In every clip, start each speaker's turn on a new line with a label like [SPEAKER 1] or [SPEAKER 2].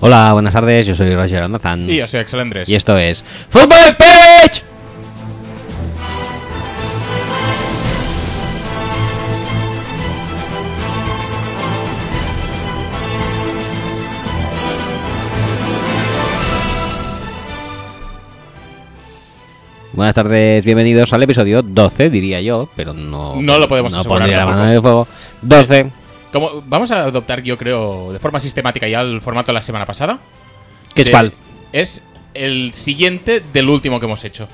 [SPEAKER 1] Hola, buenas tardes, yo soy Roger Andazán.
[SPEAKER 2] Y yo soy Axel Andrés.
[SPEAKER 1] Y esto es Fútbol Speech. Buenas tardes, bienvenidos al episodio 12, diría yo, pero no,
[SPEAKER 2] No lo podemos
[SPEAKER 1] no
[SPEAKER 2] asegurar
[SPEAKER 1] pondría la
[SPEAKER 2] tampoco.
[SPEAKER 1] mano en el fuego. 12.
[SPEAKER 2] Como, vamos a adoptar, yo creo, de forma sistemática ya el formato de la semana pasada.
[SPEAKER 1] ¿Qué es
[SPEAKER 2] De-
[SPEAKER 1] cuál?
[SPEAKER 2] Es el siguiente del último que hemos hecho.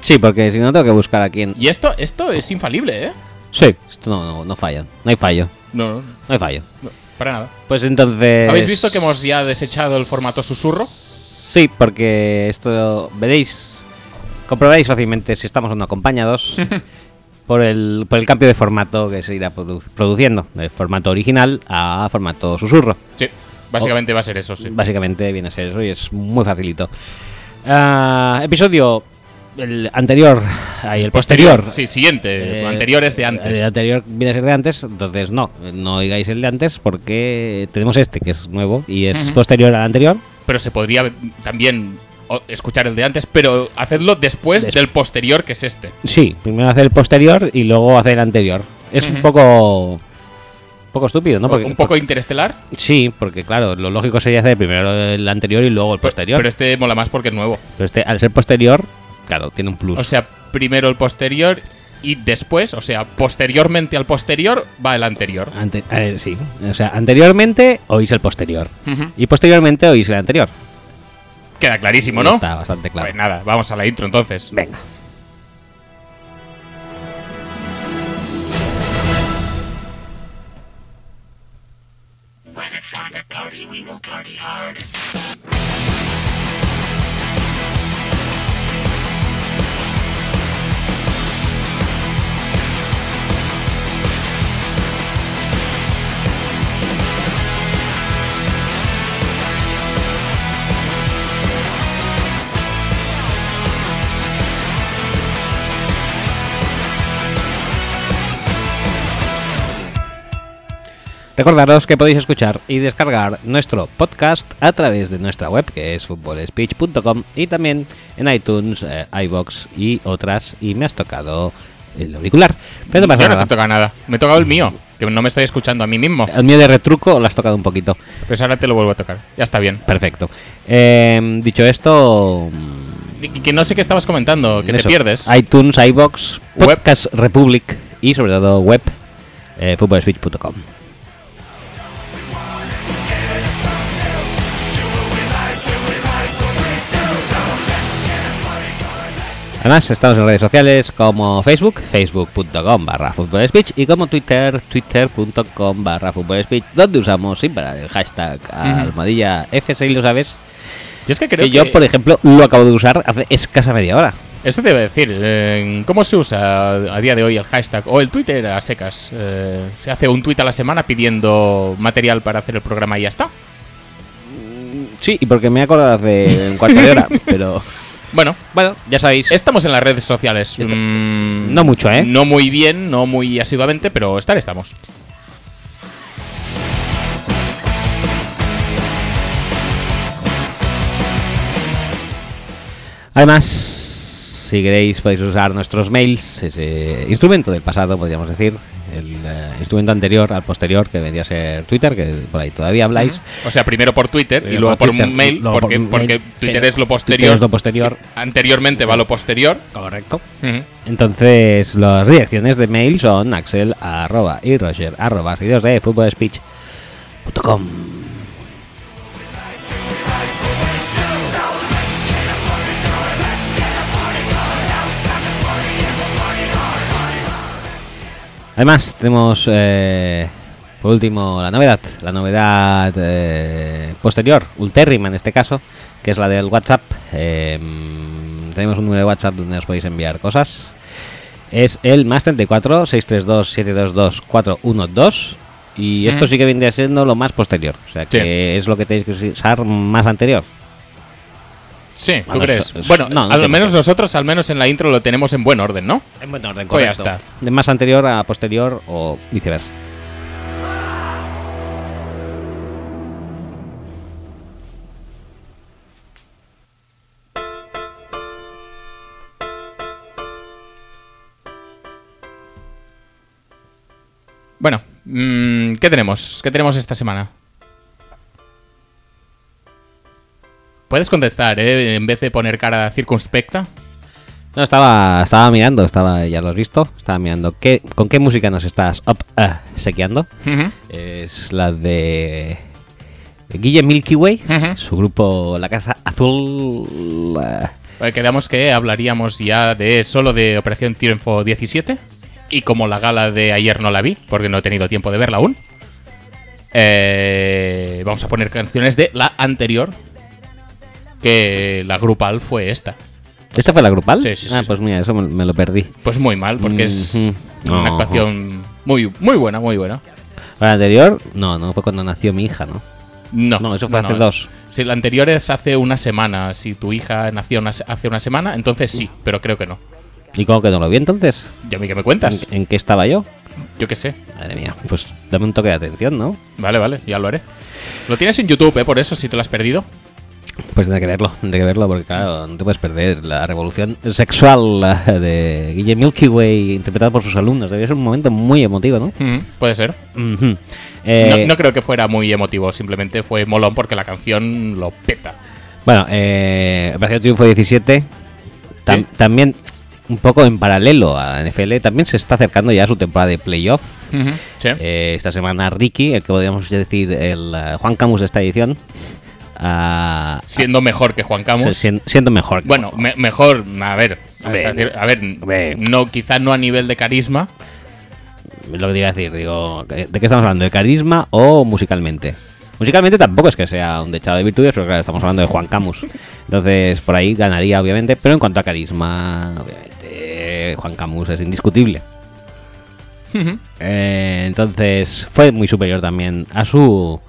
[SPEAKER 1] Sí, porque si no tengo que buscar a quién.
[SPEAKER 2] Y esto, esto es infalible, ¿eh?
[SPEAKER 1] Sí, esto no, no, no falla. No hay fallo.
[SPEAKER 2] No, no,
[SPEAKER 1] No hay fallo.
[SPEAKER 2] no, para nada.
[SPEAKER 1] Pues entonces.
[SPEAKER 2] ¿Habéis visto que hemos ya desechado el formato susurro?
[SPEAKER 1] Sí, porque esto veréis, comprobaréis fácilmente si estamos o no acompañados por el, por el cambio de formato que se irá produ- produciendo, del formato original a formato susurro.
[SPEAKER 2] Sí, básicamente va a ser eso, sí.
[SPEAKER 1] Básicamente viene a ser eso y es muy facilito. Ah, episodio el anterior y el posterior.
[SPEAKER 2] Sí, siguiente.
[SPEAKER 1] Eh,
[SPEAKER 2] anterior es de
[SPEAKER 1] El
[SPEAKER 2] antes.
[SPEAKER 1] anterior viene a ser de antes, entonces no, no oigáis el de antes porque tenemos este que es nuevo y es posterior al anterior.
[SPEAKER 2] Pero se podría también o- escuchar el de antes, pero hacedlo después
[SPEAKER 1] Des-
[SPEAKER 2] del posterior, que es este.
[SPEAKER 1] Sí, primero hace el posterior y luego hace el anterior. Es un poco. un poco estúpido, ¿no? Porque-
[SPEAKER 2] un poco interestelar,
[SPEAKER 1] por- sí, porque claro, lo lógico sería hacer primero el anterior y luego el posterior.
[SPEAKER 2] pero
[SPEAKER 1] Pero,
[SPEAKER 2] este mola más porque es nuevo.
[SPEAKER 1] este, al ser posterior, claro, tiene un plus.
[SPEAKER 2] O sea, primero el posterior y después, o sea, posteriormente al posterior va el anterior.
[SPEAKER 1] Ante- eh, sí. O sea, anteriormente oís el posterior. Y posteriormente oís el anterior.
[SPEAKER 2] Queda clarísimo, ¿no?
[SPEAKER 1] Está bastante claro.
[SPEAKER 2] Pues nada, vamos a la intro entonces.
[SPEAKER 1] Venga. Recordaros que podéis escuchar y descargar nuestro podcast a través de nuestra web, que es futbolspeech.com, y también en iTunes, eh, iBox y otras. Y me has tocado el auricular. Pero no pasa
[SPEAKER 2] Yo no te
[SPEAKER 1] nada.
[SPEAKER 2] toca nada. Me he tocado el mío, que no me estoy escuchando a mí mismo.
[SPEAKER 1] El mío de retruco lo has tocado un poquito.
[SPEAKER 2] Pues ahora te lo vuelvo a tocar. Ya está bien.
[SPEAKER 1] Perfecto. Eh, dicho esto. mm,
[SPEAKER 2] Y Que no sé qué estabas comentando, que
[SPEAKER 1] eso,
[SPEAKER 2] te pierdes.
[SPEAKER 1] iTunes, iBox,
[SPEAKER 2] Web.
[SPEAKER 1] Podcast Republic y sobre todo web eh, futbolspeech.com. Además, estamos en redes sociales como Facebook, facebook.com barra Fútbol speech y como Twitter, twitter.com barra Fútbol speech, donde usamos sin parar el hashtag almohadilla F6, lo sabes.
[SPEAKER 2] Yo es que creo
[SPEAKER 1] que yo,
[SPEAKER 2] que-
[SPEAKER 1] por ejemplo, lo acabo de usar hace escasa media hora.
[SPEAKER 2] Eso te iba a decir, eh, ¿cómo se usa a día de hoy el hashtag o el Twitter a secas? Eh, ¿Se hace un tweet a la semana pidiendo material para hacer el programa y ya está?
[SPEAKER 1] Sí, y porque me he acordado hace un cuarto de hora, pero...
[SPEAKER 2] Bueno,
[SPEAKER 1] Bueno, ya sabéis.
[SPEAKER 2] estamos en las redes sociales.
[SPEAKER 1] Esta-
[SPEAKER 2] Mm,
[SPEAKER 1] Este- no mucho, ¿eh?
[SPEAKER 2] No muy bien, no muy asiduamente, pero estar estamos.
[SPEAKER 1] Además, si queréis podéis usar nuestros mails, ese instrumento del pasado, podríamos decir, el eh, instrumento anterior al posterior, que vendría a ser Twitter, que por ahí todavía habláis.
[SPEAKER 2] O sea, primero por Twitter y
[SPEAKER 1] Pero
[SPEAKER 2] luego por,
[SPEAKER 1] Twitter,
[SPEAKER 2] un mail,
[SPEAKER 1] luego
[SPEAKER 2] porque,
[SPEAKER 1] un
[SPEAKER 2] porque
[SPEAKER 1] mail,
[SPEAKER 2] Twitter
[SPEAKER 1] pero
[SPEAKER 2] es lo
[SPEAKER 1] Twitter
[SPEAKER 2] posterior.
[SPEAKER 1] es lo posterior,
[SPEAKER 2] Anteriormente va lo posterior.
[SPEAKER 1] correcto.
[SPEAKER 2] Ujú.
[SPEAKER 1] Entonces, las direcciones de mail son axel arroba y roger arroba seguidos de futbolspeech.com. Además, tenemos eh, por último la novedad, la novedad eh, posterior, ultérrima en este caso, que es la del WhatsApp. Eh, tenemos un número de WhatsApp donde os podéis enviar cosas. Es el más 34 632 722 412. Y esto sí que vendría siendo lo más posterior. O sea, que es lo que tenéis que usar más anterior.
[SPEAKER 2] Sí, ¿tú
[SPEAKER 1] Bueno,
[SPEAKER 2] crees?
[SPEAKER 1] eso- eso-
[SPEAKER 2] bueno,
[SPEAKER 1] no, no
[SPEAKER 2] al
[SPEAKER 1] tiene
[SPEAKER 2] menos
[SPEAKER 1] que-
[SPEAKER 2] nosotros, al menos en la intro, lo tenemos en buen orden, ¿no?
[SPEAKER 1] En buen orden,
[SPEAKER 2] Pues ya
[SPEAKER 1] correcto.
[SPEAKER 2] está.
[SPEAKER 1] De más anterior a posterior o viceversa.
[SPEAKER 2] Bueno, mm, ¿qué tenemos? ¿Qué tenemos esta semana? Puedes contestar, ¿eh? En vez de poner cara circunspecta.
[SPEAKER 1] No, estaba, estaba mirando, estaba, ya lo has visto, estaba mirando qué, con qué música nos estás up, ah, sequeando.
[SPEAKER 2] Ujú.
[SPEAKER 1] Es la de Guille Milky Way,
[SPEAKER 2] Ujú.
[SPEAKER 1] su grupo La Casa Azul. eh,
[SPEAKER 2] Eh, Quedamos que hablaríamos ya de solo de Operación Triunfo 17. Y como la gala de ayer no la vi, porque no he tenido tiempo de verla aún, eh, vamos a poner canciones de la anterior, que la grupal fue esta.
[SPEAKER 1] ¿Esta fue la grupal?
[SPEAKER 2] Sí, sí, sí,
[SPEAKER 1] Ah,
[SPEAKER 2] sí.
[SPEAKER 1] pues mira, eso me, me lo perdí.
[SPEAKER 2] Pues muy mal, porque es
[SPEAKER 1] Ujú.
[SPEAKER 2] una
[SPEAKER 1] Ajá.
[SPEAKER 2] actuación muy, muy buena, muy buena.
[SPEAKER 1] La anterior, no, no fue cuando nació mi hija, ¿no?
[SPEAKER 2] No,
[SPEAKER 1] No, eso fue hace dos.
[SPEAKER 2] Si la anterior es hace una semana, si tu hija nació una se- hace una semana, entonces sí, pero creo que no.
[SPEAKER 1] ¿Y cómo que no lo vi entonces?
[SPEAKER 2] ¿Y a mí qué me
[SPEAKER 1] ¿En,
[SPEAKER 2] cuentas?
[SPEAKER 1] en qué estaba yo?
[SPEAKER 2] Yo qué sé.
[SPEAKER 1] Madre mía, pues dame un toque de atención, ¿no?
[SPEAKER 2] Vale, vale, ya lo haré. Lo tienes en YouTube, ¿eh? Por eso, si te lo has perdido.
[SPEAKER 1] Pues tendré que verlo, tendré que verlo porque claro, no te puedes perder la revolución sexual la de Guillermo Milky Way interpretada por sus alumnos. Debe ser un momento muy emotivo, ¿no?
[SPEAKER 2] Ujú, Puede ser.
[SPEAKER 1] Ujú. Eh,
[SPEAKER 2] No, no creo que fuera muy emotivo, simplemente fue molón porque la canción lo peta.
[SPEAKER 1] Bueno, eh, Operación Triunfo 17 tam-
[SPEAKER 2] Sí.
[SPEAKER 1] también un poco en paralelo a NFL también se está acercando ya a su temporada de playoff.
[SPEAKER 2] Ujú, Sí.
[SPEAKER 1] Eh, esta semana Ricky, el que podríamos decir el eh, Juan Camus de esta edición, ah,
[SPEAKER 2] Siendo mejor que Juan Camus.
[SPEAKER 1] se- sien- siendo mejor. que
[SPEAKER 2] Bueno, me- mejor, a ver. hasta
[SPEAKER 1] Hombre.
[SPEAKER 2] decir- a ver,
[SPEAKER 1] Hombre.
[SPEAKER 2] no, quizá no a nivel de carisma.
[SPEAKER 1] Lo que te iba a decir, digo, ¿de qué estamos hablando? ¿De carisma o musicalmente? Musicalmente tampoco es que sea un dechado de virtudes, pero claro, estamos hablando de Juan Camus. Entonces, por ahí ganaría, obviamente, pero en cuanto a carisma, obviamente, Juan Camus es indiscutible.
[SPEAKER 2] Ujú.
[SPEAKER 1] Eh, entonces, fue muy superior también a su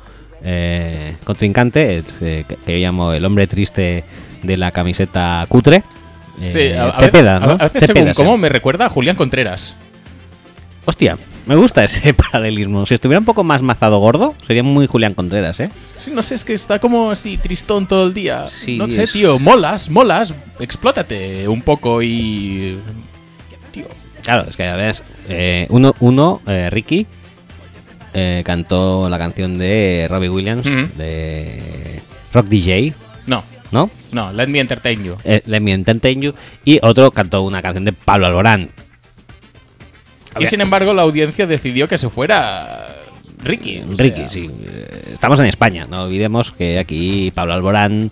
[SPEAKER 1] eh, contrincante, es, eh, que, que yo llamo el hombre triste de la camiseta cutre. eh,
[SPEAKER 2] Sí, a, a
[SPEAKER 1] Cepeda,
[SPEAKER 2] veces-
[SPEAKER 1] ¿no?
[SPEAKER 2] a- a veces
[SPEAKER 1] Cepeda,
[SPEAKER 2] según
[SPEAKER 1] sí.
[SPEAKER 2] cómo me recuerda a Julián Contreras.
[SPEAKER 1] Hostia, me gusta ese paralelismo. Si estuviera un poco más mazado gordo, sería muy Julián Contreras, ¿eh?
[SPEAKER 2] Sí, no sé, es que está como así tristón todo el día.
[SPEAKER 1] Sí,
[SPEAKER 2] no sé,
[SPEAKER 1] es-
[SPEAKER 2] tío, molas, molas, explótate un poco y... Tío.
[SPEAKER 1] Claro, es que a ver, eh, uno, uno eh, Ricky, eh, cantó la canción de Robbie Williams,
[SPEAKER 2] Ujú.
[SPEAKER 1] de Rock DJ,
[SPEAKER 2] No,
[SPEAKER 1] ¿no?
[SPEAKER 2] no, Let Me Entertain You.
[SPEAKER 1] Eh, Let Me Entertain You. Y otro cantó una canción de Pablo Alborán.
[SPEAKER 2] Y sin embargo la audiencia decidió que se fuera Ricky. o sea,
[SPEAKER 1] Ricky, sí. eh, Estamos en España, no olvidemos que aquí Pablo Alborán,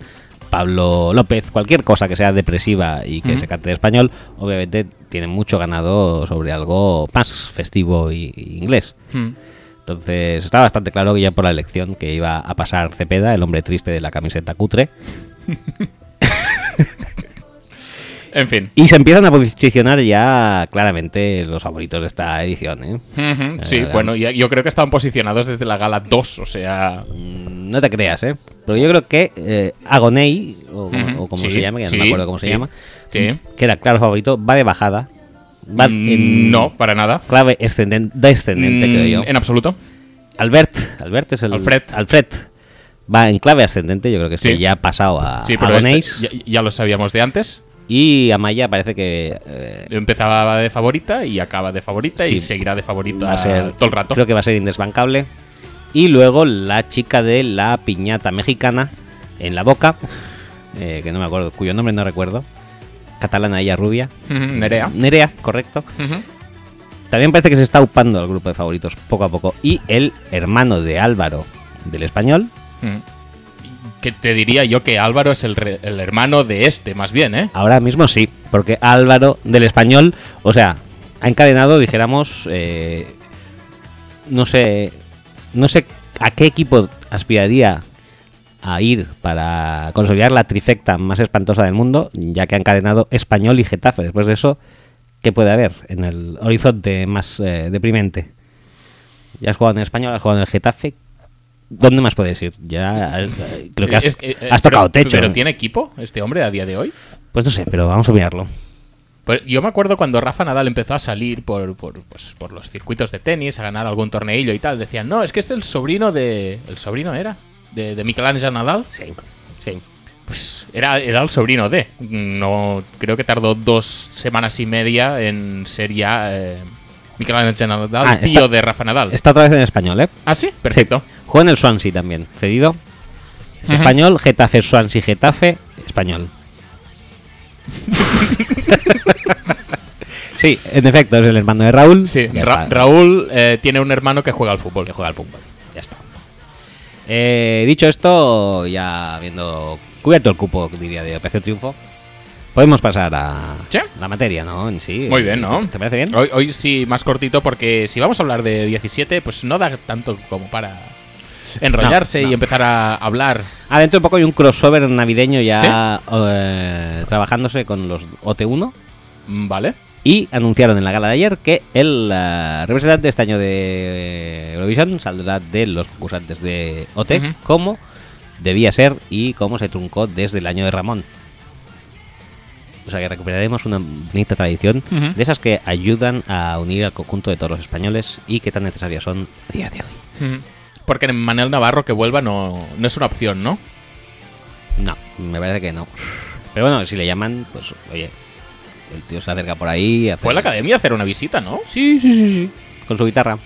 [SPEAKER 1] Pablo López, cualquier cosa que sea depresiva y que
[SPEAKER 2] Ujú.
[SPEAKER 1] se cante en español, obviamente tiene mucho ganado sobre algo más festivo y, y inglés.
[SPEAKER 2] mm,
[SPEAKER 1] Entonces está bastante claro que ya por la elección que iba a pasar Cepeda, el hombre triste de la camiseta cutre,
[SPEAKER 2] En fin.
[SPEAKER 1] y se empiezan a posicionar ya claramente los favoritos de esta edición. ¿eh?
[SPEAKER 2] Ujú, Sí,
[SPEAKER 1] Eh,
[SPEAKER 2] bueno, ya- yo creo que estaban posicionados desde la gala 2, o sea...
[SPEAKER 1] Mm, No te creas, ¿eh? Pero yo creo que eh, Agonei, o, como-
[SPEAKER 2] ujú,
[SPEAKER 1] o como
[SPEAKER 2] sí,
[SPEAKER 1] se llama, que no me
[SPEAKER 2] sí,
[SPEAKER 1] acuerdo cómo se
[SPEAKER 2] sí,
[SPEAKER 1] llama,
[SPEAKER 2] Sí.
[SPEAKER 1] que era claro favorito, va de bajada. Va
[SPEAKER 2] Mm,
[SPEAKER 1] en
[SPEAKER 2] No, para nada.
[SPEAKER 1] clave ascenden- descendente,
[SPEAKER 2] Mm,
[SPEAKER 1] creo yo.
[SPEAKER 2] En absoluto.
[SPEAKER 1] Albert, Albert es el.
[SPEAKER 2] Alfred.
[SPEAKER 1] Alfred. Va en clave ascendente, yo creo que este
[SPEAKER 2] Sí.
[SPEAKER 1] ya ha pasado a,
[SPEAKER 2] Sí,
[SPEAKER 1] a
[SPEAKER 2] pero este
[SPEAKER 1] Bonais.
[SPEAKER 2] ya, ya lo sabíamos de antes.
[SPEAKER 1] Y Amaya parece que eh,
[SPEAKER 2] Empezaba de favorita y acaba de favorita
[SPEAKER 1] Sí.
[SPEAKER 2] y seguirá de favorita
[SPEAKER 1] va a ser.
[SPEAKER 2] todo el rato.
[SPEAKER 1] Creo que va a ser indesbancable. Y luego la chica de la piñata mexicana en la boca, eh, que no me acuerdo, cuyo nombre no recuerdo. Catalana, ella rubia.
[SPEAKER 2] Ujú, Nerea.
[SPEAKER 1] Nerea, correcto.
[SPEAKER 2] Ujú.
[SPEAKER 1] También parece que se está upando al grupo de favoritos poco a poco. Y el hermano de Álvaro del español.
[SPEAKER 2] Mm. Que te diría yo que Álvaro es el, re- el hermano de este, más bien, ¿eh?
[SPEAKER 1] Ahora mismo sí, porque Álvaro del español, o sea, ha encadenado, dijéramos, eh, no sé, no sé a qué equipo aspiraría a ir para consolidar la trifecta más espantosa del mundo, ya que ha encadenado español y Getafe. Después de eso, ¿qué puede haber en el horizonte más eh, deprimente? Ya has jugado en el español, has jugado en el Getafe. ¿Dónde más puedes ir? Ya eh, creo que has,
[SPEAKER 2] Es que, eh,
[SPEAKER 1] has tocado
[SPEAKER 2] pero-
[SPEAKER 1] techo.
[SPEAKER 2] ¿Pero tiene equipo este hombre a día de hoy?
[SPEAKER 1] Pues no sé, pero vamos a mirarlo.
[SPEAKER 2] Pues yo me acuerdo cuando Rafa Nadal empezó a salir por, por, pues, por los circuitos de tenis, a ganar algún torneillo y tal. Decían, no, es que este es el sobrino de... ¿El sobrino era? ¿De, de Michelangelo Nadal?
[SPEAKER 1] Sí, sí.
[SPEAKER 2] Pues era, era el sobrino de. No, creo que tardó dos semanas y media en ser ya eh, Michelangelo Nadal,
[SPEAKER 1] Ah,
[SPEAKER 2] tío
[SPEAKER 1] está-
[SPEAKER 2] de Rafa Nadal.
[SPEAKER 1] Está otra vez en español, ¿eh?
[SPEAKER 2] ¿Ah, sí? Perfecto.
[SPEAKER 1] Sí. Juega en el Swansea también, cedido.
[SPEAKER 2] Ujú.
[SPEAKER 1] Español, Getafe, Swansea, Getafe, español. sí, en efecto, es el hermano de Raúl.
[SPEAKER 2] Sí,
[SPEAKER 1] Ya
[SPEAKER 2] Ra-
[SPEAKER 1] está.
[SPEAKER 2] Raúl eh, tiene un hermano que juega al fútbol.
[SPEAKER 1] que juega al fútbol. Ya está. Eh, dicho esto, ya habiendo cubierto el cupo, diría, de PC Triunfo, podemos pasar a
[SPEAKER 2] Sí.
[SPEAKER 1] la materia, ¿no? En sí.
[SPEAKER 2] Muy bien, ¿no?
[SPEAKER 1] Eh, ¿Te parece bien?
[SPEAKER 2] Hoy, hoy sí, más cortito, porque si vamos a hablar de 17, pues no da tanto como para enrollarse
[SPEAKER 1] No, no.
[SPEAKER 2] y empezar a hablar.
[SPEAKER 1] Ah, dentro de poco hay un crossover navideño ya eh, trabajándose con los OT1.
[SPEAKER 2] Mm, ¿Vale?
[SPEAKER 1] Y anunciaron en la gala de ayer que el eh, representante de este año de Eurovision saldrá de los concursantes de OT,
[SPEAKER 2] Ujú.
[SPEAKER 1] como debía ser y como se truncó desde el año de Ramón. O sea que recuperaremos una bonita tradición
[SPEAKER 2] Ujú.
[SPEAKER 1] de esas que ayudan a unir al conjunto de todos los españoles y que tan necesarias son a día de hoy.
[SPEAKER 2] Porque Manuel Navarro que vuelva no, no es una opción, ¿no?
[SPEAKER 1] No, me parece que no. Pero bueno, si le llaman, pues oye, el tío se acerca por ahí. hace-
[SPEAKER 2] Fue a la academia a hacer una visita, ¿no?
[SPEAKER 1] Sí, sí, sí, sí. Con su guitarra.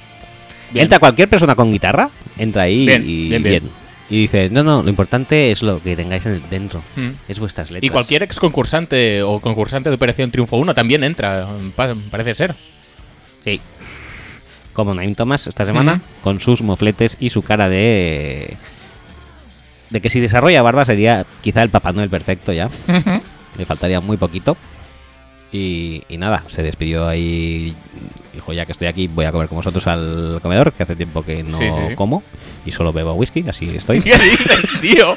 [SPEAKER 2] Bien.
[SPEAKER 1] Entra cualquier persona con guitarra, entra ahí
[SPEAKER 2] Bien,
[SPEAKER 1] y
[SPEAKER 2] bien, bien.
[SPEAKER 1] Y dice, no, no, lo importante es lo que tengáis en- dentro.
[SPEAKER 2] Mm.
[SPEAKER 1] Es vuestras letras.
[SPEAKER 2] Y cualquier ex concursante o concursante de Operación Triunfo 1 también entra, pa- parece ser.
[SPEAKER 1] Sí. Como Naim Thomas esta semana, con sus mofletes y su cara de... De que si desarrolla barba sería quizá el Papá Noel perfecto ya. Le faltaría muy poquito. Y, y nada, se despidió ahí. Dijo, ya que estoy aquí, voy a comer con vosotros al comedor, que hace tiempo que no
[SPEAKER 2] Sí, sí, sí.
[SPEAKER 1] como. Y solo bebo whisky, así estoy.
[SPEAKER 2] ¿Qué dices, tío?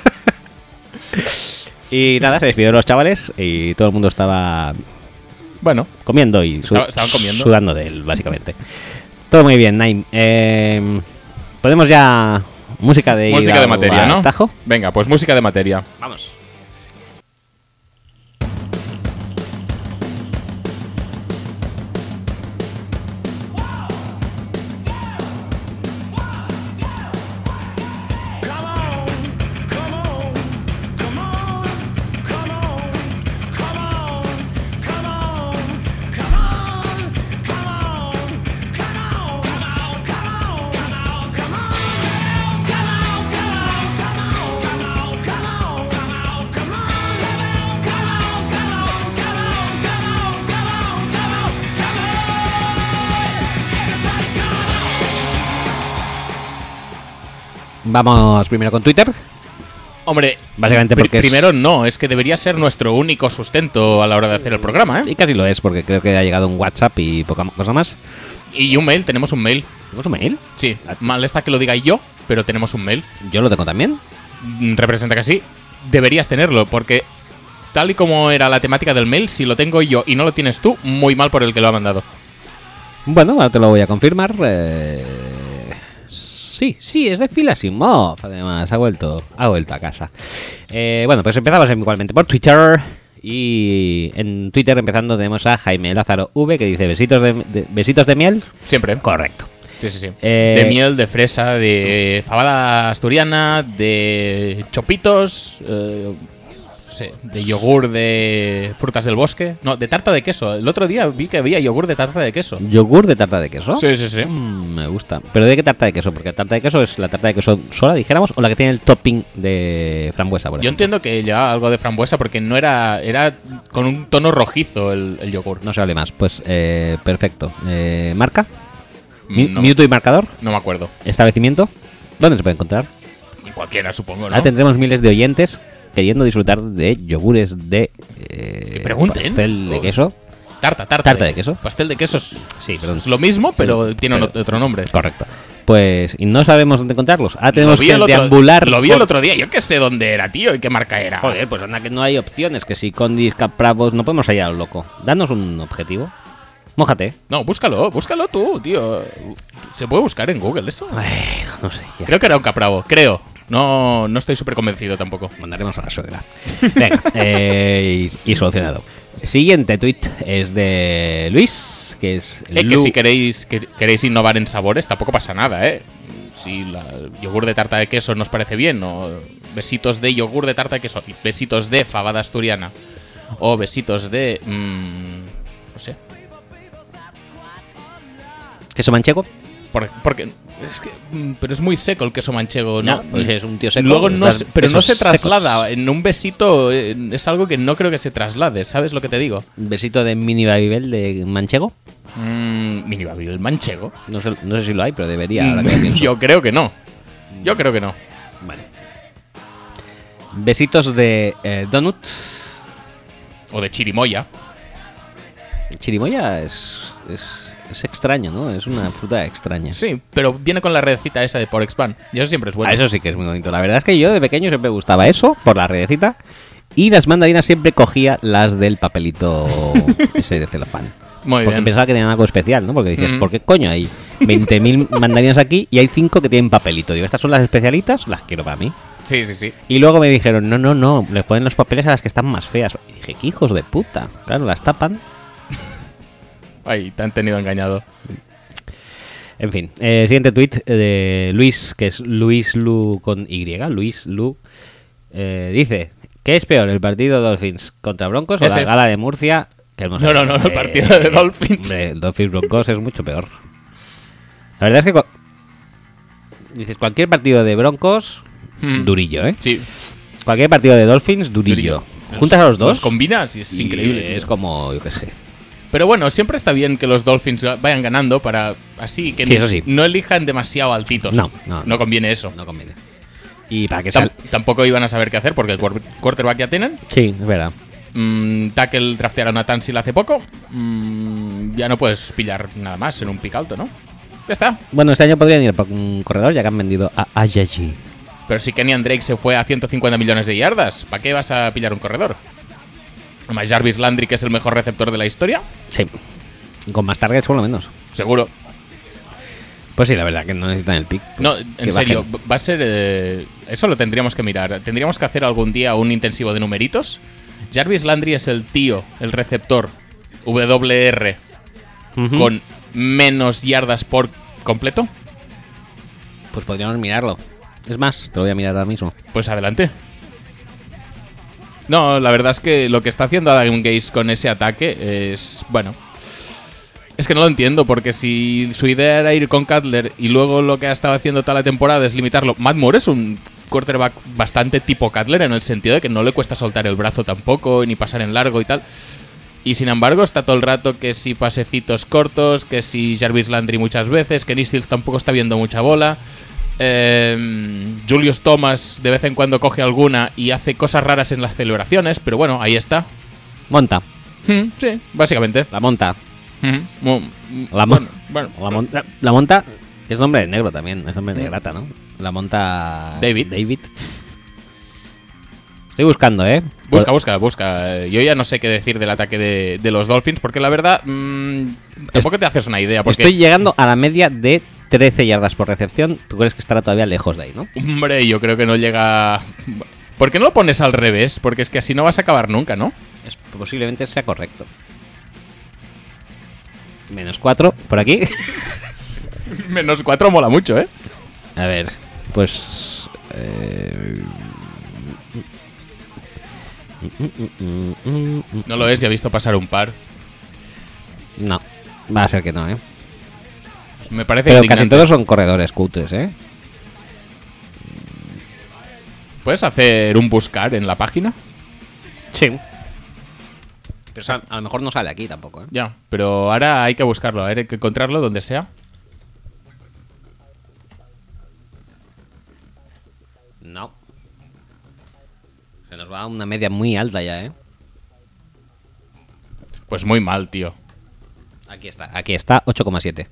[SPEAKER 1] Y nada, se despidieron los chavales y todo el mundo estaba
[SPEAKER 2] Bueno,
[SPEAKER 1] comiendo y su-
[SPEAKER 2] Estaba- estaban comiendo.
[SPEAKER 1] sudando de él, básicamente. Todo muy bien, Naim. Eh, Podemos ya. Música de. ir
[SPEAKER 2] música de
[SPEAKER 1] al-
[SPEAKER 2] materia,
[SPEAKER 1] al
[SPEAKER 2] ¿no?
[SPEAKER 1] Tajo.
[SPEAKER 2] Venga, pues música de materia.
[SPEAKER 1] Vamos.
[SPEAKER 3] Come on, come on, come on, come on, come on, come on, come on, come on, come on, come on, come on, come on, come on, come on, come on, come on.
[SPEAKER 1] Vamos primero con Twitter.
[SPEAKER 2] Hombre,
[SPEAKER 1] Básicamente
[SPEAKER 2] pri-
[SPEAKER 1] porque es-
[SPEAKER 2] primero no, es que debería ser nuestro único sustento a la hora de hacer el programa, ¿eh?
[SPEAKER 1] Y casi lo es, porque creo que ha llegado un WhatsApp y poca mo- cosa más.
[SPEAKER 2] Y un mail, tenemos un mail.
[SPEAKER 1] ¿Tenemos un mail?
[SPEAKER 2] Sí, mal está que lo diga yo, pero tenemos un mail.
[SPEAKER 1] Yo lo tengo también.
[SPEAKER 2] Mm, Representa que sí. Deberías tenerlo, porque tal y como era la temática del mail, si lo tengo yo y no lo tienes tú, muy mal por el que lo ha mandado.
[SPEAKER 1] Bueno, ahora te lo voy a confirmar. eh, Sí, sí, es de Filasimov. Además, ha vuelto, ha vuelto a casa. Eh, bueno, pues empezamos igualmente por Twitter. Y en Twitter empezando tenemos a Jaime Lázaro V que dice besitos de, de- besitos de miel.
[SPEAKER 2] Siempre. ¿eh?
[SPEAKER 1] Correcto.
[SPEAKER 2] Sí, sí, sí.
[SPEAKER 1] Eh,
[SPEAKER 2] De miel, de fresa, de fabada asturiana, de chopitos, eh, no sé, de yogur de frutas del bosque. No, de tarta de queso. El otro día vi que había yogur de tarta de queso.
[SPEAKER 1] Yogur de tarta de queso.
[SPEAKER 2] Sí, sí, sí.
[SPEAKER 1] Mm, me gusta. ¿Pero de qué tarta de queso? Porque la tarta de queso es la tarta de queso sola, dijéramos, o la que tiene el topping de frambuesa, por
[SPEAKER 2] Yo
[SPEAKER 1] ejemplo.
[SPEAKER 2] entiendo que llevaba algo de frambuesa porque no era. Era con un tono rojizo el, el yogur.
[SPEAKER 1] No se hable más. Pues eh, perfecto. Eh, ¿Marca? Mi-
[SPEAKER 2] No,
[SPEAKER 1] ¿Minuto y marcador?
[SPEAKER 2] no me acuerdo.
[SPEAKER 1] establecimiento, ¿dónde se puede encontrar?
[SPEAKER 2] Y cualquiera, supongo,
[SPEAKER 1] Ahora
[SPEAKER 2] Pues ¿no?
[SPEAKER 1] tendremos miles de oyentes queriendo disfrutar de yogures de eh,
[SPEAKER 2] Que pregunten.
[SPEAKER 1] pastel de
[SPEAKER 2] Oh.
[SPEAKER 1] queso.
[SPEAKER 2] Tarta, tarta.
[SPEAKER 1] Tarta de queso.
[SPEAKER 2] Pastel de queso es,
[SPEAKER 1] Sí, perdón.
[SPEAKER 2] es lo mismo, pero
[SPEAKER 1] Pero-
[SPEAKER 2] tiene un- otro nombre.
[SPEAKER 1] Correcto. Pues y no sabemos dónde encontrarlos. Ah, tenemos
[SPEAKER 2] Lo vi
[SPEAKER 1] que
[SPEAKER 2] el otro-
[SPEAKER 1] deambular.
[SPEAKER 2] Lo vi
[SPEAKER 1] por-
[SPEAKER 2] el otro día. Yo qué sé dónde era, tío, y qué marca era.
[SPEAKER 1] Joder, pues anda que no hay opciones, que si condis, capravos, no podemos hallar al loco. Danos un objetivo. Mójate.
[SPEAKER 2] No, búscalo, búscalo tú, tío. ¿Se puede buscar en Google eso?
[SPEAKER 1] Ay, no sé. ya.
[SPEAKER 2] Creo que era un capravo, creo. No, no estoy súper convencido tampoco.
[SPEAKER 1] Mandaremos a la suegra. Venga, eh, y, y solucionado. Siguiente tweet es de Luis, que es
[SPEAKER 2] Eh, que
[SPEAKER 1] Lu-
[SPEAKER 2] si queréis, que- queréis innovar en sabores, tampoco pasa nada, ¿eh? Si la- el yogur de tarta de queso nos parece bien, o besitos de yogur de tarta de queso, y besitos de fabada asturiana, o besitos de. mm, no sé.
[SPEAKER 1] ¿Queso manchego?
[SPEAKER 2] Por- porque es que, mm, pero es muy seco el queso manchego, ¿no?
[SPEAKER 1] pues es un tío seco.
[SPEAKER 2] Luego no,
[SPEAKER 1] las-
[SPEAKER 2] se- pero no
[SPEAKER 1] quesos
[SPEAKER 2] se
[SPEAKER 1] secos.
[SPEAKER 2] traslada. En un besito eh, es algo que no creo que se traslade, ¿sabes lo que te digo?
[SPEAKER 1] Un besito de mini babybel de manchego.
[SPEAKER 2] Mm, mini Babil manchego.
[SPEAKER 1] No sé, no sé si lo hay, pero debería. Ahora que lo
[SPEAKER 2] Mm,
[SPEAKER 1] pienso.
[SPEAKER 2] Yo creo que no. Yo creo que no.
[SPEAKER 1] Vale. Besitos de eh, donut.
[SPEAKER 2] O de chirimoya.
[SPEAKER 1] Chirimoya es, es, es extraño, ¿no? Es una fruta extraña.
[SPEAKER 2] Sí, pero viene con la redecita esa de Porexpan. Y eso siempre es bueno.
[SPEAKER 1] Ah, eso sí que es muy bonito. La verdad es que yo de pequeño siempre me gustaba eso, por la redecita. Y las mandarinas siempre cogía las del papelito ese de celofán.
[SPEAKER 2] Muy
[SPEAKER 1] Porque
[SPEAKER 2] bien.
[SPEAKER 1] pensaba que tenían algo especial, ¿no? Porque decías,
[SPEAKER 2] Mm.
[SPEAKER 1] ¿por qué coño hay 20.000 mandarinas aquí y hay 5 que tienen papelito? Digo, estas son las especialitas, las quiero para mí.
[SPEAKER 2] Sí, sí, sí.
[SPEAKER 1] Y luego me dijeron, no, no, no, les ponen los papeles a las que están más feas. Y dije, ¿qué hijos de puta? Claro, las tapan.
[SPEAKER 2] Ay, te han tenido engañado.
[SPEAKER 1] En fin, eh, siguiente tweet de Luis, que es Luis Lu con Y, Luis Lu, eh, dice, ¿qué es peor, el partido Dolphins contra Broncos o
[SPEAKER 2] Ese.
[SPEAKER 1] la gala de Murcia? Que hemos
[SPEAKER 2] No, no, no, el partido de Dolphins.
[SPEAKER 1] hombre, el Dolphins Broncos es mucho peor. La verdad es que... cua- Dices, cualquier partido de Broncos,
[SPEAKER 2] Hmm.
[SPEAKER 1] durillo, ¿eh?
[SPEAKER 2] Sí.
[SPEAKER 1] Cualquier partido de Dolphins, durillo.
[SPEAKER 2] Los-
[SPEAKER 1] Juntas a los dos.
[SPEAKER 2] Los combinas y es
[SPEAKER 1] y
[SPEAKER 2] increíble. tío.
[SPEAKER 1] Es como, yo qué sé.
[SPEAKER 2] Pero bueno, siempre está bien que los Dolphins vayan ganando para así que
[SPEAKER 1] Sí,
[SPEAKER 2] no-
[SPEAKER 1] eso sí.
[SPEAKER 2] no elijan demasiado altitos.
[SPEAKER 1] No, no, no.
[SPEAKER 2] conviene eso.
[SPEAKER 1] No conviene. Y para que
[SPEAKER 2] Tam-
[SPEAKER 1] sal...
[SPEAKER 2] tampoco iban a saber qué hacer porque el quar- quarterback ya tienen.
[SPEAKER 1] Sí, es verdad.
[SPEAKER 2] Mm, tackle draftearon a Tansil hace poco. Mm, ya no puedes pillar nada más en un pick alto, ¿no? Ya está.
[SPEAKER 1] Bueno, este año podrían ir por un corredor ya que han vendido a Ayaji.
[SPEAKER 2] Pero si Kenyan Drake se fue a 150 millones de yardas, ¿para qué vas a pillar un corredor? Además, Jarvis Landry, que es el mejor receptor de la historia,
[SPEAKER 1] Sí. Con más targets por lo menos.
[SPEAKER 2] seguro.
[SPEAKER 1] Pues sí, la verdad que no necesitan el pick.
[SPEAKER 2] No,
[SPEAKER 1] Que
[SPEAKER 2] en serio,
[SPEAKER 1] bajen.
[SPEAKER 2] va a ser. eh, eso lo tendríamos que mirar. Tendríamos que hacer algún día un intensivo de numeritos. Jarvis Landry es el tío, el receptor WR
[SPEAKER 1] Ujú.
[SPEAKER 2] con menos yardas por completo.
[SPEAKER 1] Pues podríamos mirarlo. Es más, te lo voy a mirar ahora mismo.
[SPEAKER 2] Pues adelante. No, la verdad es que lo que está haciendo Adam Gaze con ese ataque es. Bueno. Es que no lo entiendo, porque si su idea era ir con Cutler y luego lo que ha estado haciendo toda la temporada es limitarlo. Matt Moore es un quarterback bastante tipo Cutler en el sentido de que no le cuesta soltar el brazo tampoco, ni pasar en largo y tal. Y sin embargo, está todo el rato que si pasecitos cortos, que si Jarvis Landry muchas veces, que Nistils tampoco está viendo mucha bola. Eh, Julius Thomas de vez en cuando coge alguna y hace cosas raras en las celebraciones, pero bueno, ahí está.
[SPEAKER 1] Monta.
[SPEAKER 2] Mm, sí, básicamente.
[SPEAKER 1] La monta.
[SPEAKER 2] Mm, mu- mm,
[SPEAKER 1] La, mon-
[SPEAKER 2] bueno, bueno,
[SPEAKER 1] la, mon- la- la monta. Que es nombre de negro también. Es nombre de grata, ¿no? La monta.
[SPEAKER 2] Mm. David.
[SPEAKER 1] David. Estoy buscando, ¿eh?
[SPEAKER 2] Busca, busca, busca. Yo ya no sé qué decir del ataque de, de los Dolphins, porque la verdad, mm, tampoco te haces una idea. Porque,
[SPEAKER 1] Estoy llegando a la media de 13 yardas por recepción. ¿Tú crees que estará todavía lejos de ahí, no?
[SPEAKER 2] hombre, yo creo que no llega. ¿Por qué no lo pones al revés? Porque es que así no vas a acabar nunca, ¿no?
[SPEAKER 1] Es- posiblemente sea correcto. Menos 4 por aquí.
[SPEAKER 2] Menos cuatro mola mucho, ¿eh?
[SPEAKER 1] A ver, pues. eh,
[SPEAKER 2] No lo es, ya he visto pasar un par.
[SPEAKER 1] No, va a ser que no, ¿eh?
[SPEAKER 2] Me parece
[SPEAKER 1] Pero casi
[SPEAKER 2] indignante.
[SPEAKER 1] todos son corredores cutres, ¿eh?
[SPEAKER 2] ¿Puedes hacer un buscar en la página?
[SPEAKER 1] Sí. Pero sal- a lo mejor no sale aquí tampoco, ¿eh?
[SPEAKER 2] Ya, pero ahora hay que buscarlo, ahora hay que encontrarlo donde sea.
[SPEAKER 1] No. Se nos va a una media muy alta ya, ¿eh?
[SPEAKER 2] Pues muy mal, tío.
[SPEAKER 1] Aquí está, aquí está, 8,7.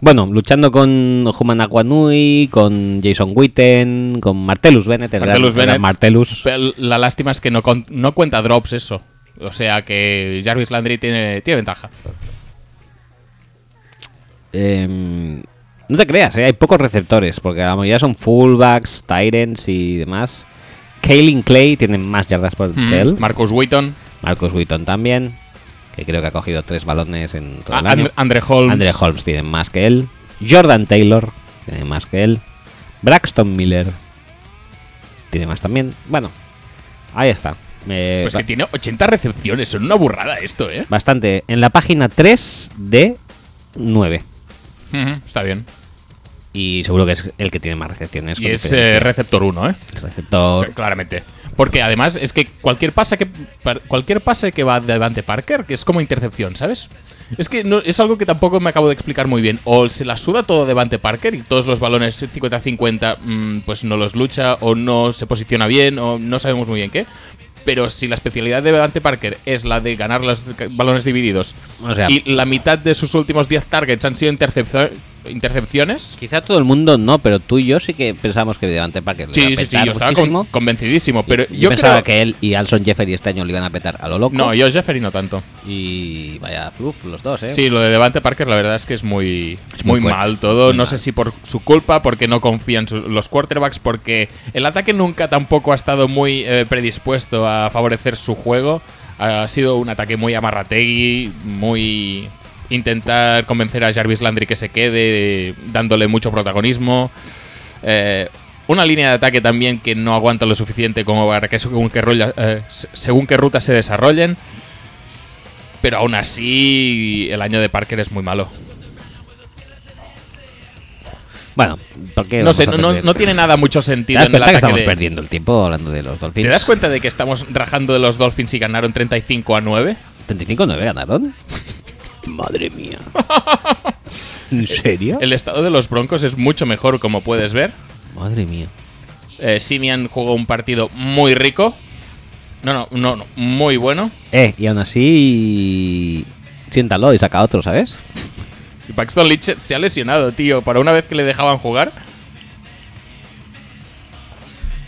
[SPEAKER 1] Bueno, luchando con Human Aquanui, con Jason Witten, con Martellus Bennett, el gran-
[SPEAKER 2] Martellus
[SPEAKER 1] el gran
[SPEAKER 2] Bennett.
[SPEAKER 1] Martellus.
[SPEAKER 2] Pero la lástima es que no, con- no cuenta drops eso. O sea que Jarvis Landry tiene, tiene ventaja.
[SPEAKER 1] Em, no te creas, ¿eh? hay pocos receptores, porque la mayoría son fullbacks, tyrants y demás. Kaylin Clay tiene más yardas por
[SPEAKER 2] Mm,
[SPEAKER 1] él.
[SPEAKER 2] Marcus Wheaton,
[SPEAKER 1] Marcus Witton también, que creo que ha cogido tres balones en todo el
[SPEAKER 2] a-
[SPEAKER 1] año.
[SPEAKER 2] And- Ah, Andre Holmes.
[SPEAKER 1] Andre Holmes tiene más que él. Jordan Taylor tiene más que él. Braxton Miller tiene más también. Bueno, ahí está. Eh,
[SPEAKER 2] Pues
[SPEAKER 1] ba-
[SPEAKER 2] que tiene 80 recepciones, son una burrada esto, ¿eh?
[SPEAKER 1] Bastante. En la página 3 de 9.
[SPEAKER 2] Ujú, Está bien.
[SPEAKER 1] Y seguro que es el que tiene más recepciones.
[SPEAKER 2] Y
[SPEAKER 1] con
[SPEAKER 2] es
[SPEAKER 1] diferencia.
[SPEAKER 2] eh, receptor 1, ¿eh?
[SPEAKER 1] receptor.
[SPEAKER 2] Claramente. Porque además es que cualquier pase que par- cualquier pase que va delante Parker, que es como intercepción, ¿sabes? Es que no, es algo que tampoco me acabo de explicar muy bien. O se la suda todo Devante Parker y todos los balones 50-50 mm, pues no los lucha o no se posiciona bien o no sabemos muy bien qué. Pero si la especialidad de Devante Parker es la de ganar los ca- balones divididos
[SPEAKER 1] O sea-
[SPEAKER 2] y la mitad de sus últimos 10 targets han sido intercepcio- intercepciones,
[SPEAKER 1] Quizá todo el mundo no, pero tú y yo sí que pensamos que Devante Parker le iba
[SPEAKER 2] Sí,
[SPEAKER 1] a
[SPEAKER 2] sí, sí,
[SPEAKER 1] petar
[SPEAKER 2] yo estaba con-
[SPEAKER 1] muchísimo.
[SPEAKER 2] convencidísimo, pero
[SPEAKER 1] yo,
[SPEAKER 2] yo,
[SPEAKER 1] pensaba
[SPEAKER 2] creo
[SPEAKER 1] que él y Alson Jeffery este año le iban a petar a lo loco.
[SPEAKER 2] No, yo Jeffery no tanto.
[SPEAKER 1] Y vaya fluff los dos, ¿eh?
[SPEAKER 2] Sí, lo de Devante Parker la verdad es que es muy,
[SPEAKER 1] Es muy
[SPEAKER 2] muy,
[SPEAKER 1] fuerte,
[SPEAKER 2] mal todo.
[SPEAKER 1] muy
[SPEAKER 2] no
[SPEAKER 1] mal.
[SPEAKER 2] sé si por su culpa, porque no confían los quarterbacks, porque el ataque nunca tampoco ha estado muy eh, predispuesto a favorecer su juego. Ha sido un ataque muy amarrategui, muy intentar convencer a Jarvis Landry que se quede, dándole mucho protagonismo. Eh, una línea de ataque también que no aguanta lo suficiente como para que según qué, rolla- eh, se- según qué rutas se desarrollen. Pero aún así, el año de Parker es muy malo.
[SPEAKER 1] Bueno, porque
[SPEAKER 2] No sé, no, no- no tiene nada mucho
[SPEAKER 1] ¿Te
[SPEAKER 2] sentido
[SPEAKER 1] das
[SPEAKER 2] en el
[SPEAKER 1] cuenta Ah, que
[SPEAKER 2] ataque.
[SPEAKER 1] estamos
[SPEAKER 2] de-
[SPEAKER 1] perdiendo el tiempo hablando de los
[SPEAKER 2] ¿Te
[SPEAKER 1] Dolphins?
[SPEAKER 2] das cuenta de que estamos rajando de los Dolphins y ganaron 35 a 9?
[SPEAKER 1] 35-9 ganaron. Madre mía. ¿En serio?
[SPEAKER 2] El estado de los Broncos es mucho mejor, como puedes ver.
[SPEAKER 1] Madre mía.
[SPEAKER 2] Eh, Simian jugó un partido muy rico. No, no, no, no, muy bueno.
[SPEAKER 1] Eh, y aún así. Siéntalo y saca otro, ¿sabes?
[SPEAKER 2] Y Paxton Lynch se ha lesionado, tío. Para una vez que le dejaban jugar,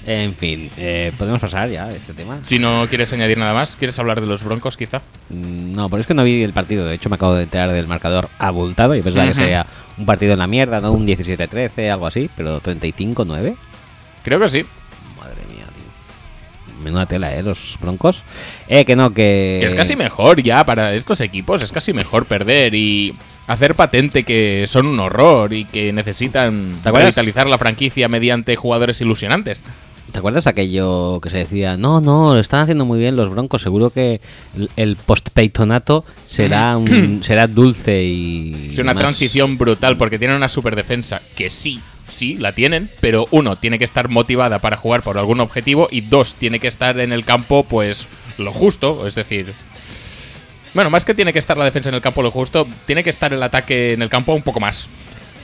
[SPEAKER 1] En fin, eh, podemos pasar ya de este tema.
[SPEAKER 2] si no quieres añadir nada más, ¿quieres hablar de los Broncos quizá?
[SPEAKER 1] Mm, No, pero es que no vi el partido. De hecho, me acabo de enterar del marcador abultado. y pensaba que
[SPEAKER 2] Ujú.
[SPEAKER 1] sería un partido en la mierda, ¿no? Un 17-13, algo así. Pero 35-9.
[SPEAKER 2] Creo que sí.
[SPEAKER 1] Madre mía, tío. Menuda tela, ¿eh? Los broncos. Eh, que no, que.
[SPEAKER 2] Que es casi mejor ya para estos equipos, es casi mejor perder y hacer patente que son un horror y que necesitan
[SPEAKER 1] ¿Te acuerdas?
[SPEAKER 2] revitalizar la franquicia mediante jugadores ilusionantes.
[SPEAKER 1] ¿Te acuerdas aquello que se decía? No, no, lo están haciendo muy bien los broncos. Seguro que el- el post-peitonato será, un- será dulce y.
[SPEAKER 2] Es una
[SPEAKER 1] más-
[SPEAKER 2] transición brutal porque tienen una superdefensa que sí, sí, la tienen, pero uno, tiene que estar motivada para jugar por algún objetivo y dos, tiene que estar en el campo pues lo justo, es decir... Bueno, más que tiene que estar la defensa en el campo lo justo, tiene que estar el ataque en el campo un poco más.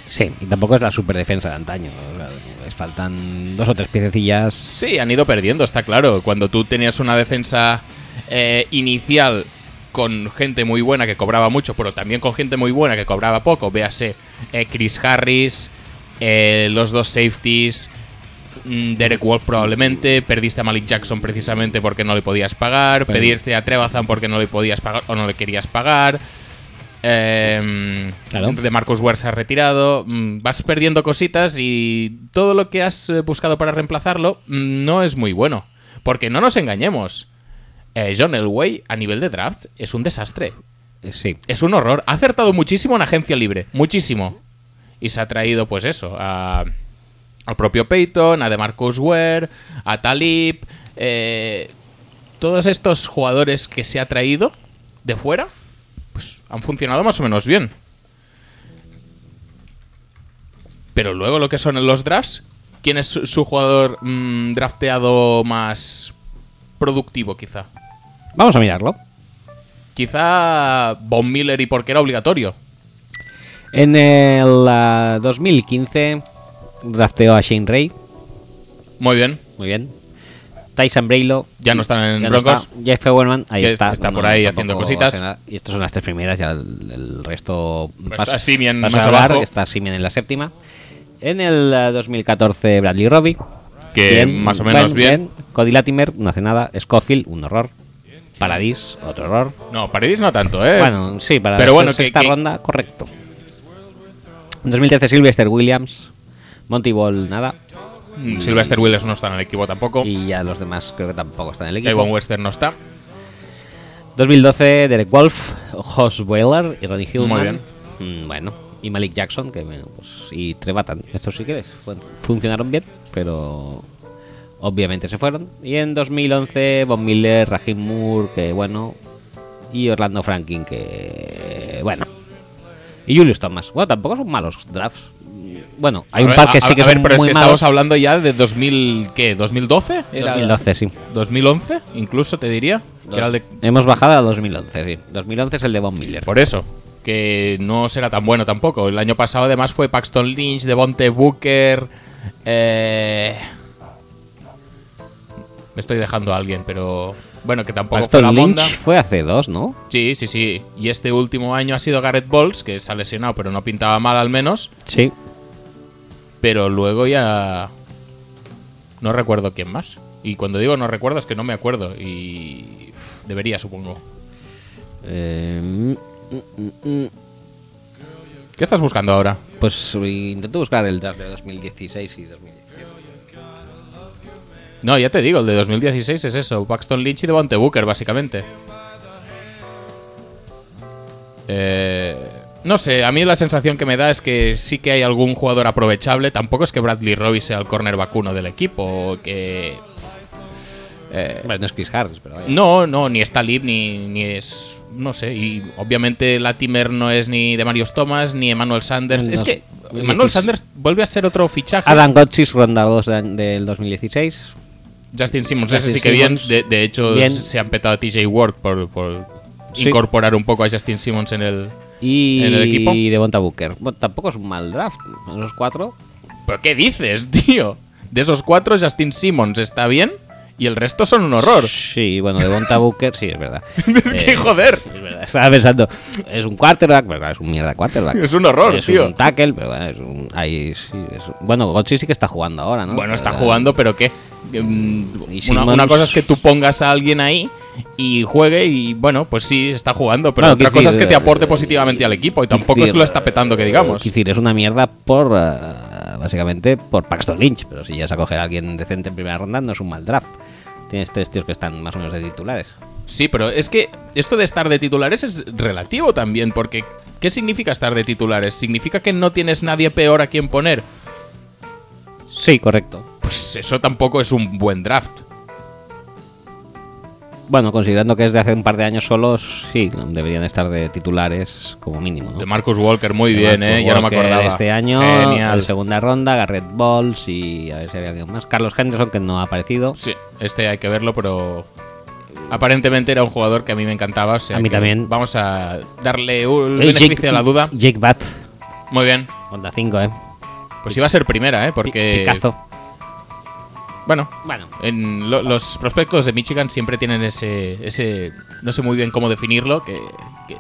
[SPEAKER 1] Sí, y tampoco es la superdefensa de antaño. o sea, Les faltan dos o tres piececillas.
[SPEAKER 2] Sí, han ido perdiendo, está claro. Cuando tú tenías una defensa eh, inicial con gente muy buena que cobraba mucho, pero también con gente muy buena que cobraba poco, véase eh, Chris Harris, eh, los dos safeties, mm, Derek Wolf probablemente, perdiste a Malik Jackson precisamente porque no le podías pagar,
[SPEAKER 1] Pero-
[SPEAKER 2] perdiste a Trebazan porque no le podías pagar o no le querías pagar. Eh,
[SPEAKER 1] Claro.
[SPEAKER 2] De Marcus Ware se ha retirado. mm, Vas perdiendo cositas y todo lo que has eh, buscado para reemplazarlo mm, no es muy bueno. Porque no nos engañemos. eh, John Elway a nivel de drafts es un desastre.
[SPEAKER 1] Sí.
[SPEAKER 2] Es un horror. Ha acertado muchísimo en agencia libre. Muchísimo. Y se ha traído, pues eso, a- al propio Peyton, a DeMarcus Ware, a Talib. eh, todos estos jugadores que se ha traído de fuera, pues han funcionado más o menos bien. Pero luego lo que son los drafts, ¿quién es su, su jugador mm, drafteado más productivo quizá?
[SPEAKER 1] Vamos a mirarlo.
[SPEAKER 2] Quizá Von Miller y porque era obligatorio.
[SPEAKER 1] En el ah, 2015 drafteó a Shane Ray.
[SPEAKER 2] Muy bien.
[SPEAKER 1] Muy bien. Tyson Braylo.
[SPEAKER 2] Ya no están en
[SPEAKER 1] ya
[SPEAKER 2] Broncos.
[SPEAKER 1] está. Jeff Feuerman, ahí
[SPEAKER 2] Que
[SPEAKER 1] está.
[SPEAKER 2] está por ahí haciendo
[SPEAKER 1] tampoco
[SPEAKER 2] cositas.
[SPEAKER 1] hace nada. Y estas son las tres primeras, ya el, el resto
[SPEAKER 2] Pues está Simeon
[SPEAKER 1] pasa
[SPEAKER 2] más
[SPEAKER 1] a hablar,
[SPEAKER 2] abajo.
[SPEAKER 1] Está Simeon en la séptima. En el eh, 2014, Bradley Robbie.
[SPEAKER 2] Que más o menos bien.
[SPEAKER 1] Cody Latimer, no hace nada. Scofield, un horror. Paradis, otro horror.
[SPEAKER 2] No, Paredes no tanto, ¿eh?
[SPEAKER 1] bueno, sí, para
[SPEAKER 2] pero
[SPEAKER 1] la
[SPEAKER 2] bueno, que-
[SPEAKER 1] sexta
[SPEAKER 2] que-
[SPEAKER 1] ronda, correcto. En 2013, Sylvester Williams. Monty Ball, nada.
[SPEAKER 2] Mm, Sylvester Willis no está en el equipo tampoco.
[SPEAKER 1] Y ya los demás creo que tampoco están en el equipo.
[SPEAKER 2] Ewan Western no está.
[SPEAKER 1] 2012, Derek Wolf, Josh Whaler y Ronnie Hillman.
[SPEAKER 2] Muy bien.
[SPEAKER 1] Mm, bueno, y Malik Jackson, que bueno, pues, y Trebatan. Estos sí que les fun- funcionaron bien, pero obviamente se fueron. Y en 2011, Von Miller, Rahim Moore, que bueno, y Orlando Franklin, que bueno, Y Julius Thomas. Bueno, tampoco son malos drafts. Bueno, hay
[SPEAKER 2] A
[SPEAKER 1] un
[SPEAKER 2] ver,
[SPEAKER 1] par que
[SPEAKER 2] a-
[SPEAKER 1] sí que
[SPEAKER 2] a ver,
[SPEAKER 1] son
[SPEAKER 2] pero
[SPEAKER 1] muy
[SPEAKER 2] es que
[SPEAKER 1] malos.
[SPEAKER 2] estamos hablando ya de 2000, ¿qué? ¿2012? Era-
[SPEAKER 1] 2012, sí.
[SPEAKER 2] 2011, incluso te diría. que era el de-
[SPEAKER 1] Hemos bajado a 2011, sí. 2011 es el de Von Miller.
[SPEAKER 2] por eso, que no será tan bueno tampoco. El año pasado además fue Paxton Lynch, Devonte Booker. eh, Me estoy dejando a alguien, pero bueno, que tampoco fue la
[SPEAKER 1] Paxton Lynch
[SPEAKER 2] monda.
[SPEAKER 1] fue hace dos, ¿no?
[SPEAKER 2] Sí, sí, sí. Y este último año ha sido Garrett Bowles, que se ha lesionado, pero no pintaba mal al menos.
[SPEAKER 1] Sí.
[SPEAKER 2] Pero luego ya. No recuerdo quién más. Y cuando digo no recuerdo es que no me acuerdo. Y. uf, Debería, supongo.
[SPEAKER 1] Eh, mm,
[SPEAKER 2] ¿Qué estás buscando ahora?
[SPEAKER 1] pues intento buscar el draft de 2016 y 2017.
[SPEAKER 2] No, ya te digo, el de 2016 es eso. Paxton Lynch y Devonte Booker, básicamente. Eh, no sé, a mí la sensación que me da es que sí que hay algún jugador aprovechable. Tampoco es que Bradley Roby sea el corner vacuno del equipo. o Que eh,
[SPEAKER 1] Bueno, no es Chris Harris, pero vaya.
[SPEAKER 2] No, no, ni es Talib, ni, ni es. No sé, y obviamente Latimer no es ni de Marius Thomas, ni Emmanuel Sanders.
[SPEAKER 1] No,
[SPEAKER 2] es que
[SPEAKER 1] no
[SPEAKER 2] Emmanuel
[SPEAKER 1] es-
[SPEAKER 2] Sanders vuelve a ser otro fichaje.
[SPEAKER 1] Adam Gotchis, ronda 2 de- del 2016.
[SPEAKER 2] Justin Simmons,
[SPEAKER 1] Justin
[SPEAKER 2] ese sí que
[SPEAKER 1] Simmons,
[SPEAKER 2] bien. De, de hecho,
[SPEAKER 1] bien.
[SPEAKER 2] se han petado a TJ Ward por, por
[SPEAKER 1] Sí.
[SPEAKER 2] incorporar un poco a Justin Simmons en el.
[SPEAKER 1] Y
[SPEAKER 2] ¿En el equipo?
[SPEAKER 1] Devonta Booker. Bueno, tampoco es un mal draft. En los cuatro.
[SPEAKER 2] ¿Pero qué dices, tío? De esos cuatro, Justin Simmons está bien y el resto son un horror.
[SPEAKER 1] Sí, bueno, Devonta Booker, sí, es verdad.
[SPEAKER 2] es que
[SPEAKER 1] Eh,
[SPEAKER 2] joder,
[SPEAKER 1] Es verdad, estaba pensando, es un quarterback, ¿verdad? Es un mierda quarterback.
[SPEAKER 2] es un horror,
[SPEAKER 1] es
[SPEAKER 2] tío.
[SPEAKER 1] un tackle, pero bueno, es un. Ahí sí, es un- bueno, Gotchi sí que está jugando ahora, ¿no?
[SPEAKER 2] Bueno, está
[SPEAKER 1] Eh,
[SPEAKER 2] jugando, pero ¿qué? Mm,
[SPEAKER 1] Y
[SPEAKER 2] Una,
[SPEAKER 1] Simmons-
[SPEAKER 2] una cosa es que tú pongas a alguien ahí y juegue y bueno, pues sí, está jugando, pero
[SPEAKER 1] Bueno,
[SPEAKER 2] otra
[SPEAKER 1] quiero
[SPEAKER 2] cosa es
[SPEAKER 1] decir,
[SPEAKER 2] que te aporte
[SPEAKER 1] eh,
[SPEAKER 2] positivamente al equipo y
[SPEAKER 1] quiero
[SPEAKER 2] tampoco es
[SPEAKER 1] decir, eh,
[SPEAKER 2] lo está petando que digamos.
[SPEAKER 1] Quiero decir, es una mierda por. eh, básicamente por Paxton Lynch, pero si ya a coger a alguien decente en primera ronda, no es un mal draft. Tienes tres tíos que están más o menos de titulares.
[SPEAKER 2] Sí, pero es que esto de estar de titulares es relativo también, porque ¿qué significa estar de titulares? ¿Significa que no tienes nadie peor a quien poner?
[SPEAKER 1] Sí, correcto.
[SPEAKER 2] Pues eso tampoco es un buen draft.
[SPEAKER 1] Bueno, considerando que es de hace un par de años solos, sí, deberían estar de titulares como mínimo. ¿no?
[SPEAKER 2] De Marcus Walker, muy
[SPEAKER 1] De
[SPEAKER 2] bien,
[SPEAKER 1] Marco
[SPEAKER 2] ¿eh? Ya no me
[SPEAKER 1] Walker
[SPEAKER 2] acordaba.
[SPEAKER 1] Este año,
[SPEAKER 2] Genial.
[SPEAKER 1] en segunda ronda, Garrett Balls y a ver si había alguien más. Carlos Henderson, que no ha aparecido.
[SPEAKER 2] Sí, este hay que verlo, pero aparentemente era un jugador que a mí me encantaba. o sea
[SPEAKER 1] A mí
[SPEAKER 2] que
[SPEAKER 1] también.
[SPEAKER 2] Vamos a darle un
[SPEAKER 1] Eh,
[SPEAKER 2] beneficio de la duda.
[SPEAKER 1] Jake Bat,
[SPEAKER 2] Muy bien.
[SPEAKER 1] onda 5, ¿eh?
[SPEAKER 2] Pues iba a ser primera, ¿eh? Porque.
[SPEAKER 1] Pi- Picazo.
[SPEAKER 2] Bueno,
[SPEAKER 1] Bueno,
[SPEAKER 2] en lo- los prospectos de Michigan siempre tienen ese, ese. No sé muy bien cómo definirlo, que. que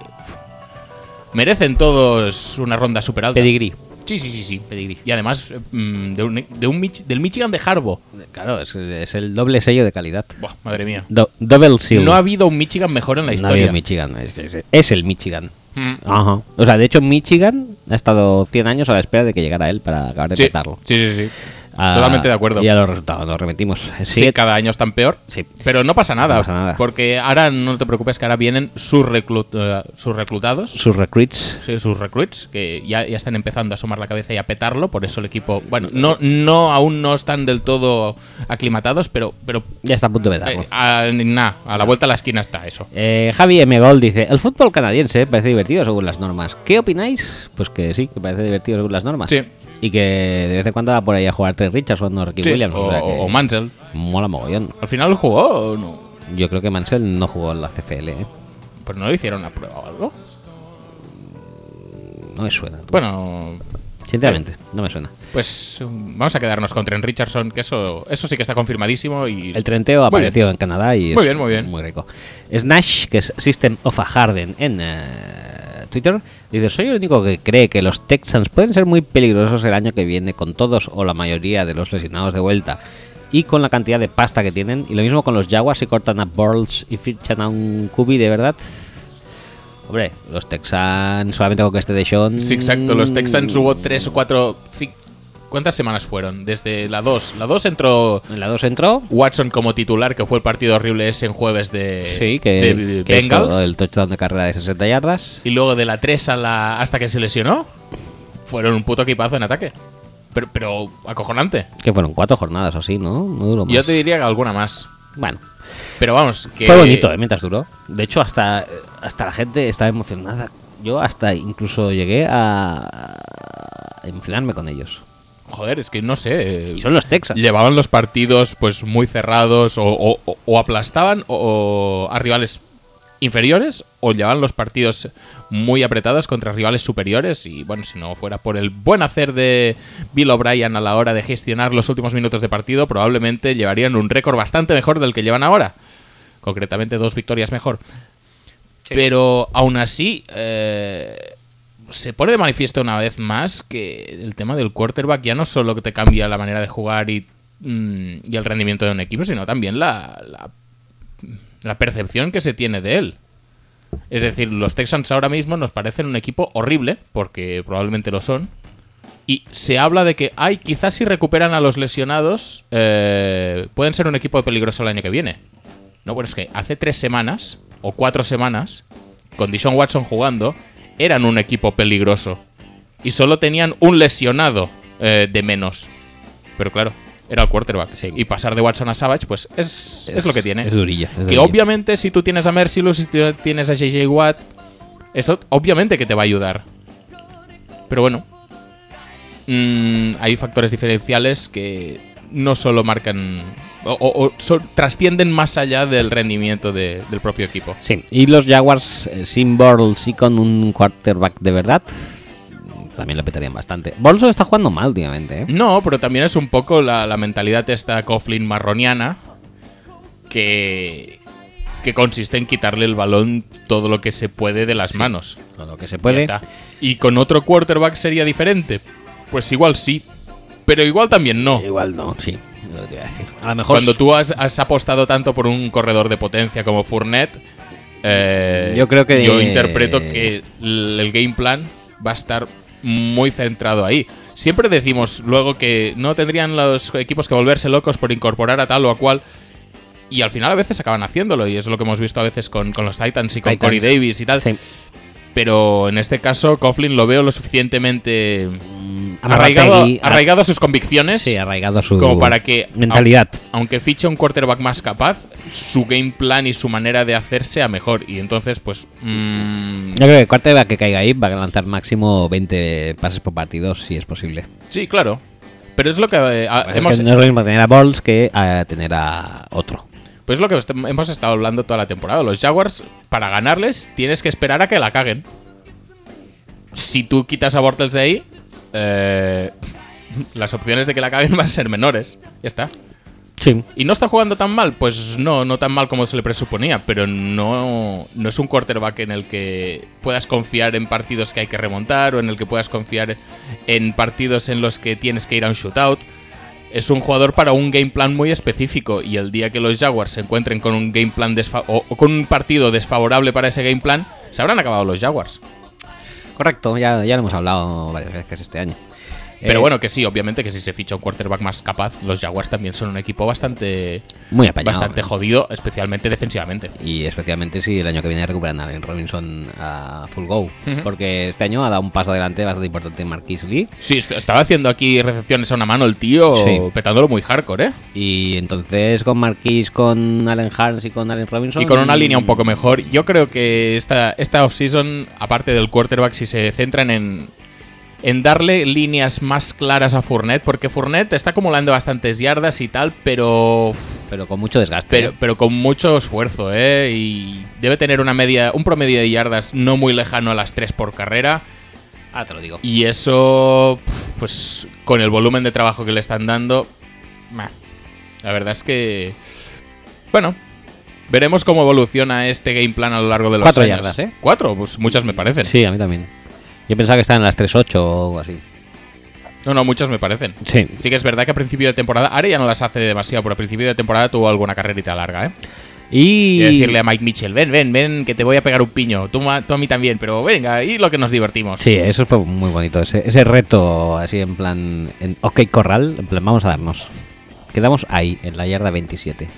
[SPEAKER 2] merecen todos una ronda super alta.
[SPEAKER 1] pedigrí.
[SPEAKER 2] Sí, sí, sí, sí.
[SPEAKER 1] Pedigrí.
[SPEAKER 2] Y además, eh, mm, de un, de un Mich- del Michigan de Harbo.
[SPEAKER 1] Claro, es, es el doble sello de calidad.
[SPEAKER 2] Buah, madre mía.
[SPEAKER 1] Do- double seal.
[SPEAKER 2] No ha habido un Michigan mejor en la
[SPEAKER 1] No ha habido
[SPEAKER 2] historia.
[SPEAKER 1] Michigan. Es, que es- es el Michigan.
[SPEAKER 2] Mm.
[SPEAKER 1] Ajá. O sea, de hecho, Michigan ha estado 100 años a la espera de que llegara él para acabar de
[SPEAKER 2] Sí,
[SPEAKER 1] petarlo.
[SPEAKER 2] sí, sí, sí.
[SPEAKER 1] Ah,
[SPEAKER 2] Totalmente de acuerdo.
[SPEAKER 1] Y a los resultados, nos remitimos.
[SPEAKER 2] Sí,
[SPEAKER 1] Sigue-
[SPEAKER 2] cada año están peor.
[SPEAKER 1] Sí.
[SPEAKER 2] Pero no pasa nada.
[SPEAKER 1] No pasa nada.
[SPEAKER 2] Porque ahora no te preocupes que ahora vienen sus, reclut- eh, sus reclutados.
[SPEAKER 1] sus recruits.
[SPEAKER 2] sí, sus recruits, que ya, ya están empezando a asomar la cabeza y a petarlo, por eso el equipo, bueno, no, no aún no están del todo aclimatados, pero, pero
[SPEAKER 1] Ya está a punto de petarlo.
[SPEAKER 2] eh, a, nah, a la vuelta a la esquina está eso.
[SPEAKER 1] Eh, Javi M. Gol dice: El fútbol canadiense parece divertido según las normas. ¿Qué opináis? Pues que sí, que parece divertido según las normas.
[SPEAKER 2] Sí.
[SPEAKER 1] Y que de vez en cuando va por ahí a jugar tres Richardson o Ricky
[SPEAKER 2] Sí,
[SPEAKER 1] Williams.
[SPEAKER 2] o,
[SPEAKER 1] sea que
[SPEAKER 2] o Mansell.
[SPEAKER 1] Mola mogollón.
[SPEAKER 2] Al final jugó, o no?
[SPEAKER 1] Yo creo que Mansell no jugó en la CFL, ¿eh?
[SPEAKER 2] pero no le hicieron la prueba o algo.
[SPEAKER 1] No me suena. tú.
[SPEAKER 2] Bueno,
[SPEAKER 1] Sinceramente, no me suena.
[SPEAKER 2] pues um, vamos a quedarnos con Trent Richardson, que eso, eso sí que está confirmadísimo. Y
[SPEAKER 1] El trenteo
[SPEAKER 2] Muy bien.
[SPEAKER 1] apareció en Canadá y es
[SPEAKER 2] Muy bien, muy bien.
[SPEAKER 1] muy rico. Snash, que es System of a Harden en eh, Twitter, dice, soy el único que cree que los Texans pueden ser muy peligrosos el año que viene con todos o la mayoría de los lesionados de vuelta y con la cantidad de pasta que tienen. Y lo mismo con los Jaguars si cortan a Burles y fichan a un Cubi de verdad. Hombre, los Texans solamente con que esté de Sean...
[SPEAKER 2] Sí, exacto. Los Texans hubo tres o cuatro. ci- ¿Cuántas semanas fueron? Desde la 2. La 2 entró
[SPEAKER 1] En la 2 entró.
[SPEAKER 2] Watson como titular, que fue el partido horrible ese en jueves de,
[SPEAKER 1] Sí, que,
[SPEAKER 2] de- de
[SPEAKER 1] que hizo
[SPEAKER 2] Bengals.
[SPEAKER 1] el touchdown de carrera de 60 yardas.
[SPEAKER 2] Y luego de la 3 a la, hasta que se lesionó, fueron un puto equipazo en ataque. Pero, pero acojonante.
[SPEAKER 1] Que fueron cuatro jornadas o así, ¿no? No duró más.
[SPEAKER 2] Yo te diría que alguna más.
[SPEAKER 1] Bueno, ¿eh?
[SPEAKER 2] Pero vamos, que.
[SPEAKER 1] fue bonito, ¿eh? Mientras duró. De hecho, hasta, hasta la gente estaba emocionada. Yo hasta incluso llegué a a enfilarme con ellos.
[SPEAKER 2] Joder, es que no sé.
[SPEAKER 1] Y son los Texas.
[SPEAKER 2] Llevaban los partidos pues muy cerrados o, o- o- o aplastaban o- o a rivales inferiores o llevaban los partidos muy apretados contra rivales superiores y bueno, si no fuera por el buen hacer de Bill O'Brien a la hora de gestionar los últimos minutos de partido, probablemente llevarían un récord bastante mejor del que llevan ahora. Concretamente dos victorias mejor. Pero aún así, eh, se pone de manifiesto una vez más que el tema del quarterback ya no solo que te cambia la manera de jugar y, mm, y el rendimiento de un equipo, sino también la, la, la percepción que se tiene de él. Es decir, los Texans ahora mismo nos parecen un equipo horrible, porque probablemente lo son. Y se habla de que, ay, quizás si recuperan a los lesionados, eh, pueden ser un equipo peligroso el año que viene. No, bueno, es que hace tres semanas o cuatro semanas, con Dishon Watson jugando, eran un equipo peligroso. Y solo tenían un lesionado eh, de menos. Pero claro, era el quarterback.
[SPEAKER 1] Sí.
[SPEAKER 2] Y pasar de Watson a Savage, pues es, es lo que tiene.
[SPEAKER 1] Es durilla. es
[SPEAKER 2] Que
[SPEAKER 1] durilla.
[SPEAKER 2] obviamente si tú tienes a Mercilus, si tú tienes a JJ Watt, eso obviamente que te va a ayudar. Pero bueno, mm, hay factores diferenciales que no solo marcan o, o- o so- trascienden más allá del rendimiento de- del propio equipo.
[SPEAKER 1] Sí, y los Jaguars eh, sin Bortles y con un quarterback de verdad también lo petarían bastante. Bortles está jugando mal últimamente, ¿eh?
[SPEAKER 2] No, pero también es un poco la, la mentalidad esta Coughlin marroniana que, que consiste en quitarle el balón todo lo que se puede de las manos.
[SPEAKER 1] Con lo que se puede.
[SPEAKER 2] Ya está. ¿Y con otro quarterback sería diferente? Pues igual sí. Pero igual también no.
[SPEAKER 1] Igual no, sí. lo que te iba a decir. A lo mejor
[SPEAKER 2] Cuando tú has, has apostado tanto por un corredor de potencia como Fournette, eh,
[SPEAKER 1] Yo creo que-
[SPEAKER 2] Yo interpreto que l- el game plan va a estar muy centrado ahí. Siempre decimos luego que no tendrían los equipos que volverse locos por incorporar a tal o a cual. Y al final a veces acaban haciéndolo. Y es lo que hemos visto a veces con, con los Titans y con
[SPEAKER 1] Titans.
[SPEAKER 2] Corey Davis y tal.
[SPEAKER 1] Sí.
[SPEAKER 2] Pero en este caso, Coughlin lo veo lo suficientemente arraigado,
[SPEAKER 1] Amarrategui,
[SPEAKER 2] arraigado a sus convicciones.
[SPEAKER 1] Sí, arraigado a su
[SPEAKER 2] como para que.
[SPEAKER 1] mentalidad.
[SPEAKER 2] au- Aunque fiche un quarterback más capaz, su game plan y su manera de hacer sea mejor. Y entonces, pues. mm,
[SPEAKER 1] Yo creo que el quarterback que caiga ahí va a lanzar máximo 20 pases por partido si es posible.
[SPEAKER 2] sí, claro. Pero es lo que, eh, a-
[SPEAKER 1] Pues Es
[SPEAKER 2] hemos,
[SPEAKER 1] que no es lo mismo tener a Bortles que a tener a otro.
[SPEAKER 2] pues es lo que est- hemos estado hablando toda la temporada. Los Jaguars, para ganarles, tienes que esperar a que la caguen. Si tú quitas a Bortles de ahí, eh, las opciones de que la caguen van a ser menores. Ya está.
[SPEAKER 1] Sí.
[SPEAKER 2] ¿Y no está jugando tan mal? Pues no, no tan mal como se le presuponía, pero no, no es un quarterback en el que puedas confiar en partidos que hay que remontar o en el que puedas confiar en partidos en los que tienes que ir a un shootout. Es un jugador para un game plan muy específico y el día que los Jaguars se encuentren con un game plan desfa- o, o con un partido desfavorable para ese game plan, se habrán acabado los Jaguars.
[SPEAKER 1] Correcto, ya, ya lo hemos hablado varias veces este año. Eh,
[SPEAKER 2] Pero bueno, que sí, obviamente que si se ficha un quarterback más capaz, los Jaguars también son un equipo bastante,
[SPEAKER 1] Muy apañado.
[SPEAKER 2] bastante jodido, especialmente defensivamente.
[SPEAKER 1] y especialmente si el año que viene recuperan a Allen Robinson a full go. Porque este año ha dado un paso adelante bastante importante Marquis Lee.
[SPEAKER 2] Sí, est- estaba haciendo aquí recepciones a una mano el tío,
[SPEAKER 1] Sí.
[SPEAKER 2] petándolo muy hardcore, ¿eh?
[SPEAKER 1] Y entonces con Marquis, con Allen Harns y con Allen Robinson.
[SPEAKER 2] Y con una línea un poco mejor. Yo creo que esta, esta offseason, aparte del quarterback, si se centran en, en darle líneas más claras a Fournette, porque Fournette está acumulando bastantes yardas y tal, pero,
[SPEAKER 1] Pero con mucho desgaste.
[SPEAKER 2] pero,
[SPEAKER 1] ¿eh?
[SPEAKER 2] pero con mucho esfuerzo, ¿eh? Y debe tener una media, un promedio de yardas no muy lejano a las 3 por carrera.
[SPEAKER 1] Ah, te lo digo.
[SPEAKER 2] Y eso, pf, pues con el volumen de trabajo que le están dando, meh. la verdad es que, bueno, veremos cómo evoluciona este game plan a lo largo de los
[SPEAKER 1] Cuatro
[SPEAKER 2] años.
[SPEAKER 1] yardas, ¿eh?
[SPEAKER 2] Cuatro, pues muchas me parecen.
[SPEAKER 1] Sí, a mí también. Yo pensaba que estaban en las 3.8 o algo así.
[SPEAKER 2] No, no, muchas me parecen.
[SPEAKER 1] Sí.
[SPEAKER 2] Sí que es verdad que a principio de temporada, ahora ya no las hace demasiado, pero a principio de temporada tuvo alguna carrerita larga, ¿eh?
[SPEAKER 1] Y,
[SPEAKER 2] Y decirle a Mike Mitchell, ven, ven, ven, que te voy a pegar un piño, tú, ma- tú a mí también, pero venga, y lo que nos divertimos.
[SPEAKER 1] Sí, eso fue muy bonito. Ese, ese reto así en plan. En ok, corral. En plan, vamos a darnos. Quedamos ahí, en la yarda 27.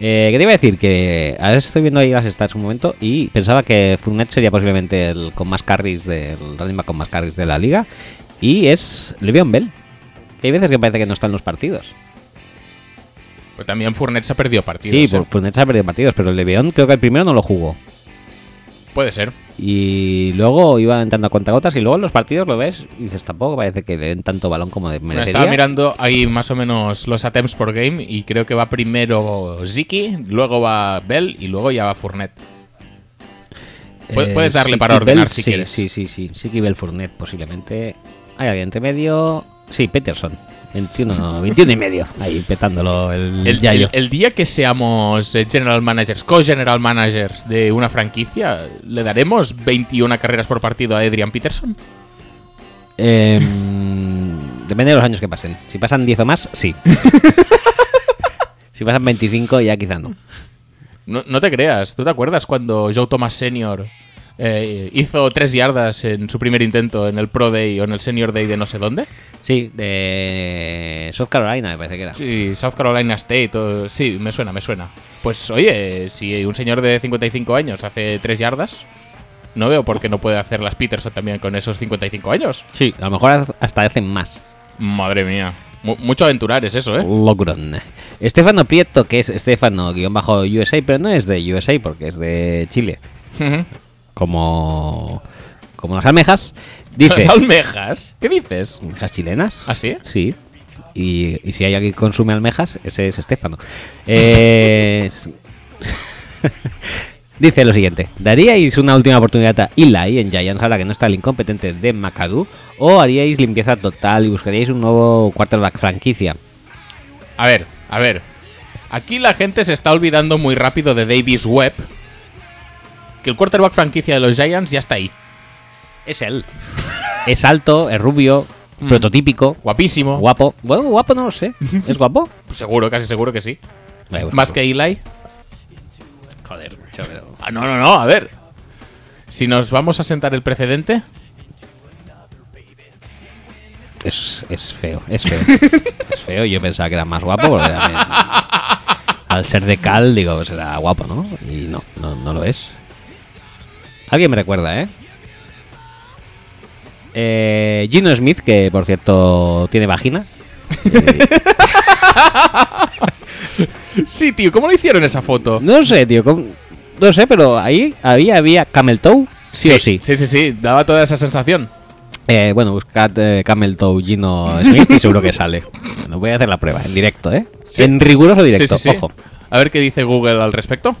[SPEAKER 1] Eh, ¿Qué te iba a decir? Que ahora estoy viendo ahí las stats un momento y pensaba que Fournette sería posiblemente el con más carries del running back con más carries de la liga. Y es Le'Veon Bell. Que hay veces que parece que no está en los partidos.
[SPEAKER 2] Pero Pues también Fournette se ha perdido partidos.
[SPEAKER 1] Sí, pues
[SPEAKER 2] ¿eh?
[SPEAKER 1] Fournette se ha perdido partidos, pero Le'Veon creo que el primero no lo jugó.
[SPEAKER 2] Puede ser.
[SPEAKER 1] Y luego iba entrando a contagotas y luego en los partidos lo ves y dices, tampoco parece que le den tanto balón como de-
[SPEAKER 2] Bueno,
[SPEAKER 1] merecería.
[SPEAKER 2] estaba mirando ahí más o menos los attempts por game y creo que va primero Ziki, luego va Bell y luego ya va Fournet. Pu- puedes darle
[SPEAKER 1] Siki
[SPEAKER 2] para
[SPEAKER 1] Eh,
[SPEAKER 2] ordenar
[SPEAKER 1] Bell,
[SPEAKER 2] si
[SPEAKER 1] sí,
[SPEAKER 2] quieres.
[SPEAKER 1] Sí, sí, sí. Siki Bell Fournet, posiblemente. Hay alguien entre medio. Sí, Peterson. 21, 21 y medio. Ahí petándolo el,
[SPEAKER 2] El,
[SPEAKER 1] Yayo.
[SPEAKER 2] el- el día que seamos eh, general managers, co-general managers de una franquicia, ¿le daremos 21 carreras por partido a Adrian Peterson?
[SPEAKER 1] Em, depende de los años que pasen. Si pasan 10 o más, sí. si pasan 25, ya quizá no.
[SPEAKER 2] No, no te creas, ¿tú te acuerdas cuando Joe Thomas Senior eh, hizo tres yardas en su primer intento en el Pro Day o en el Senior Day de no sé dónde?
[SPEAKER 1] Sí, de South Carolina me parece que era.
[SPEAKER 2] Sí, South Carolina State, o- sí, me suena, me suena. Pues oye, si un señor de 55 años hace tres yardas, no veo por qué no puede hacer las Peterson también con esos 55 años.
[SPEAKER 1] Sí, a lo mejor haz- hasta hacen más.
[SPEAKER 2] Madre mía. Mu- mucho aventurar es eso, ¿eh?
[SPEAKER 1] Logron. Estefano Prieto, que es Estefano-USA, pero no es de USA porque es de Chile.
[SPEAKER 2] Ujú.
[SPEAKER 1] Como, como las almejas. Dice,
[SPEAKER 2] Las almejas. ¿Qué dices?
[SPEAKER 1] almejas chilenas.
[SPEAKER 2] ¿Ah, sí?
[SPEAKER 1] Sí. Y, y si hay alguien que consume almejas, ese es Estefano. Eh, es- Dice lo siguiente: ¿Daríais una última oportunidad a Eli en Giants ahora que no está el incompetente de McAdoo? ¿O haríais limpieza total y buscaríais un nuevo quarterback franquicia?
[SPEAKER 2] A ver, a ver. Aquí la gente se está olvidando muy rápido de Davis Webb. Que el quarterback franquicia de los Giants ya está ahí.
[SPEAKER 1] Es él. Es alto, es rubio,
[SPEAKER 2] Mm.
[SPEAKER 1] prototípico,
[SPEAKER 2] Guapísimo.
[SPEAKER 1] guapo. Bueno, guapo no lo sé. ¿Es guapo?
[SPEAKER 2] Seguro, casi seguro que sí.
[SPEAKER 1] Vale, pues,
[SPEAKER 2] Más que Eli.
[SPEAKER 1] Joder, macho, pero-
[SPEAKER 2] Ah, no, no, no, a ver. Si nos vamos a sentar el precedente,
[SPEAKER 1] Es, es feo, es feo. es feo, yo pensaba que era más guapo. porque también- al ser de Cal, digo, será guapo, ¿no? Y no, no, no lo es. Alguien me recuerda, ¿eh? Eh, Gino Smith, que por cierto tiene vagina.
[SPEAKER 2] sí, tío, ¿cómo le hicieron esa foto?
[SPEAKER 1] No sé, tío, ¿cómo- no sé, pero ahí había, había Camel Toe, sí, o sí.
[SPEAKER 2] Sí, sí, sí, daba toda esa sensación.
[SPEAKER 1] Eh, bueno, buscad eh, Camel Toe Gino Smith y seguro que sale. No voy a hacer la prueba, en directo, ¿eh?
[SPEAKER 2] Sí.
[SPEAKER 1] En riguroso directo,
[SPEAKER 2] sí, sí, sí.
[SPEAKER 1] ojo.
[SPEAKER 2] A ver qué dice Google al respecto.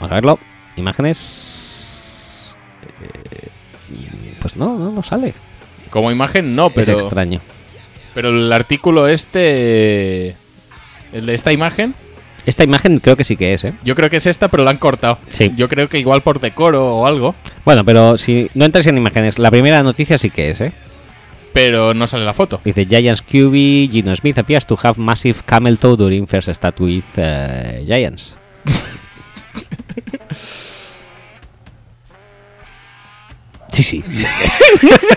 [SPEAKER 1] Vamos a verlo. Imágenes. Eh, Pues no, no, no sale.
[SPEAKER 2] Como imagen, no,
[SPEAKER 1] Es
[SPEAKER 2] pero,
[SPEAKER 1] extraño.
[SPEAKER 2] pero el artículo este. El de esta imagen,
[SPEAKER 1] Esta imagen creo que sí que es, ¿eh?
[SPEAKER 2] yo creo que es esta, pero la han cortado.
[SPEAKER 1] Sí.
[SPEAKER 2] Yo creo que igual por decoro o algo,
[SPEAKER 1] Bueno, pero si no entras en imágenes, la primera noticia sí que es, ¿eh?
[SPEAKER 2] pero no sale la foto.
[SPEAKER 1] Dice Giants QB, Gino Smith appears to have massive camel toe during first start with eh, Giants. Sí, sí.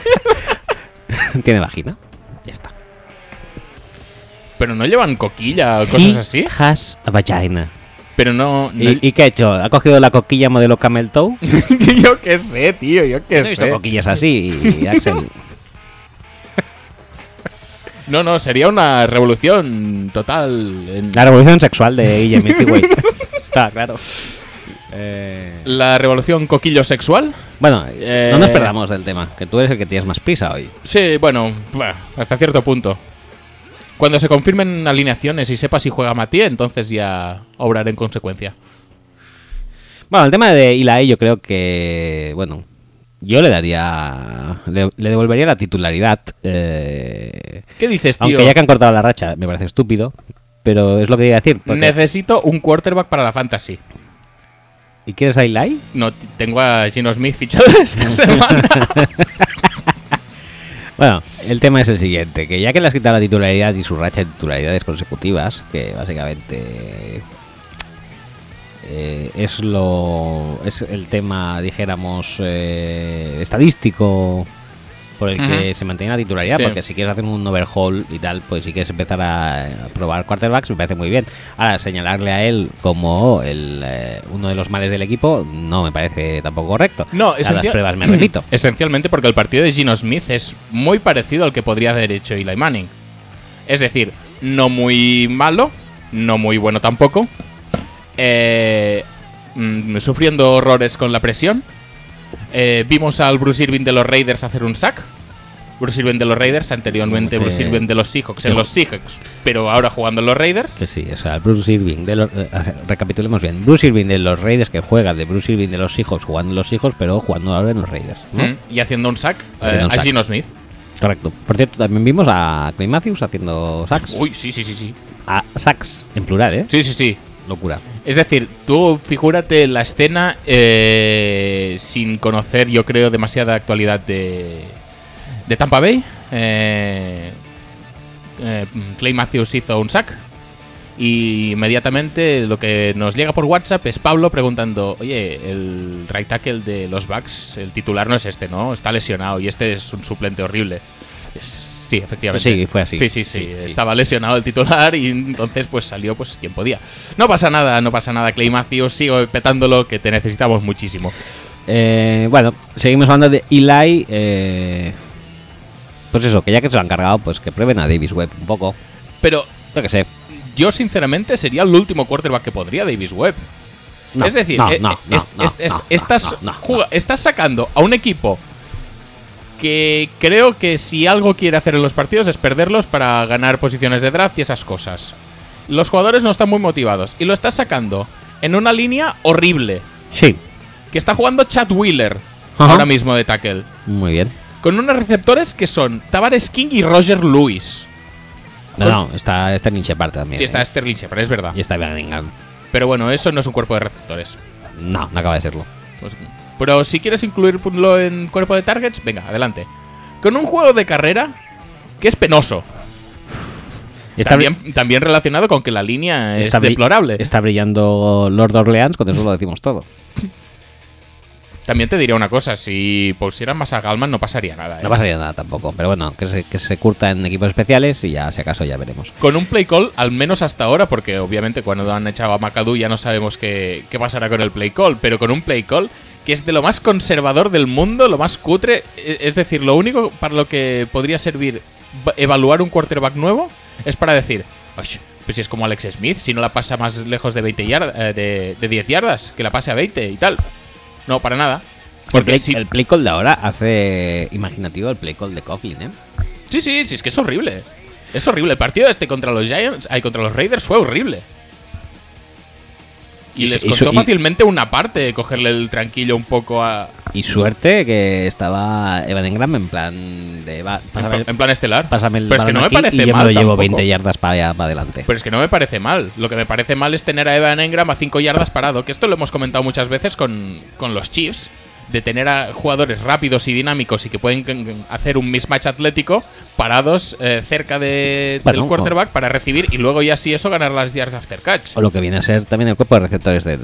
[SPEAKER 1] Tiene vagina. Ya está.
[SPEAKER 2] Pero no llevan coquilla o cosas
[SPEAKER 1] He
[SPEAKER 2] así.
[SPEAKER 1] Has a vagina.
[SPEAKER 2] Pero no. no-
[SPEAKER 1] ¿Y, y qué ha hecho? ¿Ha cogido la coquilla modelo Camel Toe? No
[SPEAKER 2] yo qué sé, tío, yo qué
[SPEAKER 1] he visto
[SPEAKER 2] sé.
[SPEAKER 1] coquillas así, Axel.
[SPEAKER 2] No, no, sería una revolución total. en-
[SPEAKER 1] La revolución sexual de Guillem Milky Way. Está claro.
[SPEAKER 2] Eh, La revolución coquillo sexual.
[SPEAKER 1] Bueno,
[SPEAKER 2] Eh,
[SPEAKER 1] no nos perdamos del tema, que tú eres el que tienes más prisa hoy.
[SPEAKER 2] Sí, bueno, bah, hasta cierto punto. Cuando se confirmen alineaciones y sepa si juega Matí, entonces ya obraré en consecuencia.
[SPEAKER 1] Bueno, el tema de Ilae yo creo que, bueno, yo le daría, le, le devolvería la titularidad. eh,
[SPEAKER 2] ¿Qué dices, tío?
[SPEAKER 1] aunque ya que han cortado la racha, me parece estúpido, pero es lo que iba a decir. porque-
[SPEAKER 2] Necesito un quarterback para la fantasy.
[SPEAKER 1] ¿Y quieres a Ilae?
[SPEAKER 2] No, t- tengo a Gino Smith fichado esta semana.
[SPEAKER 1] Bueno, el tema es el siguiente, que ya que le has quitado la titularidad y su racha de titularidades consecutivas, que básicamente eh, es lo es el tema, dijéramos, eh, estadístico por el que se mantiene la titularidad,
[SPEAKER 2] Sí.
[SPEAKER 1] porque si quieres hacer un overhaul y tal, pues si quieres empezar a, eh, probar quarterbacks, me parece muy bien. Ahora, señalarle a él como el, eh, uno de los males del equipo, no me parece tampoco correcto.
[SPEAKER 2] No,
[SPEAKER 1] A las
[SPEAKER 2] esencia-
[SPEAKER 1] pruebas me remito.
[SPEAKER 2] Esencialmente porque el partido de Gino Smith es muy parecido al que podría haber hecho Eli Manning. Es decir, no muy malo, no muy bueno tampoco, eh, mm, sufriendo horrores con la presión. Eh, vimos al Bruce Irving de los Raiders hacer un sack. Bruce Irving de los Raiders, anteriormente
[SPEAKER 1] Te-
[SPEAKER 2] Bruce Irving de los Seahawks en
[SPEAKER 1] te-
[SPEAKER 2] los Seahawks, pero ahora jugando en los
[SPEAKER 1] Que
[SPEAKER 2] Raiders.
[SPEAKER 1] sí, o sea, Bruce Irving, de los, eh, recapitulemos bien, Bruce Irving de los Raiders que juega, de Bruce Irving de los hijos jugando en los hijos, pero jugando ahora en los Raiders. ¿no?
[SPEAKER 2] Mm, Y haciendo un sack eh,
[SPEAKER 1] Haciendo un
[SPEAKER 2] a
[SPEAKER 1] sack.
[SPEAKER 2] Gino Smith.
[SPEAKER 1] Correcto. Por cierto, también vimos a Clay Matthews haciendo sacks.
[SPEAKER 2] Uy, sí, sí, sí, sí.
[SPEAKER 1] A sacks, en plural, ¿eh?
[SPEAKER 2] Sí, sí, sí.
[SPEAKER 1] Locura.
[SPEAKER 2] Es decir, tú figúrate la escena eh, sin conocer, yo creo, demasiada actualidad de, de Tampa Bay. Eh, eh, Clay Matthews hizo un sack. Y inmediatamente lo que nos llega por WhatsApp es Pablo preguntando, oye, el right tackle de los Bucks, el titular no es este, ¿no? Está lesionado y este es un suplente horrible. Es- Sí, efectivamente.
[SPEAKER 1] Sí, fue así.
[SPEAKER 2] Sí, sí, sí.
[SPEAKER 1] Sí, sí.
[SPEAKER 2] Estaba lesionado el titular y entonces pues salió pues quien podía. No pasa nada, no pasa nada, Clay Matthews, sigo petándolo que te necesitamos muchísimo.
[SPEAKER 1] Eh, bueno, seguimos hablando de Eli. eh, pues eso, que ya que se lo han cargado, pues que prueben a Davis Webb un poco.
[SPEAKER 2] Pero
[SPEAKER 1] Yo que sé.
[SPEAKER 2] yo sinceramente sería el último quarterback que podría Davis Webb.
[SPEAKER 1] No,
[SPEAKER 2] es decir,
[SPEAKER 1] no,
[SPEAKER 2] eh,
[SPEAKER 1] no, no,
[SPEAKER 2] es-
[SPEAKER 1] no,
[SPEAKER 2] es- es-
[SPEAKER 1] no, no,
[SPEAKER 2] estás,
[SPEAKER 1] no, no,
[SPEAKER 2] juga- estás sacando a un equipo que creo que si algo quiere hacer en los partidos es perderlos para ganar posiciones de draft y esas cosas. Los jugadores no están muy motivados y lo estás sacando en una línea horrible.
[SPEAKER 1] Sí,
[SPEAKER 2] que está jugando Chad Wheeler
[SPEAKER 1] Ajá.
[SPEAKER 2] ahora mismo de tackle.
[SPEAKER 1] muy bien.
[SPEAKER 2] Con unos receptores que son Tavares King y Roger Lewis.
[SPEAKER 1] No, no, está, está Ninja Park también.
[SPEAKER 2] Sí, está este.
[SPEAKER 1] eh.
[SPEAKER 2] Sterling Shepard, es verdad.
[SPEAKER 1] Y está Bellingham.
[SPEAKER 2] Pero bueno, eso no es un cuerpo de receptores.
[SPEAKER 1] No, no acaba de serlo.
[SPEAKER 2] Pues- pero si quieres incluirlo en cuerpo de targets, venga, adelante. Con un juego de carrera que es penoso.
[SPEAKER 1] Está
[SPEAKER 2] También, también relacionado con que la línea es
[SPEAKER 1] Está bri-
[SPEAKER 2] deplorable.
[SPEAKER 1] Está brillando Lord Orleans, con eso lo decimos todo.
[SPEAKER 2] También te diré una cosa, si pusieran más a Galman no pasaría nada. ¿eh?
[SPEAKER 1] No pasaría nada tampoco, pero bueno, que se, que se curta en equipos especiales y ya, si acaso, ya veremos.
[SPEAKER 2] con un play call, al menos hasta ahora, porque obviamente cuando han echado a McAdoo ya no sabemos qué, qué pasará con el play call, pero con un play call que es de lo más conservador del mundo, lo más cutre, e- es decir, lo único para lo que podría servir ba- evaluar un quarterback nuevo es para decir, "Oye, pues si es como Alex Smith, si no la pasa más lejos de 20 yardas, de, de 10 yardas, que la pase a 20 y tal. No, para nada. Porque
[SPEAKER 1] el, play,
[SPEAKER 2] si-
[SPEAKER 1] el play call de ahora hace imaginativo el play call de Coughlin, ¿eh?
[SPEAKER 2] Sí, sí, sí, es que es horrible. Es horrible. El partido este contra los Giants, ay, contra los Raiders fue horrible. Y
[SPEAKER 1] Y
[SPEAKER 2] les
[SPEAKER 1] su- y
[SPEAKER 2] costó
[SPEAKER 1] su- y-
[SPEAKER 2] fácilmente una parte cogerle el tranquillo un poco a.
[SPEAKER 1] Y suerte que estaba Evan Engram en plan de. va-
[SPEAKER 2] En,
[SPEAKER 1] pásame, el-
[SPEAKER 2] en plan estelar.
[SPEAKER 1] pásame el
[SPEAKER 2] Pero es que
[SPEAKER 1] balón
[SPEAKER 2] no me
[SPEAKER 1] aquí y
[SPEAKER 2] parece
[SPEAKER 1] yo me
[SPEAKER 2] mal.
[SPEAKER 1] lo llevo
[SPEAKER 2] tampoco.
[SPEAKER 1] 20 yardas para allá- para adelante.
[SPEAKER 2] Pero es que no me parece mal. Lo que me parece mal es tener a Evan Engram a 5 yardas parado. Que esto lo hemos comentado muchas veces con, con los Chiefs. De tener a jugadores rápidos y dinámicos y que pueden mm, hacer un mismatch atlético parados eh, cerca de,
[SPEAKER 1] Bueno,
[SPEAKER 2] del quarterback para recibir y luego ya si eso ganar las yards after catch.
[SPEAKER 1] O lo que viene a ser también el cuerpo de receptores de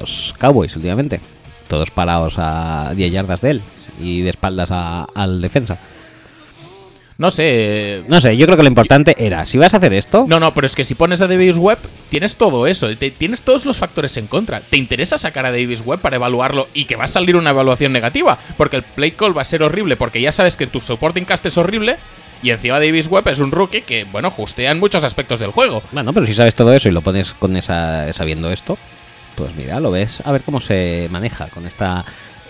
[SPEAKER 1] los Cowboys últimamente. Todos parados a 10 yardas de él y de espaldas a- al defensa.
[SPEAKER 2] No sé. eh,
[SPEAKER 1] No sé, yo creo que lo importante era, si vas a hacer esto,
[SPEAKER 2] No, no, pero es que si pones a Davis Webb, tienes todo eso. te- tienes todos los factores en contra. ¿Te interesa sacar a Davis Webb para evaluarlo y que va a salir una evaluación negativa? Porque el play call va a ser horrible, porque ya sabes que tu supporting cast es horrible. Y encima Davis Webb es un rookie que, bueno, justea en muchos aspectos del juego.
[SPEAKER 1] bueno, pero si sabes todo eso y lo pones con esa sabiendo esto, pues mira, lo ves, a ver cómo se maneja con esta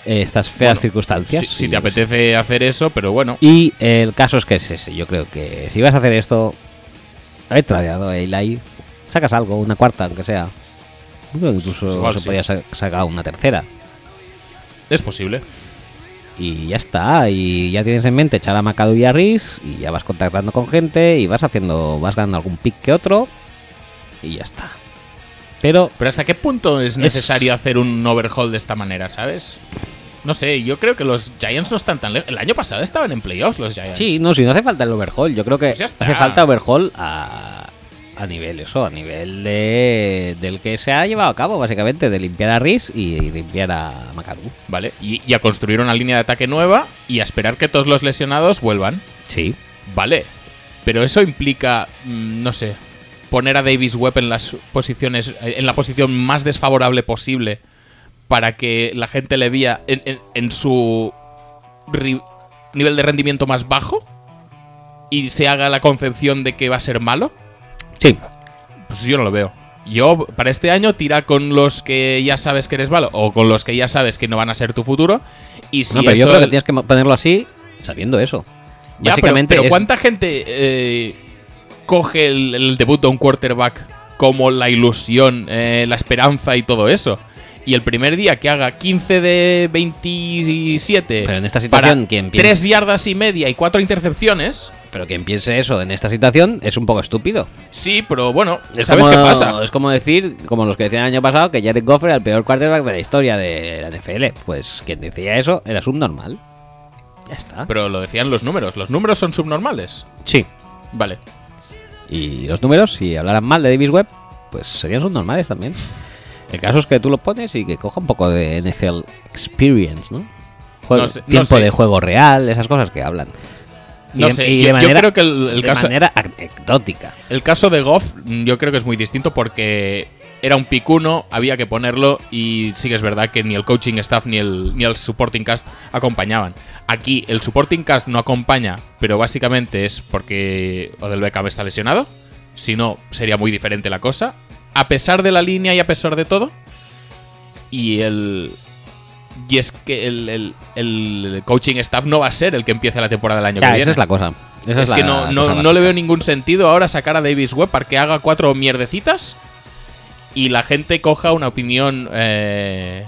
[SPEAKER 1] eh, estas feas
[SPEAKER 2] Bueno,
[SPEAKER 1] circunstancias.
[SPEAKER 2] Si, si
[SPEAKER 1] Y-
[SPEAKER 2] te apetece hacer eso, pero bueno.
[SPEAKER 1] Y eh, el caso es que es ese, yo creo que si vas a hacer esto, haber tradeado eh, a Eli, sacas algo, una cuarta aunque sea. Yo creo que incluso
[SPEAKER 2] Pues Igual
[SPEAKER 1] se
[SPEAKER 2] sí.
[SPEAKER 1] podía sa- sacar una tercera.
[SPEAKER 2] Es posible.
[SPEAKER 1] Y ya está, y ya tienes en mente echar a Macado y a Riz, y ya vas contactando con gente, y vas haciendo, vas ganando algún pick que otro, y ya está. Pero
[SPEAKER 2] Pero ¿hasta qué punto es necesario hacer un overhaul de esta manera, sabes? No sé, yo creo que los Giants no están tan lejos. El año pasado estaban en playoffs los Giants.
[SPEAKER 1] Sí, no, si no hace falta el overhaul, yo creo que
[SPEAKER 2] Pues ya está.
[SPEAKER 1] hace falta overhaul a, a nivel eso, a nivel de, del que se ha llevado a cabo, básicamente, de limpiar a Riz y, y limpiar a Macadú.
[SPEAKER 2] ¿vale? Y, y a construir una línea de ataque nueva y a esperar que todos los lesionados vuelvan,
[SPEAKER 1] Sí.
[SPEAKER 2] ¿vale? Pero eso implica, mm, no sé, poner a Davis Webb en las posiciones, eh, en la posición más desfavorable posible para que la gente le vea en, en- en su ri- nivel de rendimiento más bajo y se haga la concepción de que va a ser malo.
[SPEAKER 1] Sí.
[SPEAKER 2] Pues yo no lo veo. Yo, para este año, tira con los que ya sabes que eres malo o con los que ya sabes que no van a ser tu futuro. Y si
[SPEAKER 1] no, pero yo
[SPEAKER 2] eso-
[SPEAKER 1] creo que tienes que ponerlo así, sabiendo eso.
[SPEAKER 2] Ya, pero-
[SPEAKER 1] Básicamente
[SPEAKER 2] pero,
[SPEAKER 1] es-
[SPEAKER 2] ¿cuánta gente eh, coge el, el debut de un quarterback como la ilusión, eh, la esperanza y todo eso? Y el primer día que haga 15 de 27
[SPEAKER 1] Pero en esta situación,
[SPEAKER 2] para
[SPEAKER 1] ¿quién piensa?
[SPEAKER 2] 3 yardas y media y 4 intercepciones,
[SPEAKER 1] pero quien piense eso en esta situación es un poco estúpido.
[SPEAKER 2] sí, pero bueno,
[SPEAKER 1] Es
[SPEAKER 2] ¿sabes
[SPEAKER 1] como-
[SPEAKER 2] qué pasa?
[SPEAKER 1] Es como decir, como los que decían el año pasado, que Jared Goff era el peor quarterback de la historia de la NFL. Pues quien decía eso era subnormal. Ya está.
[SPEAKER 2] Pero lo decían los números, los números son subnormales.
[SPEAKER 1] sí.
[SPEAKER 2] Vale.
[SPEAKER 1] Y los números, si hablaran mal de Davis Webb, pues serían subnormales también. El caso es que tú lo pones y que coja un poco de NFL experience, ¿no? Juego-
[SPEAKER 2] No sé- no
[SPEAKER 1] tiempo
[SPEAKER 2] sé.
[SPEAKER 1] de juego real, esas cosas que hablan. Y
[SPEAKER 2] No
[SPEAKER 1] de-
[SPEAKER 2] sé,
[SPEAKER 1] y
[SPEAKER 2] yo-
[SPEAKER 1] de
[SPEAKER 2] yo
[SPEAKER 1] manera-
[SPEAKER 2] creo que el- el
[SPEAKER 1] de
[SPEAKER 2] caso-
[SPEAKER 1] manera anecdótica.
[SPEAKER 2] El caso de Goff mm, yo creo que es muy distinto porque era un picuno, había que ponerlo y sí que es verdad que ni el coaching staff ni el, ni el supporting cast acompañaban. Aquí el supporting cast no acompaña, pero básicamente es porque Odell Beckham está lesionado. Si no, sería muy diferente la cosa. A pesar de la línea y a pesar de todo. Y el... Y es que el, el- el coaching staff no va a ser el que empiece la temporada del año
[SPEAKER 1] Ya,
[SPEAKER 2] que viene
[SPEAKER 1] esa es la cosa. Esa
[SPEAKER 2] es
[SPEAKER 1] la
[SPEAKER 2] que no,
[SPEAKER 1] cosa
[SPEAKER 2] no-
[SPEAKER 1] básica.
[SPEAKER 2] no le veo ningún sentido ahora sacar a Davis Webb para que haga cuatro mierdecitas y la gente coja una opinión eh,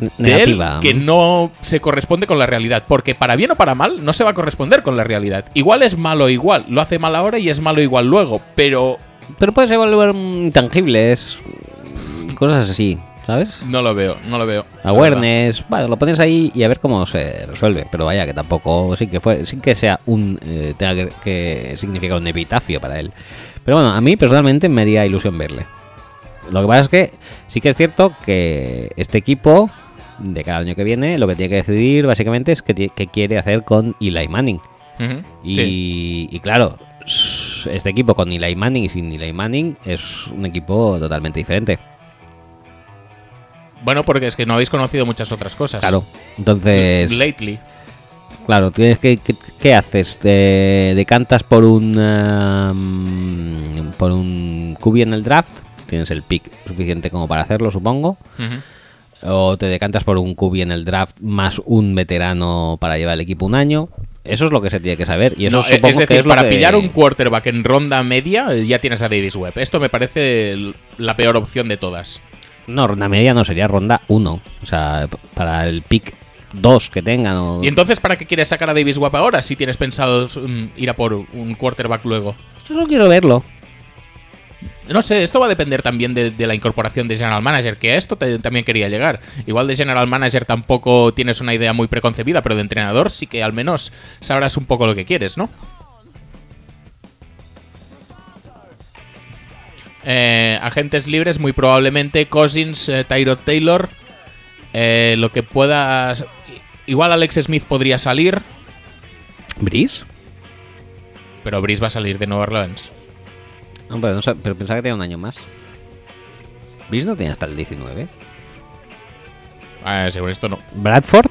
[SPEAKER 1] N-
[SPEAKER 2] de él
[SPEAKER 1] negativa.
[SPEAKER 2] que no se corresponde con la realidad. Porque para bien o para mal, no se va a corresponder con la realidad. Igual es malo igual, lo hace mal ahora y es malo igual luego, pero
[SPEAKER 1] Pero puedes evaluar mm, tangibles, mm, cosas así, ¿sabes?
[SPEAKER 2] no lo veo, no lo veo. la verdad.
[SPEAKER 1] Awareness, bueno, lo pones ahí y a ver cómo se resuelve. Pero vaya, que tampoco, sin que, fue, sin que sea un. eh, tenga que, que significar un epitafio para él. Pero bueno, a mí personalmente me haría ilusión verle. Lo que pasa es que sí que es cierto que este equipo, de cada año que viene, lo que tiene que decidir básicamente es qué ti- qué quiere hacer con Eli Manning.
[SPEAKER 2] Ujú,
[SPEAKER 1] Y,
[SPEAKER 2] sí.
[SPEAKER 1] y claro, s- este equipo con Eli Manning y sin Eli Manning es un equipo totalmente diferente.
[SPEAKER 2] Bueno, porque es que no habéis conocido muchas otras cosas.
[SPEAKER 1] Claro. pues- Entonces,
[SPEAKER 2] Lately.
[SPEAKER 1] claro, tienes que, que- ¿qué haces? ¿Te decantas por un um, por un QB en el draft? Tienes el pick suficiente como para hacerlo, supongo.
[SPEAKER 2] Ujú.
[SPEAKER 1] O te decantas por un QB en el draft más un veterano para llevar el equipo un año. Eso es lo que se tiene que saber. Y eso
[SPEAKER 2] No,
[SPEAKER 1] supongo
[SPEAKER 2] es decir,
[SPEAKER 1] que es lo
[SPEAKER 2] para
[SPEAKER 1] que-
[SPEAKER 2] pillar un quarterback en ronda media eh, ya tienes a Davis Webb. Esto me parece el- la peor opción de todas.
[SPEAKER 1] No, ronda media no, sería ronda 1. O sea, p- para el pick 2 que tengan. o-
[SPEAKER 2] ¿Y entonces para qué quieres sacar a Davis Webb ahora si tienes pensado mm, ir a por un quarterback luego?
[SPEAKER 1] Yo no quiero verlo.
[SPEAKER 2] No sé, esto va a depender también de, de la incorporación de General Manager, que a esto te- también quería llegar. Igual de General Manager tampoco tienes una idea muy preconcebida, pero de entrenador sí que al menos sabrás un poco lo que quieres, ¿no? Eh, agentes libres, muy probablemente Cousins, eh, Tyrod Taylor, eh, lo que puedas... Igual Alex Smith podría salir,
[SPEAKER 1] ¿Bris?
[SPEAKER 2] pero Brice va a salir de Nueva Orleans.
[SPEAKER 1] No, pero, no sab- pero pensaba que tenía un año más. ¿Bris no tenía hasta el 19?
[SPEAKER 2] Ah, según esto no.
[SPEAKER 1] Bradford,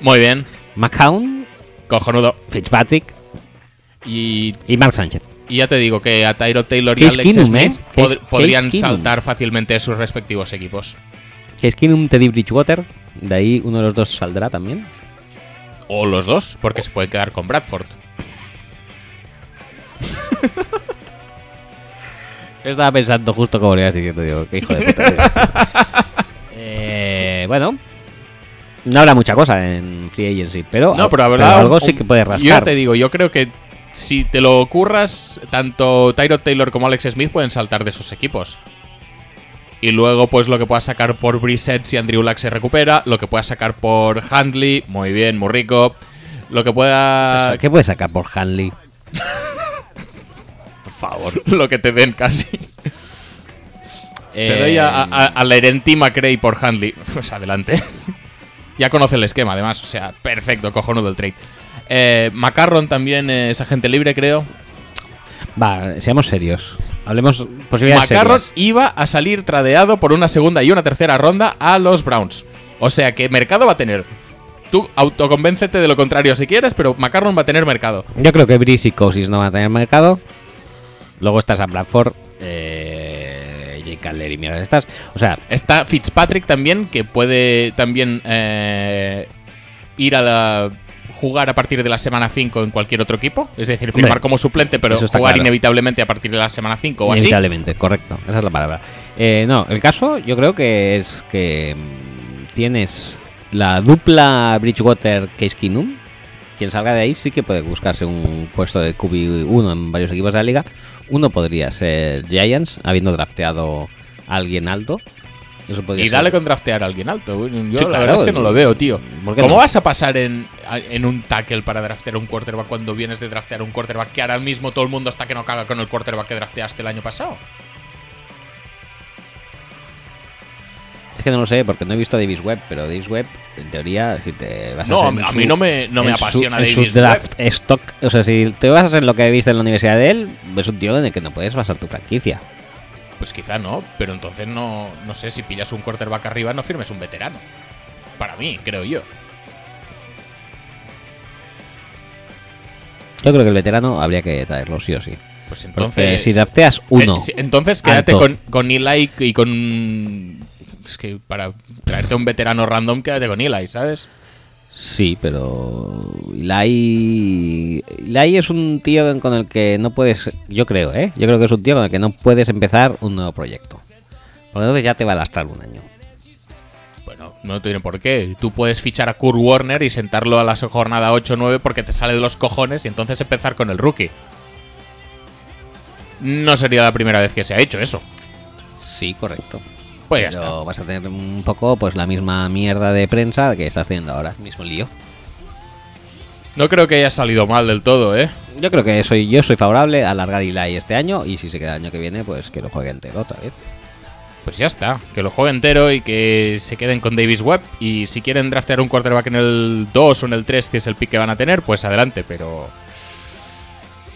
[SPEAKER 2] Muy bien,
[SPEAKER 1] McCown,
[SPEAKER 2] cojonudo.
[SPEAKER 1] Fitzpatrick
[SPEAKER 2] Y
[SPEAKER 1] y Mark Sánchez.
[SPEAKER 2] Y ya te digo que a Tyro Taylor y
[SPEAKER 1] Case
[SPEAKER 2] Alex
[SPEAKER 1] Keenum,
[SPEAKER 2] Smith
[SPEAKER 1] ¿eh? Case-
[SPEAKER 2] pod- podrían
[SPEAKER 1] Case Keenum.
[SPEAKER 2] saltar fácilmente de sus respectivos equipos.
[SPEAKER 1] Que es que un Teddy Bridgewater. De ahí uno de los dos saldrá también.
[SPEAKER 2] O los dos, porque se pueden quedar con Bradford.
[SPEAKER 1] Yo estaba pensando justo como le ibas diciendo, digo, qué hijo de puta. eh, bueno, no habrá mucha cosa en Free Agency, pero,
[SPEAKER 2] No, pero la verdad.
[SPEAKER 1] algo
[SPEAKER 2] un-
[SPEAKER 1] sí que puede
[SPEAKER 2] Yo
[SPEAKER 1] rascar.
[SPEAKER 2] te digo, yo creo que si te lo ocurras, tanto Tyro Taylor como Alex Smith pueden saltar de sus equipos. Y luego, pues lo que puedas sacar por Brissett si Andrew Luck se recupera, lo que puedas sacar por Handley, muy bien, muy rico. Lo que pueda.
[SPEAKER 1] ¿Qué puedes sacar por Hanley?
[SPEAKER 2] Por favor. Lo que te den casi. Te doy a,
[SPEAKER 1] Eh,
[SPEAKER 2] a, a Laurenti McRae por Handley. Pues adelante. ya conoce el esquema, además. O sea, perfecto, cojonudo el trade. Eh, Macarron también eh, es agente libre, creo.
[SPEAKER 1] Va, seamos serios. Hablemos posibilidades
[SPEAKER 2] Macarron
[SPEAKER 1] serias.
[SPEAKER 2] iba a salir tradeado por una segunda y una tercera ronda a los Browns. O sea que mercado va a tener. Tú autoconvéncete de lo contrario si quieres, pero Macarron va a tener mercado.
[SPEAKER 1] Yo creo que Brice y Cousins no van a tener mercado. Luego estás a Bradford. Eh, Cutler y mierdas estas. O sea,
[SPEAKER 2] Está Fitzpatrick también, que puede también eh, ir a la- jugar a partir de la semana 5 en cualquier otro equipo. Es decir, firmar
[SPEAKER 1] Hombre,
[SPEAKER 2] como suplente, pero
[SPEAKER 1] eso está
[SPEAKER 2] jugar
[SPEAKER 1] claro.
[SPEAKER 2] inevitablemente a partir de la semana 5 o así.
[SPEAKER 1] inevitablemente, correcto. Esa es la palabra. Eh, no, el caso yo creo que es que mm, tienes la dupla Bridgewater Case Keenum. Quien salga de ahí sí que puede buscarse un puesto de QB1 en varios equipos de la liga. Uno podría ser Giants, habiendo drafteado a alguien alto. Eso podría
[SPEAKER 2] Y
[SPEAKER 1] ser-
[SPEAKER 2] dale con draftear a alguien alto. Yo la
[SPEAKER 1] claro,
[SPEAKER 2] verdad es que no lo veo, tío.
[SPEAKER 1] ¿por qué
[SPEAKER 2] ¿Cómo
[SPEAKER 1] no?
[SPEAKER 2] vas a pasar en, a- en un tackle para draftear un quarterback cuando vienes de draftear un quarterback que ahora mismo todo el mundo está que no caga con el quarterback que drafteaste el año pasado?
[SPEAKER 1] Es que no lo sé, porque no he visto a Davis Webb, pero Davis Webb, en teoría, si te vas
[SPEAKER 2] No,
[SPEAKER 1] a
[SPEAKER 2] a
[SPEAKER 1] hacer
[SPEAKER 2] mí-
[SPEAKER 1] en
[SPEAKER 2] a mí no me- no me
[SPEAKER 1] en su-
[SPEAKER 2] apasiona
[SPEAKER 1] en su
[SPEAKER 2] Davis
[SPEAKER 1] draft stock, o sea, si te vas a hacer lo que viste en la universidad de él, es un tío en el que no puedes basar tu franquicia.
[SPEAKER 2] Pues quizá no, pero entonces no, no sé si pillas un quarterback arriba, no firmes un veterano. Para mí, creo yo.
[SPEAKER 1] Yo creo que el veterano habría que traerlo sí o sí.
[SPEAKER 2] Pues
[SPEAKER 1] Porque
[SPEAKER 2] entonces.
[SPEAKER 1] si drafteas uno,
[SPEAKER 2] Eh, sí, entonces quédate
[SPEAKER 1] Alto.
[SPEAKER 2] con, con Eli y con. Es que para traerte un veterano random, quédate con Eli, ¿sabes?
[SPEAKER 1] sí, pero Lai es un tío con el que no puedes, yo creo, ¿eh? Yo creo que es un tío con el que no puedes empezar un nuevo proyecto. Porque entonces ya te va a lastrar un año.
[SPEAKER 2] Bueno, no tiene por qué. Tú puedes fichar a Kurt Warner y sentarlo a la jornada 8-9 porque te sale de los cojones y entonces empezar con el rookie. No sería la primera vez que se ha hecho eso.
[SPEAKER 1] Sí, correcto.
[SPEAKER 2] Pues ya
[SPEAKER 1] Pero
[SPEAKER 2] está.
[SPEAKER 1] vas a tener un poco pues la misma mierda de prensa que estás teniendo ahora, mismo lío.
[SPEAKER 2] No creo que haya salido mal del todo, ¿eh?
[SPEAKER 1] Yo creo que soy yo soy favorable a alargar Eli este año y si se queda el año que viene pues que lo juegue entero otra vez.
[SPEAKER 2] Pues ya está, que lo juegue entero y que se queden con Davis Webb. Y si quieren draftear un quarterback en el 2 o en el 3, que es el pick que van a tener, pues adelante, pero.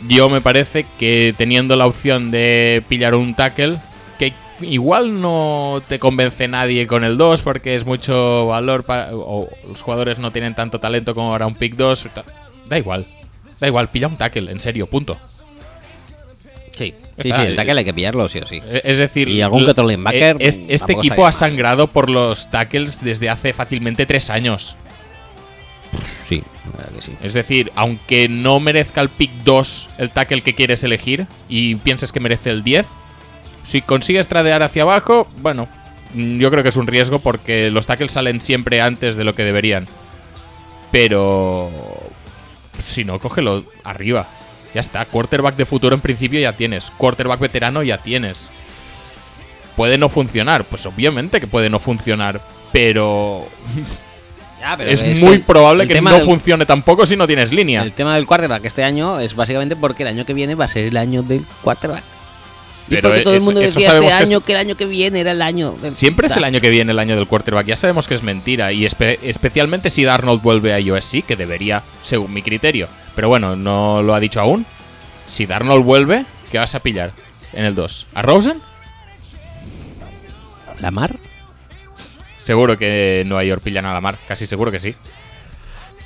[SPEAKER 2] Yo me parece que teniendo la opción de pillar un tackle, que igual no te convence nadie con el 2 porque es mucho valor para. o los jugadores no tienen tanto talento como ahora un pick 2. ta- Da igual, da igual, pilla un tackle, en serio, punto.
[SPEAKER 1] Sí. Sí,
[SPEAKER 2] Está,
[SPEAKER 1] sí, el
[SPEAKER 2] eh,
[SPEAKER 1] tackle hay que pillarlo sí o sí.
[SPEAKER 2] Eh, Es decir,
[SPEAKER 1] Y algún que otro linebacker,
[SPEAKER 2] eh, es- este
[SPEAKER 1] tampoco
[SPEAKER 2] equipo ha
[SPEAKER 1] sale mal.
[SPEAKER 2] sangrado por los tackles desde hace fácilmente tres años.
[SPEAKER 1] Sí, la verdad que sí.
[SPEAKER 2] Es decir, aunque no merezca el pick 2 el tackle que quieres elegir y pienses que merece el 10, si consigues tradear hacia abajo, bueno, mm, yo creo que es un riesgo porque los tackles salen siempre antes de lo que deberían. Pero si no, cógelo arriba. Ya está, quarterback de futuro en principio ya tienes, quarterback veterano ya tienes. Puede no funcionar, pues obviamente que puede no funcionar, pero es, muy probable que no
[SPEAKER 1] funcione.
[SPEAKER 2] funcione tampoco si no tienes línea.
[SPEAKER 1] El tema del quarterback este año es básicamente porque el año que viene va a ser el año del quarterback. Y
[SPEAKER 2] Pero
[SPEAKER 1] porque todo el
[SPEAKER 2] es-
[SPEAKER 1] mundo
[SPEAKER 2] eso
[SPEAKER 1] decía este
[SPEAKER 2] sabemos que es-
[SPEAKER 1] año que el año que viene era el año. del
[SPEAKER 2] Siempre es el
[SPEAKER 1] quarterback.
[SPEAKER 2] año que viene el año del quarterback. Ya sabemos que es mentira. Y espe- especialmente si Darnold vuelve a USC, que debería, según mi criterio. Pero bueno, no lo ha dicho aún. Si Darnold vuelve, ¿qué vas a pillar en el 2? ¿A Rosen?
[SPEAKER 1] ¿La mar?
[SPEAKER 2] Seguro que Nueva York pillan a la mar. Casi seguro que sí.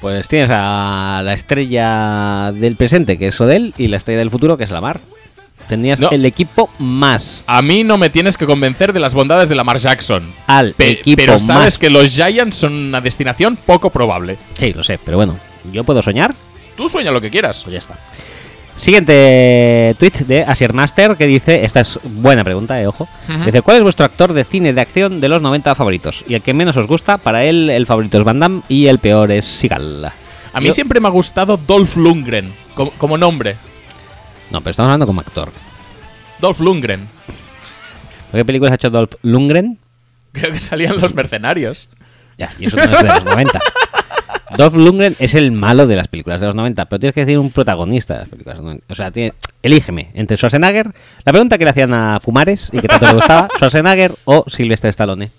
[SPEAKER 1] Pues tienes a la estrella del presente, que es Odell, y la estrella del futuro, que es Lamar. Tenías
[SPEAKER 2] No.
[SPEAKER 1] el equipo más
[SPEAKER 2] A mí no me tienes que convencer de las bondades de Lamar Jackson.
[SPEAKER 1] al
[SPEAKER 2] Pe-
[SPEAKER 1] equipo
[SPEAKER 2] pero sabes
[SPEAKER 1] más.
[SPEAKER 2] que los Giants son una destinación poco probable.
[SPEAKER 1] Sí, lo sé, pero bueno, yo puedo soñar,
[SPEAKER 2] Tú sueña lo que quieras.
[SPEAKER 1] pues ya está. Siguiente tweet de Asier Master que dice, esta es buena pregunta, eh, ojo.
[SPEAKER 2] Ujú.
[SPEAKER 1] Dice, ¿cuál es vuestro actor de cine de acción de los 90 favoritos? Y el que menos os gusta, para él el favorito es Van Damme y el peor es Seagal.
[SPEAKER 2] A mí
[SPEAKER 1] Yo-
[SPEAKER 2] siempre me ha gustado Dolph Lundgren como- como nombre.
[SPEAKER 1] No, pero estamos hablando como actor.
[SPEAKER 2] Dolph Lundgren.
[SPEAKER 1] ¿Qué películas ha hecho Dolph Lundgren?
[SPEAKER 2] Creo que salían los mercenarios.
[SPEAKER 1] Ya, y eso no es de los 90. Dolph Lundgren es el malo de las películas de los 90, pero tienes que decir un protagonista de las películas de los 90. O sea, tiene- elígeme entre Schwarzenegger, la pregunta que le hacían a Pumares y que tanto le gustaba, Schwarzenegger o Sylvester Stallone.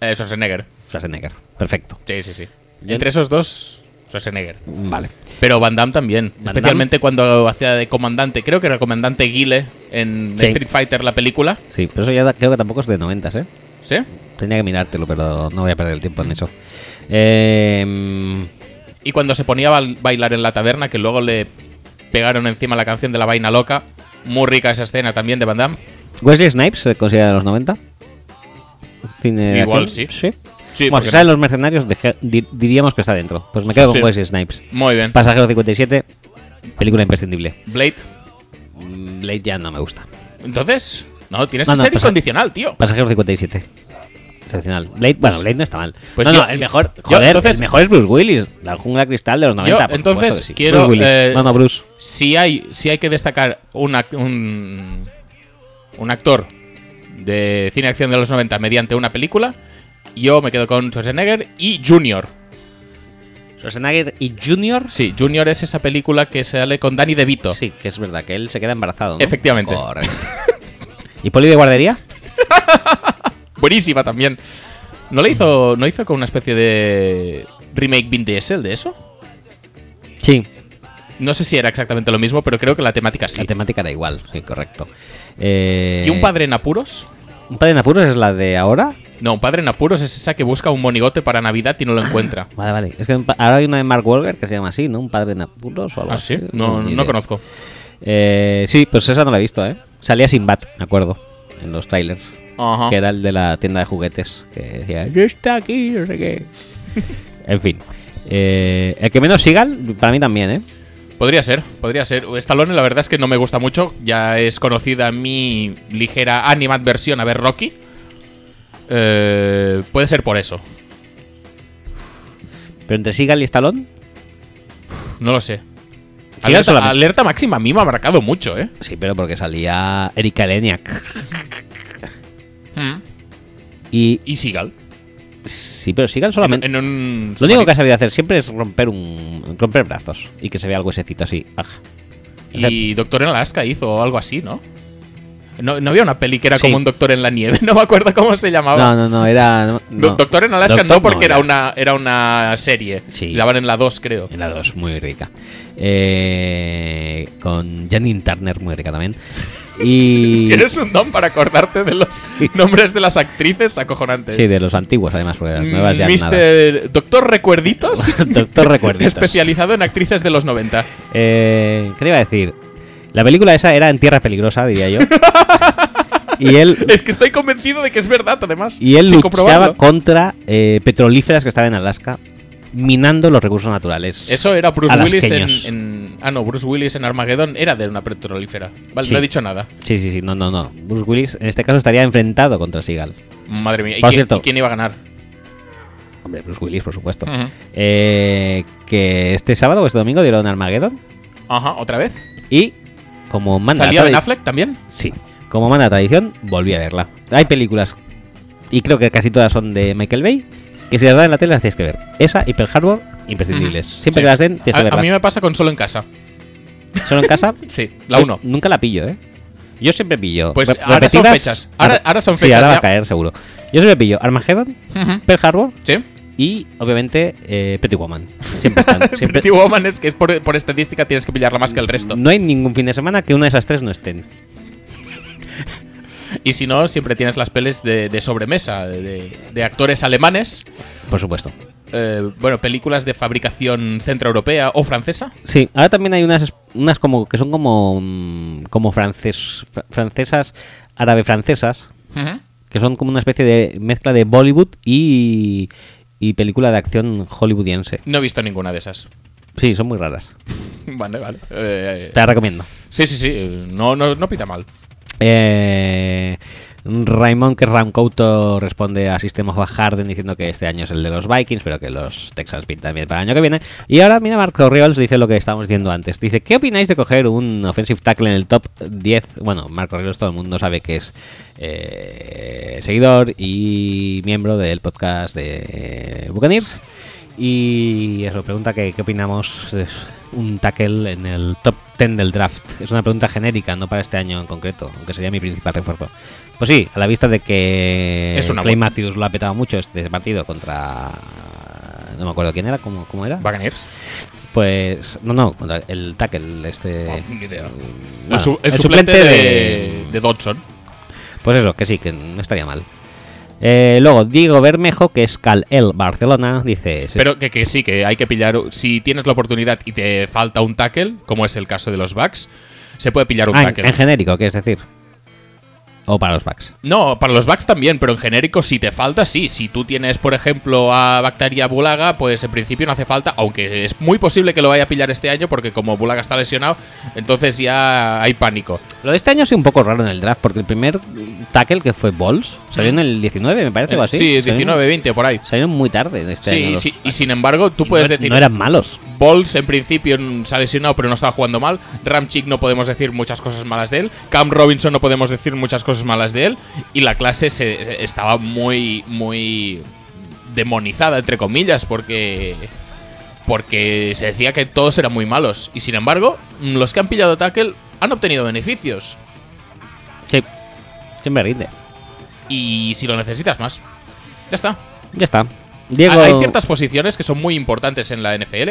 [SPEAKER 2] Eh, Schwarzenegger.
[SPEAKER 1] Schwarzenegger, perfecto.
[SPEAKER 2] Sí, sí, sí.
[SPEAKER 1] Yo-
[SPEAKER 2] Entre esos dos, Schwarzenegger.
[SPEAKER 1] Vale.
[SPEAKER 2] Pero Van Damme también.
[SPEAKER 1] Damme.
[SPEAKER 2] Especialmente cuando hacía de comandante. Creo que era comandante Guile en
[SPEAKER 1] Sí.
[SPEAKER 2] Street Fighter, la película.
[SPEAKER 1] Sí, pero eso ya da- creo que tampoco es de 90, ¿eh?
[SPEAKER 2] ¿Sí?
[SPEAKER 1] Tenía que mirártelo, pero no voy a perder el tiempo en eso. Eh, mm,
[SPEAKER 2] Y cuando se ponía a bal- bailar en la taberna, que luego le pegaron encima la canción de la vaina loca. Muy rica esa escena también de Van Damme.
[SPEAKER 1] Wesley Snipes se considera de los 90. Cine de
[SPEAKER 2] Igual
[SPEAKER 1] acción.
[SPEAKER 2] sí.
[SPEAKER 1] Sí.
[SPEAKER 2] Sí,
[SPEAKER 1] Bueno,
[SPEAKER 2] porque
[SPEAKER 1] si salen los mercenarios, deje- di- diríamos que está dentro. Pues me quedo
[SPEAKER 2] Sí.
[SPEAKER 1] con Wesley Snipes.
[SPEAKER 2] Muy bien.
[SPEAKER 1] Pasajero 57, película imprescindible.
[SPEAKER 2] Blade.
[SPEAKER 1] Mm, Blade ya no me gusta.
[SPEAKER 2] Entonces, no, tienes
[SPEAKER 1] No, pues,
[SPEAKER 2] que
[SPEAKER 1] no,
[SPEAKER 2] ser
[SPEAKER 1] pasa-
[SPEAKER 2] incondicional, tío.
[SPEAKER 1] Pasajero 57. Excepcional. Blade, bueno, Blade no está mal.
[SPEAKER 2] pues
[SPEAKER 1] no,
[SPEAKER 2] yo-
[SPEAKER 1] no, el mejor.
[SPEAKER 2] yo,
[SPEAKER 1] Joder,
[SPEAKER 2] entonces-
[SPEAKER 1] el mejor es Bruce Willis, la jungla cristal de los 90. por supuesto
[SPEAKER 2] entonces,
[SPEAKER 1] que sí.
[SPEAKER 2] quiero,
[SPEAKER 1] Bruce Willis.
[SPEAKER 2] eh,
[SPEAKER 1] no, no, Bruce.
[SPEAKER 2] Si hay, si hay que destacar un, ac- un, un actor de cine acción de los 90 mediante una película, yo me quedo con Schwarzenegger y Junior.
[SPEAKER 1] Schwarzenegger y Junior.
[SPEAKER 2] Sí, Junior es esa película que sale con Danny DeVito.
[SPEAKER 1] Sí, que es verdad, que él se queda embarazado. ¿no?
[SPEAKER 2] Efectivamente.
[SPEAKER 1] Correcto. ¿Y Poli de guardería?
[SPEAKER 2] Buenísima también. ¿No le hizo, no hizo con una especie de remake Vin Diesel de eso?
[SPEAKER 1] Sí.
[SPEAKER 2] No sé si era exactamente lo mismo, pero creo que la temática sí.
[SPEAKER 1] La temática era igual, sí, correcto. Eh,
[SPEAKER 2] ¿Y un padre en apuros?
[SPEAKER 1] ¿Un padre en apuros es la de ahora?
[SPEAKER 2] No, un padre en apuros es esa que busca un monigote para Navidad y no lo encuentra.
[SPEAKER 1] Vale, vale. Es que un pa- ahora hay una de Mark Wahlberg que se llama así, ¿no? Un padre en apuros o algo
[SPEAKER 2] ¿Ah, sí?
[SPEAKER 1] así.
[SPEAKER 2] No,
[SPEAKER 1] Ni
[SPEAKER 2] no
[SPEAKER 1] idea.
[SPEAKER 2] conozco.
[SPEAKER 1] Eh, sí, pues esa no la he visto, ¿eh? Salía sin bat, me acuerdo, en los trailers.
[SPEAKER 2] Ajá.
[SPEAKER 1] Que era el de la tienda de juguetes. Que decía, yo está aquí, no sé qué. en fin. Eh, el que menos Sigal, para mí también, ¿eh?
[SPEAKER 2] Podría ser, podría ser. Stallone la verdad es que no me gusta mucho. Ya es conocida mi ligera animadversión a ver Rocky. Eh, puede ser por eso.
[SPEAKER 1] Pero entre Sigal y Stallone,
[SPEAKER 2] No lo sé.
[SPEAKER 1] Sí,
[SPEAKER 2] Alerta,
[SPEAKER 1] solamente-
[SPEAKER 2] alerta máxima a mí me ha marcado mucho, ¿eh?
[SPEAKER 1] sí, pero porque salía Erika Leniak. Y
[SPEAKER 2] Y Seagal.
[SPEAKER 1] sí, pero Sigal solamente.
[SPEAKER 2] En, en un
[SPEAKER 1] Lo único que ha sabido hacer siempre es romper un romper brazos y que se vea el huesecito así. ajá.
[SPEAKER 2] Y Doctor en Alaska hizo algo así, ¿no? ¿No, no había una peli que era
[SPEAKER 1] Sí.
[SPEAKER 2] como un Doctor en la Nieve? No me acuerdo cómo se llamaba.
[SPEAKER 1] No, no, no, era. no,
[SPEAKER 2] Do-
[SPEAKER 1] no.
[SPEAKER 2] Doctor en Alaska
[SPEAKER 1] Doctor
[SPEAKER 2] no, porque era,
[SPEAKER 1] era.
[SPEAKER 2] una, era una serie.
[SPEAKER 1] Sí.
[SPEAKER 2] La van en la 2, creo.
[SPEAKER 1] En la 2, muy rica. Eh, con Janine Turner, muy rica también. Y.
[SPEAKER 2] Tienes un don para acordarte de los nombres de las actrices acojonantes.
[SPEAKER 1] Sí, de los antiguos, además, porque las nuevas ya. nada.
[SPEAKER 2] Mister Doctor Recuerditos,
[SPEAKER 1] Doctor Recuerditos.
[SPEAKER 2] especializado en actrices de los 90.
[SPEAKER 1] Eh, ¿Qué te iba a decir? La película esa era en Tierra Peligrosa, diría yo. y él.
[SPEAKER 2] Es que estoy convencido de que es verdad, además.
[SPEAKER 1] Y él
[SPEAKER 2] Sin
[SPEAKER 1] luchaba
[SPEAKER 2] comprobarlo.
[SPEAKER 1] contra eh, petrolíferas que estaban en Alaska, minando los recursos naturales.
[SPEAKER 2] Eso era Bruce Willis en,
[SPEAKER 1] alasqueños.
[SPEAKER 2] en- Ah, no, Bruce Willis en Armageddon era de una petrolífera. Vale,
[SPEAKER 1] Sí.
[SPEAKER 2] no he dicho nada.
[SPEAKER 1] Sí, sí, sí, no, no, no. Bruce Willis en este caso estaría enfrentado contra Seagal.
[SPEAKER 2] Madre mía. ¿Y,
[SPEAKER 1] Por
[SPEAKER 2] quién,
[SPEAKER 1] cierto.
[SPEAKER 2] y quién iba a ganar?
[SPEAKER 1] Hombre, Bruce Willis, por supuesto.
[SPEAKER 2] Ujú.
[SPEAKER 1] Eh, que este sábado o este domingo dieron Armageddon
[SPEAKER 2] Ajá, ¿otra vez?
[SPEAKER 1] y como manda
[SPEAKER 2] ¿Salía
[SPEAKER 1] la
[SPEAKER 2] Ben
[SPEAKER 1] tradi-
[SPEAKER 2] Affleck también?
[SPEAKER 1] sí, como manda la tradición, volví a verla. Hay películas y creo que casi todas son de Michael Bay que si las dan en la tele las tienes que ver. Esa y Pearl Harbor imprescindibles.
[SPEAKER 2] Ujú.
[SPEAKER 1] Siempre
[SPEAKER 2] Sí.
[SPEAKER 1] que las den tienes
[SPEAKER 2] A,
[SPEAKER 1] que
[SPEAKER 2] a
[SPEAKER 1] verlas.
[SPEAKER 2] mí me pasa con Solo en Casa.
[SPEAKER 1] Solo en casa.
[SPEAKER 2] Sí, la
[SPEAKER 1] Pues
[SPEAKER 2] 1.
[SPEAKER 1] Nunca la pillo, ¿eh? Yo siempre pillo.
[SPEAKER 2] Pues
[SPEAKER 1] Re-
[SPEAKER 2] ahora son
[SPEAKER 1] repetidas-
[SPEAKER 2] fechas. Ahora- ahora son
[SPEAKER 1] Sí,
[SPEAKER 2] fechas
[SPEAKER 1] ahora va
[SPEAKER 2] ya.
[SPEAKER 1] a caer, seguro. Yo siempre pillo Armageddon,
[SPEAKER 2] Ujú.
[SPEAKER 1] Pearl Harbor
[SPEAKER 2] ¿Sí?
[SPEAKER 1] y, obviamente, eh, Pretty Woman. Siempre están. siempre-
[SPEAKER 2] Pretty Woman es que es por, por estadística tienes que pillarla más que el resto.
[SPEAKER 1] No hay ningún fin de semana que una de esas tres no estén.
[SPEAKER 2] Y si no, siempre tienes las pelis de, de sobremesa, de, de actores alemanes,
[SPEAKER 1] Por supuesto.
[SPEAKER 2] eh, bueno, películas de fabricación centroeuropea o francesa.
[SPEAKER 1] Sí, ahora también hay unas, unas como que son como, mm, como frances, fra- francesas, árabe-francesas, que son como una especie de mezcla de Bollywood y, y película de acción hollywoodiense.
[SPEAKER 2] No he visto ninguna de esas.
[SPEAKER 1] Sí, son muy raras.
[SPEAKER 2] Vale, vale. Eh,
[SPEAKER 1] Te la recomiendo.
[SPEAKER 2] sí, sí, sí. eh, No, no, no pita mal.
[SPEAKER 1] Eh, Raymond que Ramcouto responde a Sistema Harden diciendo que este año es el de los Vikings, pero que los Texans pintan bien para el año que viene. Y ahora, mira, Marco Riols dice lo que estábamos diciendo antes. Dice, ¿qué opináis de coger un offensive tackle en el top 10? Bueno, Marco Riols todo el mundo sabe que es eh, seguidor y miembro del podcast de eh, Buccaneers. Y eso, pregunta que qué opinamos de un tackle en el top 10 del draft. Es una pregunta genérica, no para este año en concreto, aunque sería mi principal refuerzo. Pues sí, a la vista de que
[SPEAKER 2] Es una
[SPEAKER 1] Clay
[SPEAKER 2] buena.
[SPEAKER 1] Matthews lo ha petado mucho este partido contra... No me acuerdo quién era, cómo, cómo era.
[SPEAKER 2] Buccaneers.
[SPEAKER 1] Pues... No, no, contra el tackle, este...
[SPEAKER 2] Oh, ni idea.
[SPEAKER 1] bueno,
[SPEAKER 2] el, su- el
[SPEAKER 1] Ah, el suplente
[SPEAKER 2] suplente, de,
[SPEAKER 1] de-
[SPEAKER 2] de Dodson.
[SPEAKER 1] Pues eso, que sí, que no estaría mal. Eh, luego, Diego Bermejo, que es Cal El Barcelona, dice...
[SPEAKER 2] Pero que, que sí, que hay que pillar. Si tienes la oportunidad y te falta un tackle, como es el caso de los Bucks, se puede pillar un
[SPEAKER 1] Ah, en-
[SPEAKER 2] tackle.
[SPEAKER 1] en genérico, ¿qué es decir? O para los bugs.
[SPEAKER 2] No, para los backs también, pero en genérico si te falta, sí. Si tú tienes, por ejemplo, a Bacteria Bulaga, pues en principio no hace falta, aunque es muy posible que lo vaya a pillar este año porque como Bulaga está lesionado, entonces ya hay pánico.
[SPEAKER 1] Lo de este año ha sido un poco raro en el draft, porque el primer tackle que fue Balls salió en el 19, me parece, o así.
[SPEAKER 2] Eh, sí,
[SPEAKER 1] Salieron-
[SPEAKER 2] 19, 20 por ahí.
[SPEAKER 1] Salieron muy tarde este año.
[SPEAKER 2] Sí,
[SPEAKER 1] los-
[SPEAKER 2] sí, y sin embargo, tú
[SPEAKER 1] y
[SPEAKER 2] puedes
[SPEAKER 1] no,
[SPEAKER 2] decir...
[SPEAKER 1] No eran malos.
[SPEAKER 2] Balls en principio mm, se ha lesionado pero no estaba jugando mal. Ramchick no podemos decir muchas cosas malas de él. Cam Robinson no podemos decir muchas cosas malas de él. Y la clase se, se- estaba muy, muy demonizada, entre comillas, porque, porque se decía que todos eran muy malos. Y sin embargo, mm, los que han pillado tackle han obtenido beneficios.
[SPEAKER 1] Sí. Siempre rinde.
[SPEAKER 2] Y si lo necesitas más, ya está.
[SPEAKER 1] Ya está. Diego.
[SPEAKER 2] Ah, Hay ciertas posiciones que son muy importantes en la NFL.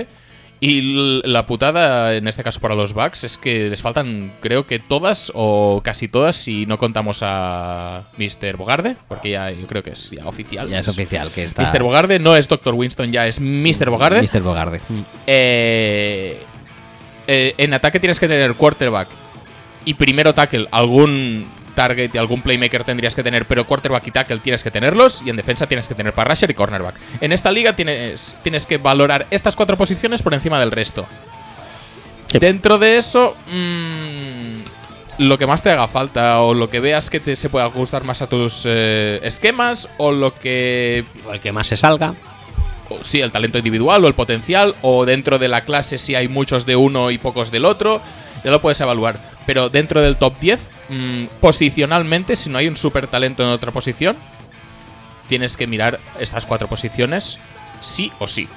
[SPEAKER 2] Y l- la putada, en este caso para los Bucks, es que les faltan, creo que todas o casi todas, si no contamos a Mr. Bogarde, porque ya yo creo que es ya oficial.
[SPEAKER 1] Ya es oficial que está.
[SPEAKER 2] Mr. Bogarde no es Dr. Winston, ya es Mr. Bogarde.
[SPEAKER 1] Mr. Bogarde. Mm,
[SPEAKER 2] Eh, eh, en ataque tienes que tener quarterback y primero tackle. Algún target y algún playmaker tendrías que tener, pero quarterback y tackle tienes que tenerlos. Y en defensa tienes que tener pass rusher y cornerback. En esta liga tienes, tienes que valorar estas cuatro posiciones por encima del resto.
[SPEAKER 1] Sí.
[SPEAKER 2] Dentro de eso, mm, lo que más te haga falta o lo que veas que te, se pueda ajustar más a tus eh, esquemas o lo que
[SPEAKER 1] O el que más se salga.
[SPEAKER 2] o sí, el talento individual o el potencial, o dentro de la clase si hay muchos de uno y pocos del otro, ya lo puedes evaluar. Pero dentro del top 10, mm, posicionalmente, si no hay un super talento en otra posición, tienes que mirar estas cuatro posiciones, sí o sí.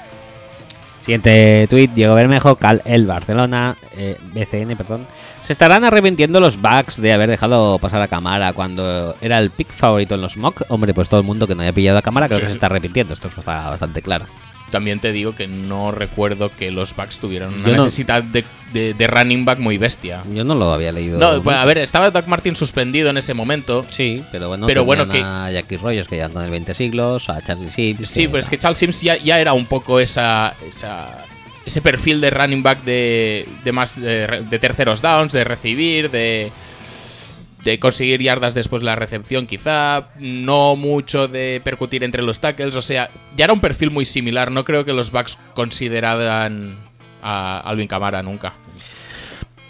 [SPEAKER 1] Siguiente tweet, Diego Bermejo, Cal El Barcelona, eh, BCN, perdón. Se estarán arrepintiendo los bugs de haber dejado pasar a Camara cuando era el pick favorito en los mock. Hombre, pues todo el mundo que no haya pillado a Camara creo
[SPEAKER 2] Sí,
[SPEAKER 1] que se
[SPEAKER 2] sí.
[SPEAKER 1] está arrepintiendo. Esto está bastante claro.
[SPEAKER 2] También te digo que no recuerdo que los backs tuvieran una
[SPEAKER 1] Yo no-
[SPEAKER 2] necesidad de, de- de running back muy bestia.
[SPEAKER 1] Yo no lo había leído.
[SPEAKER 2] No, bueno, a ver, estaba Doug Martin suspendido en ese momento.
[SPEAKER 1] Sí, pero bueno,
[SPEAKER 2] pero
[SPEAKER 1] tenían
[SPEAKER 2] bueno, que-
[SPEAKER 1] a Jackie Rogers que ya anda en el 20 siglos, a Charlie Sims.
[SPEAKER 2] Sí, pues es que Charles Sims ya, ya era un poco esa, esa- ese perfil de running back de, de más de, re- de terceros downs, de recibir, de, de conseguir yardas después de la recepción quizá, no mucho de percutir entre los tackles, o sea, ya era un perfil muy similar, no creo que los backs consideraran a Alvin Camara nunca.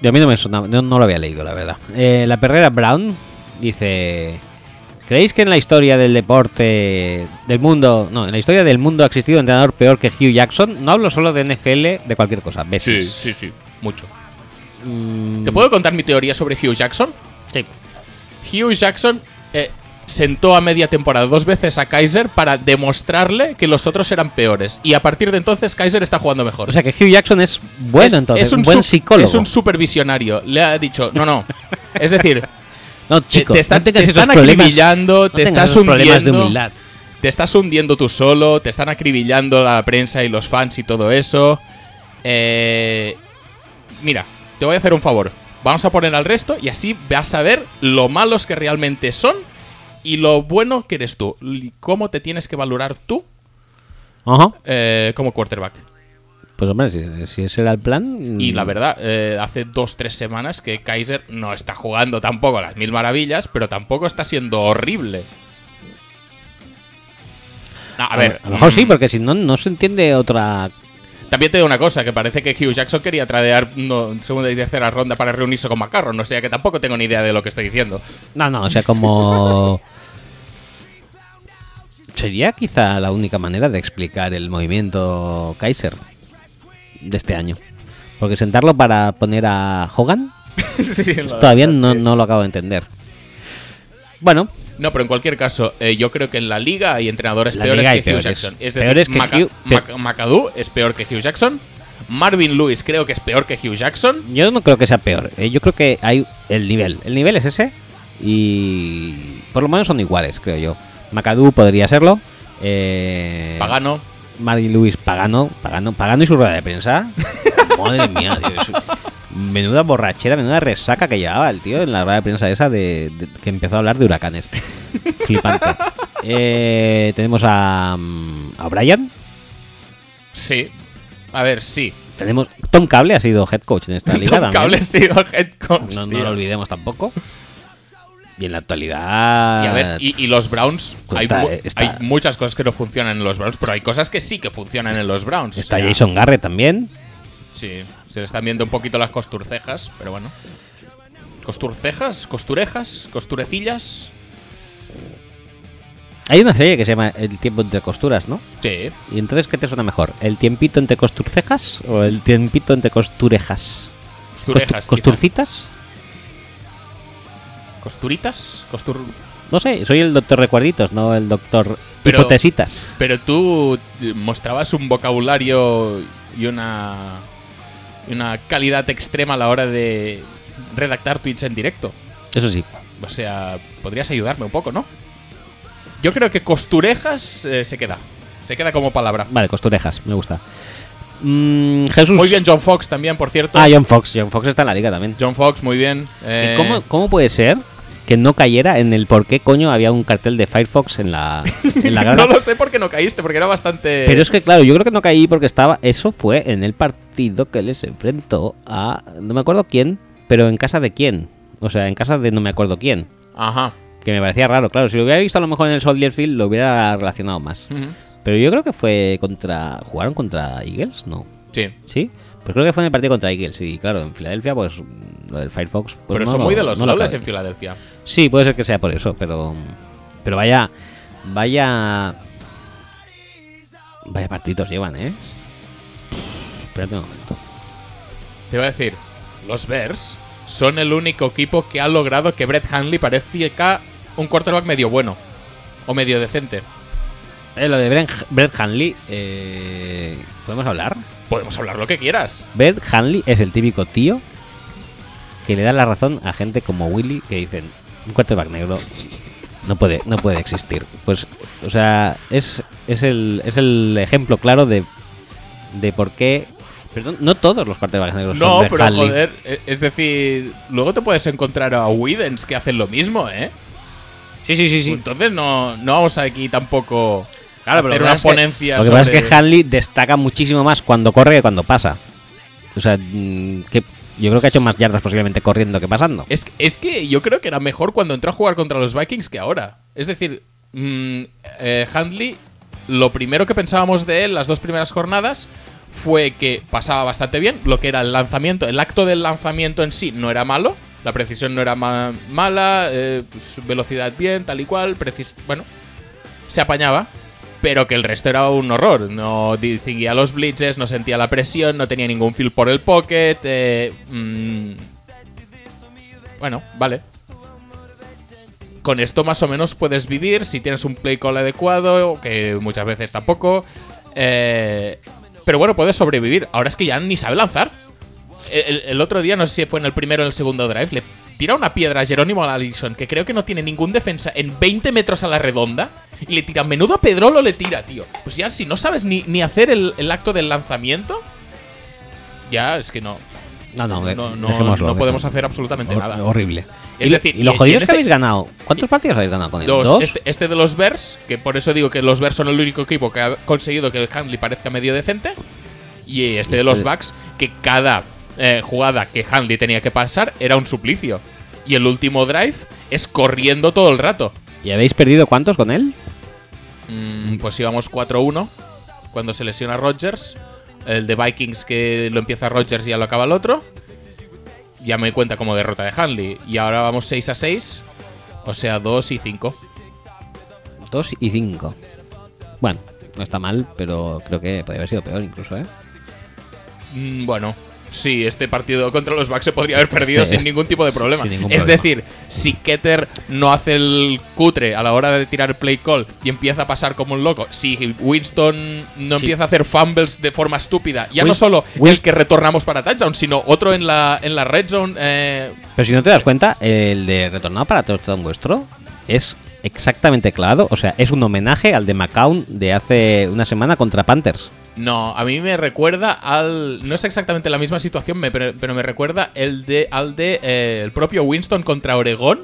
[SPEAKER 1] Yo a mí no me sonaba, no, no lo había leído, la verdad. Eh, la perrera Brown dice: ¿Creéis que en la historia del deporte del mundo, no, en la historia del mundo ha existido un entrenador peor que Hugh Jackson? No hablo solo de NFL, de cualquier cosa. Veces.
[SPEAKER 2] sí, mucho.
[SPEAKER 1] Mm,
[SPEAKER 2] ¿Te puedo contar mi teoría sobre Hugh Jackson?
[SPEAKER 1] sí.
[SPEAKER 2] Hugh Jackson eh, sentó a media temporada dos veces a Kaiser para demostrarle que los otros eran peores. Y a partir de entonces Kaiser está jugando mejor.
[SPEAKER 1] O sea que Hugh Jackson es bueno,
[SPEAKER 2] Es-
[SPEAKER 1] entonces,
[SPEAKER 2] es
[SPEAKER 1] un, buen
[SPEAKER 2] sup-
[SPEAKER 1] psicólogo.
[SPEAKER 2] Es un supervisionario. Le ha dicho, no, no. Es decir, te-
[SPEAKER 1] no, chico,
[SPEAKER 2] te, están,
[SPEAKER 1] no tengas
[SPEAKER 2] te
[SPEAKER 1] esos
[SPEAKER 2] están
[SPEAKER 1] problemas-
[SPEAKER 2] acribillando,
[SPEAKER 1] no
[SPEAKER 2] te
[SPEAKER 1] tengas
[SPEAKER 2] estás
[SPEAKER 1] esos problemas de
[SPEAKER 2] hundiendo,
[SPEAKER 1] humildad.
[SPEAKER 2] te estás hundiendo tú solo, te están acribillando la prensa y los fans y todo eso. Eh, mira, te voy a hacer un favor. Vamos a poner al resto y así vas a ver lo malos que realmente son y lo bueno que eres tú. Y cómo te tienes que valorar tú
[SPEAKER 1] Ajá.
[SPEAKER 2] eh, como quarterback.
[SPEAKER 1] Pues hombre, si, si ese era el plan.
[SPEAKER 2] Y la
[SPEAKER 1] mm,
[SPEAKER 2] verdad, eh, hace dos, tres semanas que Kaiser no está jugando tampoco a las mil maravillas, pero tampoco está siendo horrible. No, a, ver,
[SPEAKER 1] A lo mejor
[SPEAKER 2] mm,
[SPEAKER 1] sí, porque si no, no se entiende otra
[SPEAKER 2] También te digo una cosa, que parece que Hugh Jackson quería tradear no, segunda y tercera ronda para reunirse con Macarron, o sea que tampoco tengo ni idea de lo que estoy diciendo.
[SPEAKER 1] No, no, o sea, como. Sería quizá la única manera de explicar el movimiento Kaiser de este año. Porque sentarlo para poner a Hogan
[SPEAKER 2] Sí, la
[SPEAKER 1] todavía
[SPEAKER 2] verdad es
[SPEAKER 1] no,
[SPEAKER 2] que-
[SPEAKER 1] no lo acabo de entender. Bueno,
[SPEAKER 2] No, pero en cualquier caso, eh, yo creo que en la liga hay entrenadores
[SPEAKER 1] La
[SPEAKER 2] peores
[SPEAKER 1] liga
[SPEAKER 2] que
[SPEAKER 1] hay
[SPEAKER 2] Hugh
[SPEAKER 1] peores.
[SPEAKER 2] Jackson. Es
[SPEAKER 1] Peores
[SPEAKER 2] decir,
[SPEAKER 1] que
[SPEAKER 2] Maca-
[SPEAKER 1] Hugh-
[SPEAKER 2] Mac- McAdoo es peor que Hugh Jackson. Marvin Lewis creo que es peor que Hugh Jackson.
[SPEAKER 1] yo no creo que sea peor. eh, Yo creo que hay el nivel. El nivel es ese y por lo menos son iguales, creo yo. McAdoo podría serlo. Eh,
[SPEAKER 2] Pagano.
[SPEAKER 1] Mari Luis Pagano, Pagano, Pagano y su rueda de prensa. Madre mía, tío, es- menuda borrachera, menuda resaca que llevaba el tío en la rueda de prensa esa de, de- que empezó a hablar de huracanes. Flipante. Eh, tenemos a, mm, a Brian,
[SPEAKER 2] Sí. A ver, sí.
[SPEAKER 1] tenemos Tom Cable ha sido head coach en esta liga
[SPEAKER 2] Tom
[SPEAKER 1] también.
[SPEAKER 2] Cable ha sido head coach.
[SPEAKER 1] no, no
[SPEAKER 2] tío.
[SPEAKER 1] lo olvidemos tampoco. Y en la actualidad.
[SPEAKER 2] Y a ver, y, y los Browns,
[SPEAKER 1] Pues
[SPEAKER 2] hay,
[SPEAKER 1] está,
[SPEAKER 2] mu-
[SPEAKER 1] eh, está-
[SPEAKER 2] hay muchas cosas que no funcionan en los Browns, pero hay cosas que sí que funcionan en los Browns. o
[SPEAKER 1] está
[SPEAKER 2] sea,
[SPEAKER 1] Jason Garrett también.
[SPEAKER 2] Sí, se le están viendo un poquito las costurcejas, pero bueno. ¿Costurcejas? ¿Costurejas? ¿Costurecillas?
[SPEAKER 1] Hay una serie que se llama El tiempo entre costuras, ¿no?
[SPEAKER 2] Sí.
[SPEAKER 1] ¿Y entonces qué te suena mejor? ¿El tiempito entre costurcejas o el tiempito entre costurejas?
[SPEAKER 2] Costurejas.
[SPEAKER 1] Costu-
[SPEAKER 2] quizá.
[SPEAKER 1] ¿Costurcitas?
[SPEAKER 2] ¿Costuritas? Costur...
[SPEAKER 1] No sé, soy el doctor Recuerditos, no el doctor
[SPEAKER 2] Pero-
[SPEAKER 1] Hipotesitas.
[SPEAKER 2] Pero tú eh, mostrabas un vocabulario y una, y una calidad extrema a la hora de redactar tweets en directo.
[SPEAKER 1] Eso sí.
[SPEAKER 2] O sea, podrías ayudarme un poco, ¿no? Yo creo que costurejas eh, se queda. Se queda como palabra.
[SPEAKER 1] Vale, costurejas, me gusta. Mm, Jesús.
[SPEAKER 2] Muy bien, Eh. John Fox también, por cierto.
[SPEAKER 1] Ah, John Fox. John Fox está en la liga también.
[SPEAKER 2] John Fox, muy bien.
[SPEAKER 1] ¿Y
[SPEAKER 2] Eh,
[SPEAKER 1] ¿Cómo, cómo puede ser que no cayera en el por qué coño había un cartel de Firefox en la, en la grada?
[SPEAKER 2] no lo sé porque no caíste, porque era bastante.
[SPEAKER 1] Pero es que, claro, yo creo que no caí porque estaba. Eso fue en el partido que les enfrentó a. No me acuerdo quién, pero en casa de quién. O sea, en casa de no me acuerdo quién.
[SPEAKER 2] Ajá.
[SPEAKER 1] Que me parecía raro, claro. Si lo hubiera visto a lo mejor en el Soldier Field, lo hubiera relacionado más.
[SPEAKER 2] Ujú.
[SPEAKER 1] Pero yo creo que fue contra. ¿Jugaron contra Eagles? No.
[SPEAKER 2] Sí.
[SPEAKER 1] ¿Sí? Pues creo que fue en el partido contra Eagles. Y claro, en Filadelfia, pues mm, lo del Firefox. pues
[SPEAKER 2] Pero
[SPEAKER 1] no
[SPEAKER 2] son
[SPEAKER 1] lo-
[SPEAKER 2] muy de los
[SPEAKER 1] no lo
[SPEAKER 2] dobles
[SPEAKER 1] acabé.
[SPEAKER 2] en Filadelfia.
[SPEAKER 1] Sí, puede ser que sea por eso, pero. Pero vaya. Vaya. Vaya partidos llevan, ¿eh? Espérate un momento.
[SPEAKER 2] Te iba a decir, los Bears son el único equipo que ha logrado que Brett Hanley parezca un quarterback medio bueno. O medio decente.
[SPEAKER 1] Eh, lo de Bren- Brett Hanley. eh, ¿Podemos hablar?
[SPEAKER 2] Podemos hablar lo que quieras.
[SPEAKER 1] Brett Hanley es el típico tío que le da la razón a gente como Willy que dicen: un quarterback negro no puede, no puede existir. Pues, o sea, es, es, el, es el ejemplo claro de, de por qué. Pero no, no todos los quarterbacks negros son
[SPEAKER 2] No,
[SPEAKER 1] Brett
[SPEAKER 2] pero
[SPEAKER 1] Hundley.
[SPEAKER 2] joder, e- es decir, luego te puedes encontrar a Widens que hacen lo mismo, ¿eh?
[SPEAKER 1] Sí, sí, sí, sí.
[SPEAKER 2] Entonces no, no vamos aquí tampoco a
[SPEAKER 1] pero
[SPEAKER 2] hacer
[SPEAKER 1] lo que
[SPEAKER 2] una
[SPEAKER 1] pasa es que-
[SPEAKER 2] ponencia
[SPEAKER 1] Lo que pasa
[SPEAKER 2] sobre-
[SPEAKER 1] es que Hanley destaca muchísimo más cuando corre que cuando pasa. O sea, mm, que yo creo que ha hecho más yardas posiblemente corriendo que pasando.
[SPEAKER 2] Es, es que yo creo que era mejor cuando entró a jugar contra los Vikings que ahora. Es decir, mm, eh, Handley, lo primero que pensábamos de él las dos primeras jornadas fue que pasaba bastante bien, lo que era el lanzamiento, el acto del lanzamiento en sí no era malo, la precisión no era ma- mala, eh, pues, velocidad bien, tal y cual, precis bueno, se apañaba, pero que el resto era un horror. No distinguía los blitzes, no sentía la presión, no tenía ningún feel por el pocket. eh, mm, bueno, vale. Con esto más o menos puedes vivir si tienes un play call adecuado, que muchas veces tampoco. eh, pero bueno, puedes sobrevivir. Ahora es que ya ni sabe lanzar. El, el otro día, no sé si fue en el primero o en el segundo drive, le tira una piedra a Jerónimo Allison, que creo que no tiene ningún defensa, en 20 metros a la redonda, y le tira. Menudo Pedrolo le tira, tío. Pues ya, si no sabes ni, ni hacer el, el acto del lanzamiento, ya es que no.
[SPEAKER 1] No, no,
[SPEAKER 2] No,
[SPEAKER 1] de-
[SPEAKER 2] no,
[SPEAKER 1] dejémoslo,
[SPEAKER 2] no podemos
[SPEAKER 1] dejémoslo.
[SPEAKER 2] hacer absolutamente
[SPEAKER 1] Hor-
[SPEAKER 2] nada.
[SPEAKER 1] Horrible.
[SPEAKER 2] Es
[SPEAKER 1] y, lo-
[SPEAKER 2] decir,
[SPEAKER 1] y lo
[SPEAKER 2] y- y
[SPEAKER 1] jodido
[SPEAKER 2] en
[SPEAKER 1] es que
[SPEAKER 2] este-
[SPEAKER 1] habéis ganado. ¿Cuántos partidos habéis ganado con él?
[SPEAKER 2] Dos, Este, este de los Bears, que por eso digo que los Bears son el único equipo que ha conseguido que el Handley parezca medio decente. Y este de los Bucks, que cada eh, jugada que Handley tenía que pasar era un suplicio. Y el último drive es corriendo todo el rato.
[SPEAKER 1] ¿Y habéis perdido cuántos con él?
[SPEAKER 2] Mm, pues íbamos 4-1 cuando se lesiona Rodgers. El de Vikings que lo empieza Rodgers y ya lo acaba el otro. Ya me cuenta como derrota de Handley. Y ahora vamos 6 a 6. O sea, 2 y 5.
[SPEAKER 1] Dos y cinco. Bueno, no está mal, pero creo que podría haber sido peor incluso, ¿eh?
[SPEAKER 2] Mm, Bueno, sí, este partido contra los Bucks se podría haber perdido
[SPEAKER 1] Este-
[SPEAKER 2] sin ningún tipo de problema.
[SPEAKER 1] sin ningún
[SPEAKER 2] es
[SPEAKER 1] problema.
[SPEAKER 2] decir, si Keter no hace el cutre a la hora de tirar el play call y empieza a pasar como un loco, si Winston no
[SPEAKER 1] Sí.
[SPEAKER 2] empieza a hacer fumbles de forma estúpida, ya
[SPEAKER 1] Win-
[SPEAKER 2] no solo el
[SPEAKER 1] Win-
[SPEAKER 2] que retornamos para touchdown, sino otro en la, en la red zone. eh,
[SPEAKER 1] Pero si no te das cuenta, el de retornado para touchdown vuestro es exactamente clavado. O sea, es un homenaje al de McCown de hace una semana contra Panthers.
[SPEAKER 2] no, a mí me recuerda al. No es exactamente la misma situación, me- pero, pero me recuerda el de, al de eh, el propio Winston contra Oregón.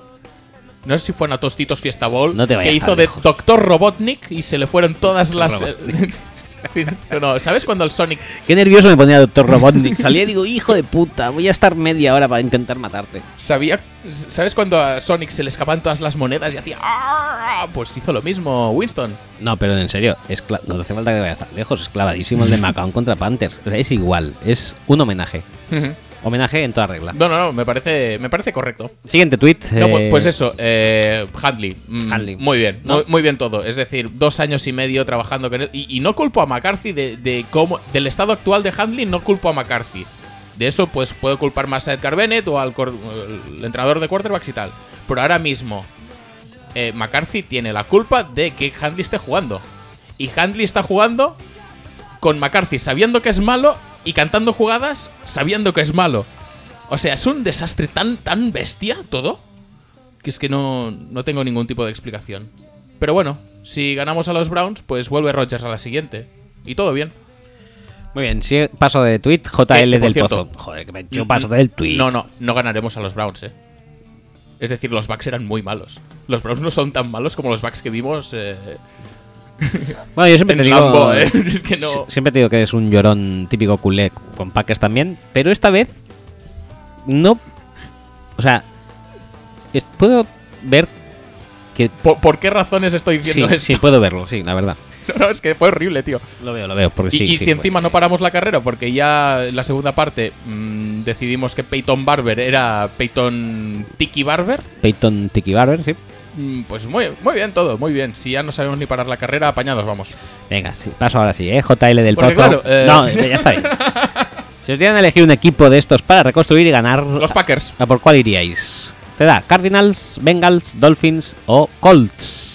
[SPEAKER 2] No sé si fue a Tostitos Fiesta Bowl.
[SPEAKER 1] No te
[SPEAKER 2] que
[SPEAKER 1] vayas tan
[SPEAKER 2] hizo de
[SPEAKER 1] lejos.
[SPEAKER 2] Doctor Robotnik y se le fueron todas las. eh,
[SPEAKER 1] Robotnik.
[SPEAKER 2] Sí, pero no, ¿sabes cuando el Sonic
[SPEAKER 1] Qué nervioso me ponía Doctor Robotnik. Salía y digo, hijo de puta, voy a estar media hora para intentar matarte.
[SPEAKER 2] sabía. ¿Sabes cuando a Sonic se le escapaban todas las monedas y hacía. "Ah"? Pues hizo lo mismo Winston.
[SPEAKER 1] No, pero en serio, es cla- no hace falta que vaya tan lejos. Es clavadísimo el de Macaón contra Panthers. Es igual, es un homenaje.
[SPEAKER 2] No,
[SPEAKER 1] Homenaje en toda regla.
[SPEAKER 2] no, no, me parece, me parece correcto.
[SPEAKER 1] Siguiente tweet.
[SPEAKER 2] No, pues- pues eso, eh, Handley. Mm,
[SPEAKER 1] Handley.
[SPEAKER 2] Muy bien,
[SPEAKER 1] Eh, No.
[SPEAKER 2] muy, muy bien todo. Es decir, dos años y medio trabajando con él. Y, y no culpo a McCarthy de, de cómo. Del estado actual de Handley, no culpo a McCarthy. De eso, pues puedo culpar más a Edgar Bennett o al cor- el entrenador de quarterbacks y tal. Pero ahora mismo, eh, McCarthy tiene la culpa de que Handley esté jugando. Y Handley está jugando con McCarthy sabiendo que es malo y cantando jugadas sabiendo que es malo. O sea, es un desastre tan, tan bestia todo que es que no, no tengo ningún tipo de explicación. Pero bueno, si ganamos a los Browns, pues vuelve Rogers a la siguiente. Y todo bien.
[SPEAKER 1] Muy bien, sigue- paso de tweet,
[SPEAKER 2] Que- que
[SPEAKER 1] JL
[SPEAKER 2] por
[SPEAKER 1] del
[SPEAKER 2] cierto- mm,
[SPEAKER 1] Pozo. Joder, que me paso del tweet.
[SPEAKER 2] No, no, no ganaremos a los Browns, eh. Es decir, los Bucks eran muy malos. Los Browns no son tan malos como los Bucks que vimos eh,
[SPEAKER 1] Bueno, yo siempre
[SPEAKER 2] en
[SPEAKER 1] te
[SPEAKER 2] el
[SPEAKER 1] digo.
[SPEAKER 2] Lambo, eh. Es que no.
[SPEAKER 1] Sie- Siempre te digo que eres un llorón típico culé con Packers también, pero esta vez no. O sea, es- puedo ver que.
[SPEAKER 2] ¿Por, por qué razones estoy
[SPEAKER 1] Sí,
[SPEAKER 2] diciendo esto?
[SPEAKER 1] sí, puedo verlo, sí, la verdad.
[SPEAKER 2] No, no, es que fue horrible, tío.
[SPEAKER 1] Lo veo, lo veo. Porque
[SPEAKER 2] Y,
[SPEAKER 1] Pues sí, sí,
[SPEAKER 2] y si
[SPEAKER 1] bueno.
[SPEAKER 2] encima no paramos la carrera, porque ya en la segunda parte mm, decidimos que Peyton Barber era Peyton Tiki Barber,
[SPEAKER 1] Peyton Tiki Barber, sí.
[SPEAKER 2] mm, pues muy, muy bien todo, muy bien. Si ya no sabemos ni parar la carrera, apañados vamos.
[SPEAKER 1] Venga, sí, paso ahora sí, ¿eh? JL del
[SPEAKER 2] Porque
[SPEAKER 1] Pozo.
[SPEAKER 2] claro, eh,
[SPEAKER 1] No, ya está bien. Si os dieran a elegir un equipo de estos para reconstruir y ganar,
[SPEAKER 2] Los Packers.
[SPEAKER 1] ¿a por cuál iríais? Te da Cardinals, Bengals, Dolphins o Colts.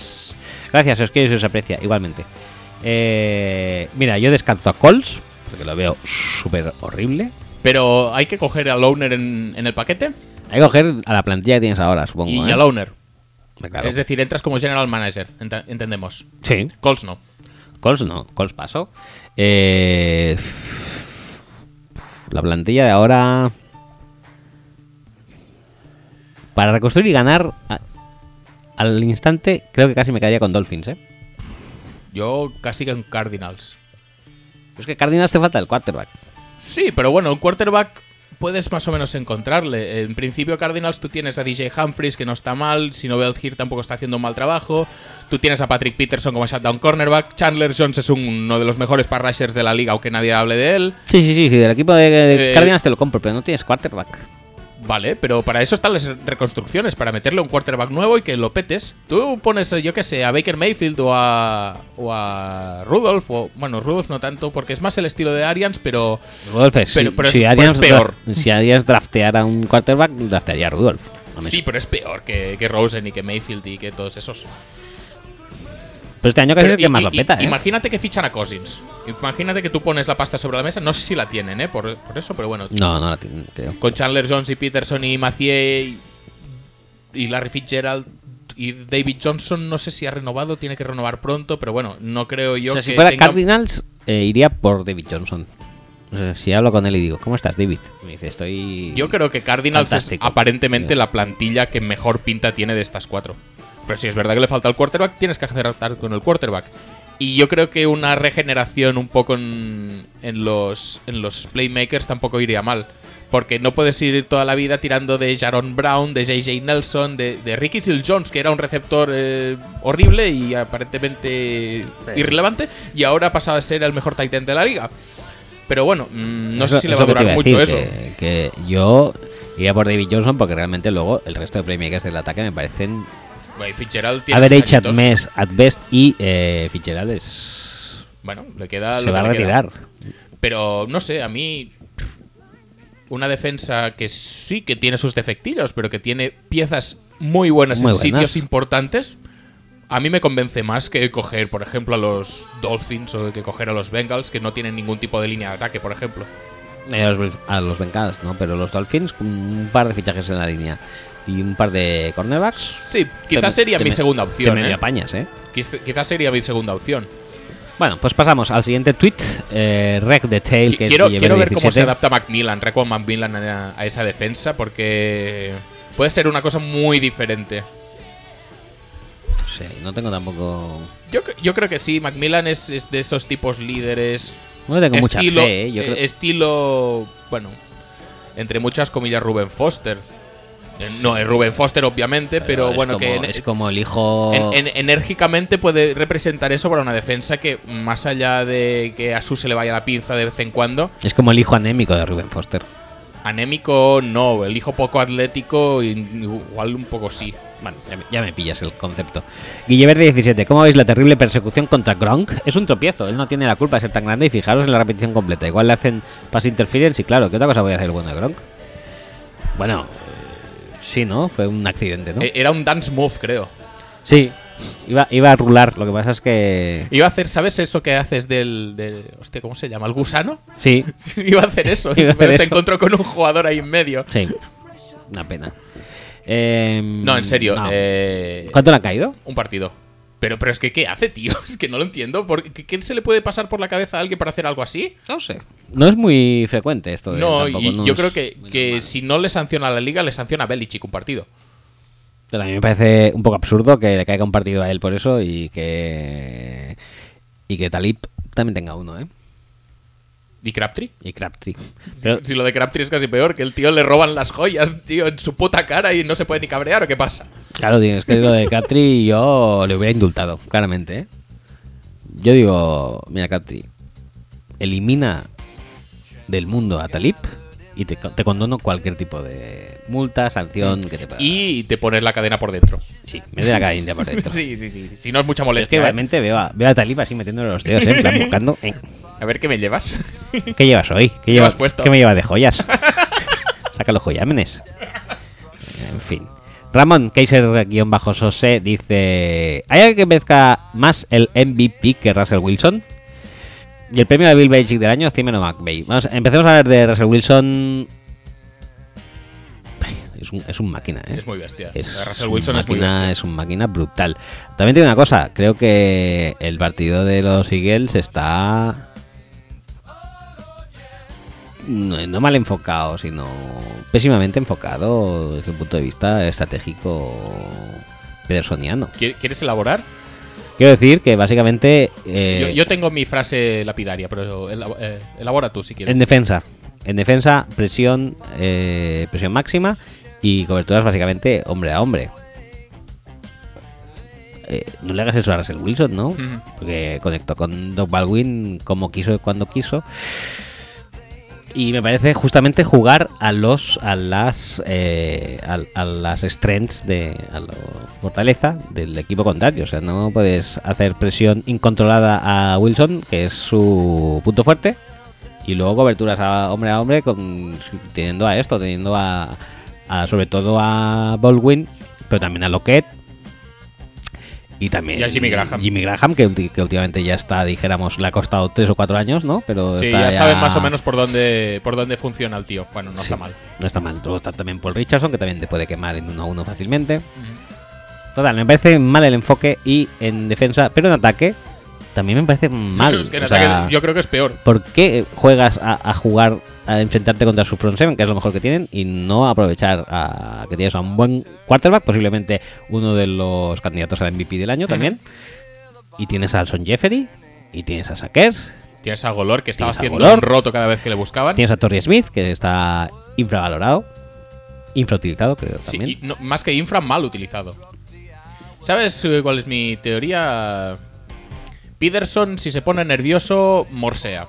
[SPEAKER 1] Gracias, os quiero y os aprecia, igualmente. Eh, mira, yo descarto a Colts, porque lo veo súper horrible.
[SPEAKER 2] Pero hay que coger al owner en, en el paquete
[SPEAKER 1] Hay que coger a la plantilla que tienes ahora, supongo.
[SPEAKER 2] y
[SPEAKER 1] ¿eh?
[SPEAKER 2] al owner.
[SPEAKER 1] Claro.
[SPEAKER 2] Es decir, entras como general manager, ent- entendemos.
[SPEAKER 1] Sí,
[SPEAKER 2] Colts no.
[SPEAKER 1] Colts no, Colts pasó. Eh, la plantilla de ahora. Para reconstruir y ganar a- al instante, creo que casi me quedaría con Dolphins, ¿eh?
[SPEAKER 2] Yo casi que en Cardinals.
[SPEAKER 1] Pero Es que Cardinals te falta el quarterback.
[SPEAKER 2] Sí, pero bueno, un quarterback puedes más o menos encontrarle. En principio, Cardinals, tú tienes a DJ Humphries, que no está mal. Si no veo Hill tampoco está haciendo un mal trabajo. Tú tienes a Patrick Peterson como shutdown cornerback. Chandler Jones es uno de los mejores pass rushers de la liga, aunque nadie hable de él.
[SPEAKER 1] Sí, sí, sí, sí, del equipo de, de
[SPEAKER 2] Eh,
[SPEAKER 1] Cardinals te lo compro, pero no tienes quarterback.
[SPEAKER 2] Vale, pero para eso están las reconstrucciones, para meterle un quarterback nuevo y que lo petes. Tú pones, eh, yo qué sé, a Baker Mayfield o a, o a Rudolph, o bueno, Rudolph no tanto, porque es más el estilo de Arians, pero
[SPEAKER 1] Rudolph es.
[SPEAKER 2] Pero-
[SPEAKER 1] si-
[SPEAKER 2] pero es-
[SPEAKER 1] si
[SPEAKER 2] pero
[SPEAKER 1] harías
[SPEAKER 2] es peor.
[SPEAKER 1] dra- Si harías draftear a un quarterback, draftearía a Rudolph. No me-
[SPEAKER 2] sí, pero es peor que, que Rosen y que Mayfield y que todos esos.
[SPEAKER 1] Pero este año casi es
[SPEAKER 2] Pero
[SPEAKER 1] el que
[SPEAKER 2] i-
[SPEAKER 1] más
[SPEAKER 2] i-
[SPEAKER 1] lo peta,
[SPEAKER 2] i-
[SPEAKER 1] ¿eh?
[SPEAKER 2] Imagínate que fichan a Cousins. Imagínate que tú pones la pasta sobre la mesa. No sé si la tienen, ¿eh? Por, por eso, pero bueno.
[SPEAKER 1] No, no la tiene, creo.
[SPEAKER 2] Con Chandler Jones y Peterson y Macié y, y Larry Fitzgerald y David Johnson, no sé si ha renovado, tiene que renovar pronto, pero bueno, no creo yo
[SPEAKER 1] O sea,
[SPEAKER 2] que.
[SPEAKER 1] si fuera
[SPEAKER 2] tenga-
[SPEAKER 1] Cardinals, eh, iría por David Johnson. O sea, si hablo con él y digo, ¿cómo estás, David? Y Me dice, estoy.
[SPEAKER 2] Yo creo que Cardinals
[SPEAKER 1] Fantástico.
[SPEAKER 2] es aparentemente la plantilla que mejor pinta tiene de estas cuatro. Pero si es verdad que le falta el quarterback, tienes que acertar con el quarterback. Y yo creo que una regeneración un poco en, en los, en los playmakers tampoco iría mal. Porque no puedes ir toda la vida tirando de Jaron Brown, de JJ Nelson, de, de Ricky Seal Jones, que era un receptor eh, horrible y aparentemente irrelevante, y ahora ha pasado a ser el mejor tight end de la liga. Pero bueno, mm, no
[SPEAKER 1] Eso-
[SPEAKER 2] sé si le
[SPEAKER 1] es
[SPEAKER 2] va a
[SPEAKER 1] lo que te
[SPEAKER 2] durar
[SPEAKER 1] iba
[SPEAKER 2] mucho
[SPEAKER 1] a
[SPEAKER 2] eso.
[SPEAKER 1] decir, Que, que yo iría por David Johnson porque realmente luego el resto de playmakers del ataque me parecen
[SPEAKER 2] Bueno, y Fitzgerald tiene sus
[SPEAKER 1] average at,
[SPEAKER 2] añitos.
[SPEAKER 1] mes- at best y eh, Fitzgerald es-
[SPEAKER 2] Bueno, le queda.
[SPEAKER 1] se
[SPEAKER 2] lo
[SPEAKER 1] va a
[SPEAKER 2] que le queda.
[SPEAKER 1] retirar.
[SPEAKER 2] Pero no sé, a mí. pff, Una defensa que sí que tiene sus defectillos, pero que tiene piezas muy buenas
[SPEAKER 1] Muy
[SPEAKER 2] en
[SPEAKER 1] buenas.
[SPEAKER 2] sitios importantes. A mí me convence más que coger, por ejemplo, a los Dolphins o que coger a los Bengals, que no tienen ningún tipo de línea de ataque, por ejemplo.
[SPEAKER 1] Eh, A los, a los Bengals, ¿no? Pero los Dolphins, con un par de fichajes en la línea y un par de cornerbacks.
[SPEAKER 2] Sí, quizás
[SPEAKER 1] te-
[SPEAKER 2] sería
[SPEAKER 1] te
[SPEAKER 2] mi
[SPEAKER 1] me-
[SPEAKER 2] segunda
[SPEAKER 1] Te
[SPEAKER 2] opción.
[SPEAKER 1] medio
[SPEAKER 2] ¿eh?
[SPEAKER 1] apañas, ¿eh?
[SPEAKER 2] Quiz- Quizás sería mi segunda opción.
[SPEAKER 1] Bueno, pues pasamos al siguiente tweet. Eh, Rec the Tail, que es
[SPEAKER 2] quiero,
[SPEAKER 1] Guillermo
[SPEAKER 2] quiero ver cómo se
[SPEAKER 1] 17.
[SPEAKER 2] adapta Macmillan, Raquan Macmillan a, a esa defensa, porque puede ser una cosa muy diferente.
[SPEAKER 1] sé, no tengo tampoco.
[SPEAKER 2] Yo, cre- yo creo que sí, Macmillan es, es de esos tipos líderes.
[SPEAKER 1] No le tengo mucha
[SPEAKER 2] estilo,
[SPEAKER 1] fe, ¿eh? Yo
[SPEAKER 2] eh,
[SPEAKER 1] creo-
[SPEAKER 2] estilo, bueno, entre muchas comillas, Ruben Foster. Eh, No es Ruben Foster, obviamente, pero,
[SPEAKER 1] es
[SPEAKER 2] bueno, que
[SPEAKER 1] como-
[SPEAKER 2] en-
[SPEAKER 1] es como el hijo.
[SPEAKER 2] en- en- enérgicamente puede representar eso para una defensa que, más allá de que a su se le vaya la pinza de vez en cuando,
[SPEAKER 1] Es como el hijo anémico de Ruben Foster.
[SPEAKER 2] anémico no, el hijo poco atlético, y- igual un poco sí.
[SPEAKER 1] Bueno, ya me, ya me pillas el concepto. Guilleverde 17, ¿cómo veis la terrible persecución contra Gronk? Es un tropiezo, él no tiene la culpa de ser tan grande y fijaros en la repetición completa. Igual le hacen pass interference y claro, ¿qué otra cosa voy a hacer bueno de Gronk? Bueno, eh, sí, ¿no? Fue un accidente, ¿no?
[SPEAKER 2] Eh, Era un dance move, creo.
[SPEAKER 1] sí, iba, iba a rular, lo que pasa es que...
[SPEAKER 2] Iba a hacer, ¿sabes eso que haces del, del- hostia, ¿cómo se llama? ¿El gusano?
[SPEAKER 1] Sí,
[SPEAKER 2] Iba a hacer eso,
[SPEAKER 1] Iba a hacer
[SPEAKER 2] pero
[SPEAKER 1] eso.
[SPEAKER 2] se encontró con un jugador ahí en medio.
[SPEAKER 1] sí, una pena. Em,
[SPEAKER 2] No, en serio.
[SPEAKER 1] no.
[SPEAKER 2] eh,
[SPEAKER 1] ¿Cuánto le ha caído?
[SPEAKER 2] un partido. Pero, pero es que, ¿qué hace, tío? Es que no lo entiendo. ¿Por qué, qué se le puede pasar por la cabeza a alguien para hacer algo así?
[SPEAKER 1] No sé. No es muy frecuente esto. De,
[SPEAKER 2] No,
[SPEAKER 1] tampoco,
[SPEAKER 2] y
[SPEAKER 1] es
[SPEAKER 2] yo creo que,
[SPEAKER 1] muy
[SPEAKER 2] que
[SPEAKER 1] normal.
[SPEAKER 2] si no le sanciona a la liga, le sanciona a Belichick un partido.
[SPEAKER 1] Pero a mí me parece un poco absurdo que le caiga un partido a él por eso y que. Y que Talib también tenga uno, ¿eh?
[SPEAKER 2] ¿Y Crabtree?
[SPEAKER 1] Y Crabtree. Pero,
[SPEAKER 2] Si lo de Crabtree es casi peor, que el tío le roban las joyas, tío, en su puta cara y no se puede ni cabrear, ¿o qué pasa?
[SPEAKER 1] claro, tío, es que lo de Crabtree yo le hubiera indultado, claramente, ¿eh? Yo digo, mira, Crabtree, elimina del mundo a Talib y te, te condono cualquier tipo de multa, sanción que te pueda.
[SPEAKER 2] Y te pones la cadena por dentro.
[SPEAKER 1] Sí, me de la cadena por dentro.
[SPEAKER 2] Sí, sí, sí. Si no es mucha
[SPEAKER 1] Es que
[SPEAKER 2] molestia. ¿eh?
[SPEAKER 1] realmente veo a, veo a Talib así metiéndole los dedos, ¿eh? En plan, buscando. ¿eh?
[SPEAKER 2] A ver qué me llevas.
[SPEAKER 1] ¿Qué llevas hoy? ¿Qué, llevas
[SPEAKER 2] has puesto?
[SPEAKER 1] ¿Qué me llevas de joyas? Saca los joyámenes. En fin. Ramón Kaiser-Sose dice: ¿Hay alguien que merezca más el MVP que Russell Wilson? Y el premio de Bill Belichick del año, Cimeno McVeigh. Vamos, empecemos a ver de Russell Wilson. Es un, es un máquina, ¿eh?
[SPEAKER 2] Es muy bestia.
[SPEAKER 1] Es
[SPEAKER 2] Russell
[SPEAKER 1] un
[SPEAKER 2] Wilson es muy
[SPEAKER 1] máquina-
[SPEAKER 2] bestia.
[SPEAKER 1] es un máquina brutal. También tiene una cosa, creo que el partido de los Eagles está no, no mal enfocado, sino pésimamente enfocado desde un punto de vista estratégico pedersoniano.
[SPEAKER 2] ¿Qui- ¿Quieres elaborar?
[SPEAKER 1] Quiero decir que básicamente eh,
[SPEAKER 2] Yo, yo tengo mi frase lapidaria, pero elabo- eh, elabora tú si quieres.
[SPEAKER 1] en defensa, en defensa presión eh, presión máxima y coberturas básicamente hombre a hombre. Eh, no le hagas eso a Russell Wilson, ¿no?
[SPEAKER 2] Ujú.
[SPEAKER 1] porque conectó con Doc Baldwin como quiso y cuando quiso. Y me parece justamente jugar a los a las eh, a, a las strengths de a la fortaleza del equipo contrario. O sea, no puedes hacer presión incontrolada a Wilson, que es su punto fuerte, y luego coberturas a hombre a hombre con, teniendo a esto, teniendo a, a- sobre todo a Baldwin, pero también a Lockett y también
[SPEAKER 2] Y a Jimmy Graham.
[SPEAKER 1] Jimmy Graham que, ulti- que últimamente ya está, dijéramos, le ha costado tres o cuatro años, ¿no? Pero
[SPEAKER 2] Sí,
[SPEAKER 1] está
[SPEAKER 2] ya saben más o menos por dónde, por dónde funciona el tío. Bueno, no
[SPEAKER 1] Sí,
[SPEAKER 2] está mal.
[SPEAKER 1] No está mal. Luego está también Paul Richardson, que también te puede quemar en uno a uno fácilmente. Total, me parece mal el enfoque y en defensa, pero en ataque también me parece mal.
[SPEAKER 2] Es que en
[SPEAKER 1] O sea,
[SPEAKER 2] ataque yo creo que es peor.
[SPEAKER 1] ¿Por qué juegas a, a jugar, a enfrentarte contra su front seven, que es lo mejor que tienen, y no aprovechar a, que tienes a un buen quarterback, posiblemente uno de los candidatos al MVP del año también, y tienes a Alson Jeffery, y tienes a Sackers,
[SPEAKER 2] Tienes a Golor que estaba
[SPEAKER 1] Tienes a
[SPEAKER 2] haciendo
[SPEAKER 1] Golor.
[SPEAKER 2] un roto cada vez que le buscaban.
[SPEAKER 1] tienes a Torrey Smith, que está infravalorado, infrautilizado, creo
[SPEAKER 2] Sí,
[SPEAKER 1] también.
[SPEAKER 2] y no- más que infra, mal utilizado. ¿Sabes eh, cuál es mi teoría? Peterson, si se pone nervioso, morsea.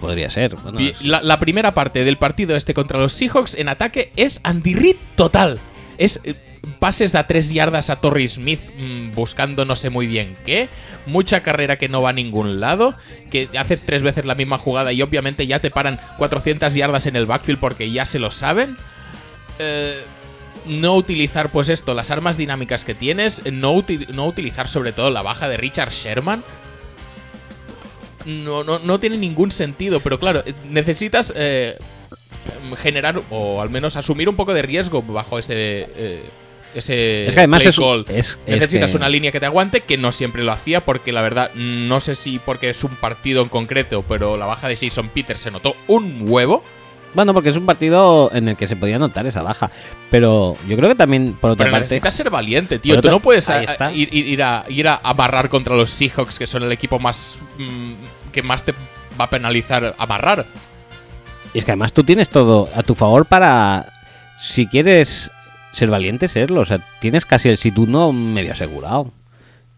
[SPEAKER 1] Podría ser. bueno,
[SPEAKER 2] Pi-
[SPEAKER 1] es-
[SPEAKER 2] La, la primera parte del partido este contra los Seahawks en ataque es Andy Reid total. Es eh, pases de a tres yardas a Torrey Smith mm, buscando no sé muy bien qué. Mucha carrera que no va a ningún lado. Que haces tres veces la misma jugada y obviamente ya te paran 400 yardas en el backfield porque ya se lo saben. Eh, no utilizar pues esto, las armas dinámicas que tienes. No, uti- no utilizar sobre todo la baja de Richard Sherman no, no, no tiene ningún sentido, pero claro, eh, necesitas eh, em, generar o al menos asumir un poco de riesgo bajo ese. eh, ese
[SPEAKER 1] Es que además
[SPEAKER 2] play
[SPEAKER 1] es-
[SPEAKER 2] call.
[SPEAKER 1] es- es
[SPEAKER 2] necesitas
[SPEAKER 1] que-
[SPEAKER 2] una línea que te aguante, que no siempre lo hacía, porque la verdad, no sé si porque es un partido en concreto, pero la baja de Jason Peters se notó un huevo.
[SPEAKER 1] Bueno, porque es un partido en el que se podía notar esa baja. Pero yo creo que también, por otra
[SPEAKER 2] Pero
[SPEAKER 1] parte.
[SPEAKER 2] necesitas ser valiente, tío.
[SPEAKER 1] Por
[SPEAKER 2] Tú
[SPEAKER 1] otra-
[SPEAKER 2] no puedes a-
[SPEAKER 1] Ahí está.
[SPEAKER 2] a- ir, ir- ir a, ir a amarrar contra los Seahawks, que son el equipo más mm, que más te va a penalizar amarrar.
[SPEAKER 1] Y es que además tú tienes todo a tu favor para, si quieres ser valiente, serlo. O sea, tienes casi el situno medio asegurado.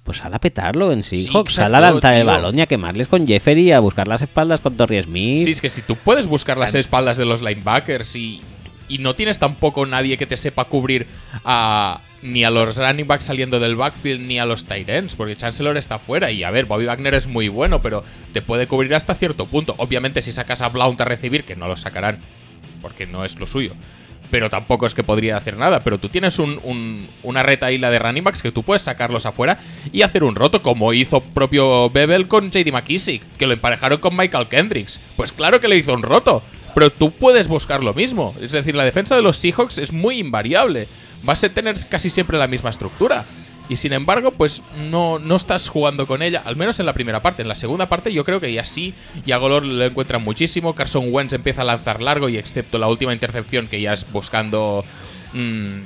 [SPEAKER 1] Pues sal a petarlo en sí,
[SPEAKER 2] Sí,
[SPEAKER 1] Hawks, sal a
[SPEAKER 2] exacto,
[SPEAKER 1] lanzar el
[SPEAKER 2] tío.
[SPEAKER 1] balón y a quemarles con Jeffery, a buscar las espaldas con Torrey Smith.
[SPEAKER 2] Sí, es que si tú puedes buscar las espaldas de los linebackers y, y no tienes tampoco nadie que te sepa cubrir a, ni a los running backs saliendo del backfield ni a los tight ends, porque Chancellor está fuera. Y a ver, Bobby Wagner es muy bueno, pero te puede cubrir hasta cierto punto. Obviamente, si sacas a Blount a recibir, que no lo sacarán, porque no es lo suyo. Pero tampoco es que podría hacer nada. Pero tú tienes un- un- una retaíla de running backs que tú puedes sacarlos afuera y hacer un roto, como hizo propio Bebel con JD McKissick, que lo emparejaron con Michael Kendricks. Pues claro que le hizo un roto. Pero tú puedes buscar lo mismo. Es decir, la defensa de los Seahawks es muy invariable. Vas a tener casi siempre la misma estructura. Y sin embargo, pues no, no estás jugando con ella, al menos en la primera parte. En la segunda parte yo creo que ya sí, ya Golor lo encuentran muchísimo. Carson Wentz empieza a lanzar largo y excepto la última intercepción que ya es buscando mm,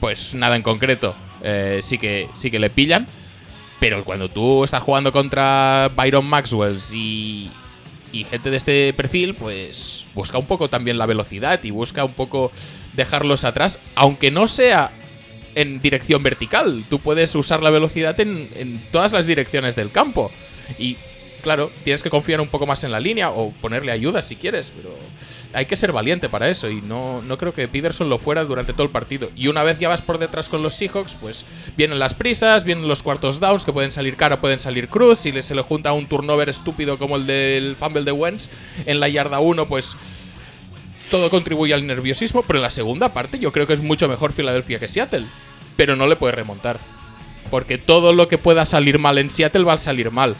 [SPEAKER 2] pues nada en concreto, eh, sí, que, sí que le pillan. Pero cuando tú estás jugando contra Byron Maxwell y, y gente de este perfil, pues busca un poco también la velocidad y busca un poco dejarlos atrás, aunque no sea en dirección vertical. Tú puedes usar la velocidad en, en todas las direcciones del campo. Y claro, tienes que confiar un poco más en la línea o ponerle ayuda si quieres, pero hay que ser valiente para eso. Y no, no creo que Peterson lo fuera durante todo el partido. Y una vez ya vas por detrás con los Seahawks, pues vienen las prisas, vienen los cuartos downs que pueden salir cara, pueden salir cruz. Si le- se le junta un turnover estúpido como el del fumble de Wentz en la yarda 1, pues todo contribuye al nerviosismo, pero en la segunda parte yo creo que es mucho mejor Filadelfia que Seattle. Pero no le puede remontar. Porque todo lo que pueda salir mal en Seattle va a salir mal.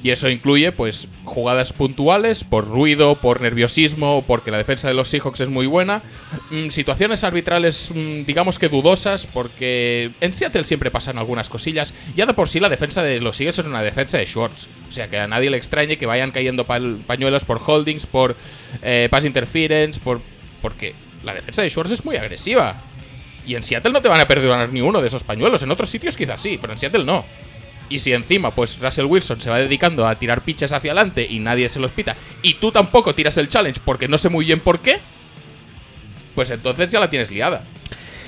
[SPEAKER 2] Y eso incluye, pues, jugadas puntuales, por ruido, por nerviosismo, porque la defensa de los Seahawks es muy buena. Mm, situaciones arbitrales, mm, digamos que dudosas, porque en Seattle siempre pasan algunas cosillas. Ya de por sí la defensa de los Seahawks es una defensa de shorts. O sea, que a nadie le extrañe que vayan cayendo pal- pañuelos por holdings, por eh, pass interference, por porque la defensa de shorts es muy agresiva. Y en Seattle no te van a perdonar ni uno de esos pañuelos. En otros sitios quizás sí, pero en Seattle no. Y si encima, pues Russell Wilson se va dedicando a tirar pitches hacia adelante y nadie se los pita, y tú tampoco tiras el challenge porque no sé muy bien por qué, pues entonces ya la tienes liada.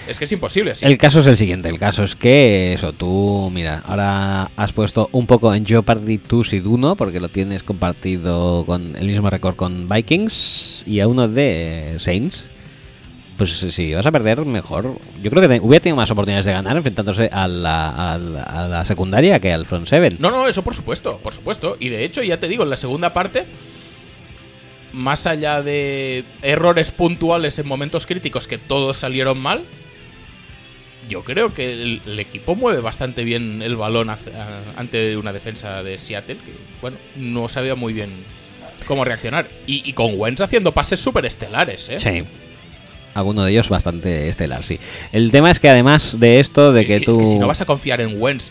[SPEAKER 2] Es que es imposible así.
[SPEAKER 1] El caso es el siguiente, el caso es que eso, tú, mira, ahora has puesto un poco en Jeopardy tu Siduno, porque lo tienes compartido con el mismo récord con Vikings y a uno de eh, Saints. Pues sí, si vas a perder, mejor. Yo creo que te- hubiera tenido más oportunidades de ganar enfrentándose a la, a la- a la secundaria que al front seven.
[SPEAKER 2] No, no, eso por supuesto, por supuesto. Y de hecho, ya te digo, en la segunda parte, más allá de errores puntuales en momentos críticos que todos salieron mal, yo creo que el, el equipo mueve bastante bien el balón hacia- ante una defensa de Seattle, que bueno, no sabía muy bien cómo reaccionar. Y, y con Wentz haciendo pases súper estelares, ¿eh?
[SPEAKER 1] Sí. Alguno de ellos bastante estelar, sí. El tema es que además de esto, de que
[SPEAKER 2] Eh, Es
[SPEAKER 1] tú...
[SPEAKER 2] si no vas a confiar en Wentz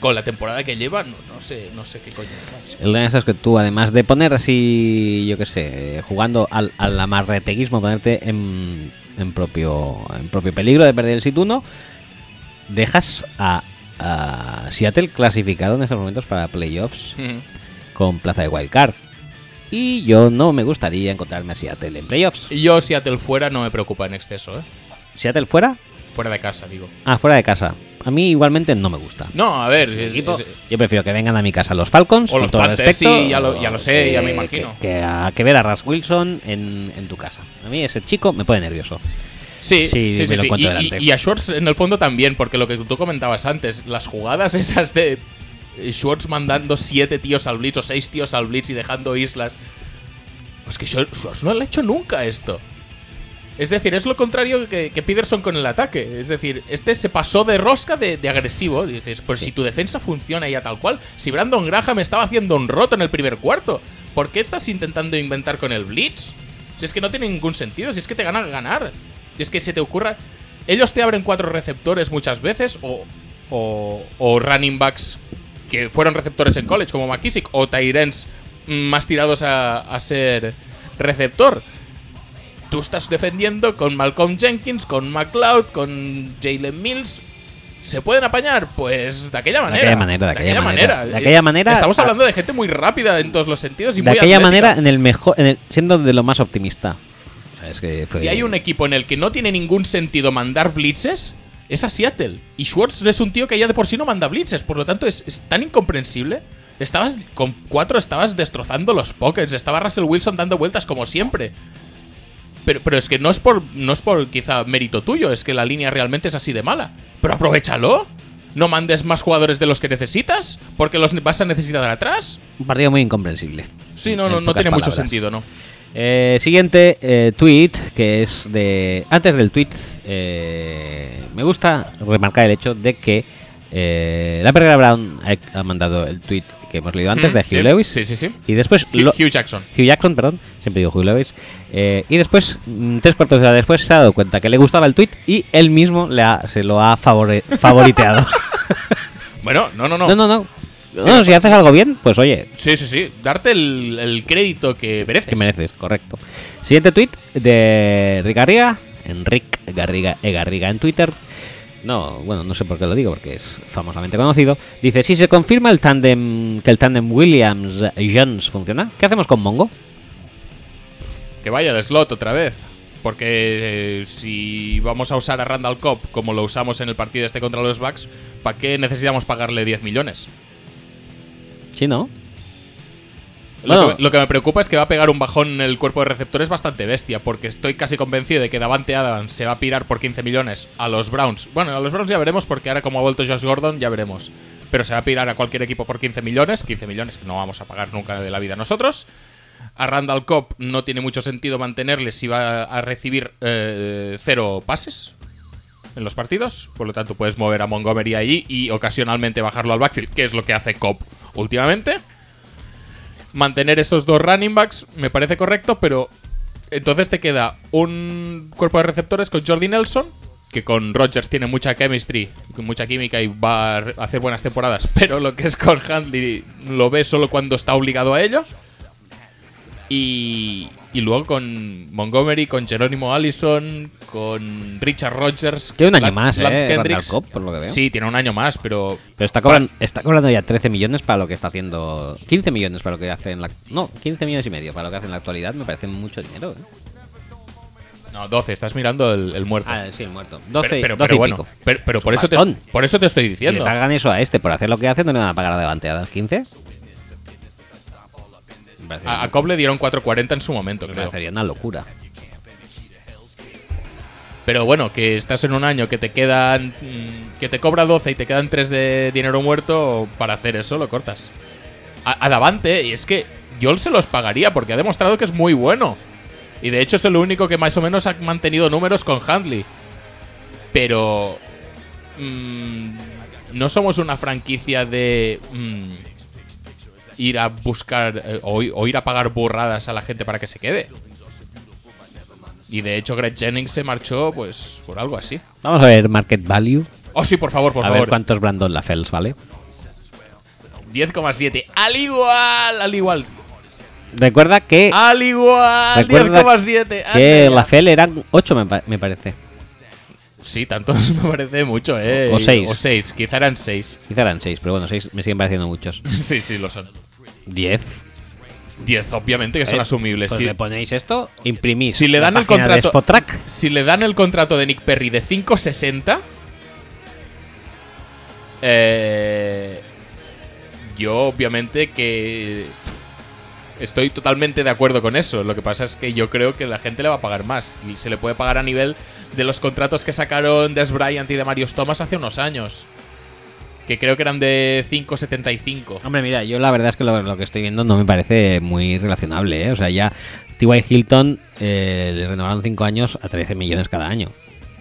[SPEAKER 2] con la temporada que lleva, no, no sé, no sé qué coño. no sé.
[SPEAKER 1] El tema es que tú, además de poner así, yo qué sé, jugando al, al amarreteguismo, ponerte en, en propio, en propio peligro de perder el situno, dejas a, a Seattle clasificado en estos momentos para playoffs
[SPEAKER 2] Ujú.
[SPEAKER 1] con plaza de wildcard. Y yo no me gustaría encontrarme a Seattle en playoffs.
[SPEAKER 2] Yo Seattle fuera no me preocupa en exceso, ¿eh?
[SPEAKER 1] ¿Seattle fuera?
[SPEAKER 2] Fuera de casa, digo.
[SPEAKER 1] Ah, fuera de casa. A mí igualmente no me gusta.
[SPEAKER 2] No, a ver, es-
[SPEAKER 1] equipo,
[SPEAKER 2] es-
[SPEAKER 1] yo prefiero que vengan a mi casa los Falcons.
[SPEAKER 2] O
[SPEAKER 1] con
[SPEAKER 2] los
[SPEAKER 1] todo
[SPEAKER 2] Panthers,
[SPEAKER 1] respeto,
[SPEAKER 2] sí, ya lo- ya lo sé,
[SPEAKER 1] que-
[SPEAKER 2] ya me imagino.
[SPEAKER 1] Que, que a- que ver a Ras Wilson en, en tu casa. A mí ese chico me pone nervioso.
[SPEAKER 2] sí,
[SPEAKER 1] sí,
[SPEAKER 2] sí,
[SPEAKER 1] me
[SPEAKER 2] sí,
[SPEAKER 1] lo
[SPEAKER 2] sí.
[SPEAKER 1] encuentro
[SPEAKER 2] Y- Y,
[SPEAKER 1] delante.
[SPEAKER 2] y a Schwartz en el fondo también, porque lo que tú comentabas antes, las jugadas esas de Schwartz mandando siete tíos al blitz o seis tíos al blitz y dejando islas. Pues que Schwartz Schwartz no lo ha hecho nunca esto. Es decir, es lo contrario que, que Peterson con el ataque. Es decir, este se pasó de rosca de, de agresivo. Y Dices, pues si tu defensa funciona ya tal cual, si Brandon Graham estaba haciendo un roto en el primer cuarto, ¿por qué estás intentando inventar con el Blitz? Si es que no tiene ningún sentido, si es que te ganan ganar. Si es que se te ocurra. Ellos te abren cuatro receptores muchas veces, o, o, o running backs que fueron receptores en college, como McKissick, o Tyrens más tirados a, a ser receptor. Tú estás defendiendo con Malcolm Jenkins, con McLeod, con Jalen Mills. ¿Se pueden apañar? Pues de aquella manera.
[SPEAKER 1] aquella manera, de aquella manera. De aquella manera,
[SPEAKER 2] Estamos
[SPEAKER 1] a-
[SPEAKER 2] hablando de gente muy rápida en todos los sentidos y
[SPEAKER 1] de
[SPEAKER 2] muy
[SPEAKER 1] aquella
[SPEAKER 2] atlética.
[SPEAKER 1] manera, en el mejor, en el- siendo de lo más optimista. O sea, es que fue-
[SPEAKER 2] Si hay un equipo en el que no tiene ningún sentido mandar blitzes, es a Seattle. Y Schwartz es un tío que ya de por sí no manda blitzes, por lo tanto es, es tan incomprensible. Estabas con cuatro, estabas destrozando los pockets, estaba Russell Wilson dando vueltas como siempre. Pero, pero es que no es por no es por quizá mérito tuyo, es que la línea realmente es así de mala. Pero aprovechalo. No mandes más jugadores de los que necesitas, porque los vas a necesitar atrás.
[SPEAKER 1] un partido muy incomprensible.
[SPEAKER 2] Sí, no,
[SPEAKER 1] En
[SPEAKER 2] no, no
[SPEAKER 1] pocas
[SPEAKER 2] tiene mucho
[SPEAKER 1] palabras.
[SPEAKER 2] sentido, ¿no?
[SPEAKER 1] Eh, siguiente eh, tweet, que es de. Antes del tweet, eh, me gusta remarcar el hecho de que eh, la Perrera Brown ha, ha mandado el tweet que hemos leído antes
[SPEAKER 2] Mm,
[SPEAKER 1] de Hugh
[SPEAKER 2] sí,
[SPEAKER 1] Lewis.
[SPEAKER 2] Sí, sí, sí.
[SPEAKER 1] Y después.
[SPEAKER 2] Hugh-
[SPEAKER 1] lo-
[SPEAKER 2] Hugh Jackson.
[SPEAKER 1] Hugh Jackson, perdón, siempre digo Hugh Lewis. Eh, y después, mm, tres cuartos de hora después, se ha dado cuenta que le gustaba el tweet y él mismo le ha- se lo ha favore- favoriteado.
[SPEAKER 2] Bueno, no, no, no.
[SPEAKER 1] no, no, no.
[SPEAKER 2] Sí,
[SPEAKER 1] No, si haces algo bien, pues oye,
[SPEAKER 2] Sí, sí, sí. Darte el, el crédito que mereces.
[SPEAKER 1] que mereces, correcto. Siguiente tweet de Rick Garriga, Enric Garriga E. Garriga en Twitter. No, bueno, no sé por qué lo digo, porque es famosamente conocido. Dice, si se confirma el tándem que el tándem Williams-Jones funciona, ¿qué hacemos con Mongo?
[SPEAKER 2] Que vaya al slot otra vez. Porque eh, si vamos a usar a Randall Cobb como lo usamos en el partido este contra los Bucks, ¿para qué necesitamos pagarle 10 millones?
[SPEAKER 1] Sí, ¿no?
[SPEAKER 2] Lo,
[SPEAKER 1] Bueno.
[SPEAKER 2] que, lo que me preocupa es que va a pegar un bajón en el cuerpo de receptores bastante bestia, porque estoy casi convencido de que Davante Adams se va a pirar por 15 millones a los Browns. Bueno, a los Browns ya veremos, porque ahora como ha vuelto Josh Gordon, ya veremos. Pero se va a pirar a cualquier equipo por 15 millones, 15 millones que no vamos a pagar nunca de la vida nosotros. A Randall Cobb no tiene mucho sentido mantenerle si va a recibir eh, cero pases en los partidos. Por lo tanto, puedes mover a Montgomery allí y ocasionalmente bajarlo al backfield, que es lo que hace Cobb últimamente. Mantener estos dos running backs me parece correcto, pero entonces te queda un cuerpo de receptores con Jordi Nelson, que con Rodgers tiene mucha chemistry, mucha química y va a hacer buenas temporadas, pero lo que es con Handley lo ves solo cuando está obligado a ello. Y, y luego con Montgomery, con Jerónimo Allison, con Richard Rodgers.
[SPEAKER 1] Tiene un año
[SPEAKER 2] Lan-
[SPEAKER 1] más, ¿eh?
[SPEAKER 2] Lance
[SPEAKER 1] Randall
[SPEAKER 2] Kendricks.
[SPEAKER 1] Cobb, por lo que veo.
[SPEAKER 2] Sí, tiene un año más, pero
[SPEAKER 1] Pero está, cobran- está cobrando ya 13 millones para lo que está haciendo. 15 millones para lo que hace en la. No, 15 millones y medio para lo que hace en la actualidad. Me parece mucho dinero. ¿eh?
[SPEAKER 2] No, 12, estás mirando el, el muerto.
[SPEAKER 1] Ah, sí, el muerto. 12,
[SPEAKER 2] pero, pero,
[SPEAKER 1] 12
[SPEAKER 2] pero
[SPEAKER 1] y
[SPEAKER 2] bueno,
[SPEAKER 1] pico.
[SPEAKER 2] pero, pero
[SPEAKER 1] Es
[SPEAKER 2] por,
[SPEAKER 1] un
[SPEAKER 2] eso te,
[SPEAKER 1] bastón.
[SPEAKER 2] por eso te estoy
[SPEAKER 1] Si le
[SPEAKER 2] diciendo.
[SPEAKER 1] pagan eso a este por hacer lo que hace, no le van a pagar a Davante a las 15. Me parece-
[SPEAKER 2] A, a Cobb le dieron 4.40 en su momento,
[SPEAKER 1] me
[SPEAKER 2] creo.
[SPEAKER 1] parecería una locura.
[SPEAKER 2] Pero bueno, que estás en un año que te quedan. mm, que te cobra 12 y te quedan 3 de dinero muerto, para hacer eso lo cortas. A, a Davante, y es que yo se los pagaría porque ha demostrado que es muy bueno. Y de hecho es el único que más o menos ha mantenido números con Handley. Pero. mm, no somos una franquicia de. mm, ir a buscar eh, o, o ir a pagar burradas a la gente para que se quede. Y de hecho Greg Jennings se marchó pues por algo así.
[SPEAKER 1] Vamos a ver Market Value.
[SPEAKER 2] Oh, sí, por favor, por
[SPEAKER 1] a ver
[SPEAKER 2] favor.
[SPEAKER 1] cuántos Brandon Lafels, ¿vale?
[SPEAKER 2] 10,7. Al igual, al igual.
[SPEAKER 1] Recuerda que,
[SPEAKER 2] Al igual,
[SPEAKER 1] Recuerda
[SPEAKER 2] 10,7.
[SPEAKER 1] que
[SPEAKER 2] anda ya.
[SPEAKER 1] Lafel eran 8, me, pa- me parece.
[SPEAKER 2] Sí, tantos me parece mucho, ¿eh?
[SPEAKER 1] O seis.
[SPEAKER 2] O 6, quizá eran 6.
[SPEAKER 1] Quizá eran 6, pero bueno, 6 me siguen pareciendo muchos.
[SPEAKER 2] sí, sí, lo son.
[SPEAKER 1] 10.
[SPEAKER 2] 10, obviamente que son
[SPEAKER 1] Eh,
[SPEAKER 2] asumibles.
[SPEAKER 1] Pues
[SPEAKER 2] sí.
[SPEAKER 1] le ponéis esto, imprimís.
[SPEAKER 2] Si le dan
[SPEAKER 1] la
[SPEAKER 2] el
[SPEAKER 1] página de
[SPEAKER 2] contrato-
[SPEAKER 1] Spotrac,
[SPEAKER 2] Si le dan el contrato de Nick Perry de 5.60, eh, yo obviamente que estoy totalmente de acuerdo con eso. Lo que pasa es que yo creo que la gente le va a pagar más y se le puede pagar a nivel de los contratos que sacaron de S. Bryant y de Marius Thomas hace unos años. Que creo que eran de 5.75.
[SPEAKER 1] Hombre, mira, yo la verdad es que lo, lo que estoy viendo no me parece muy relacionable, ¿eh? O sea, ya T.Y. Hilton eh, le renovaron 5 años a 13 millones cada año.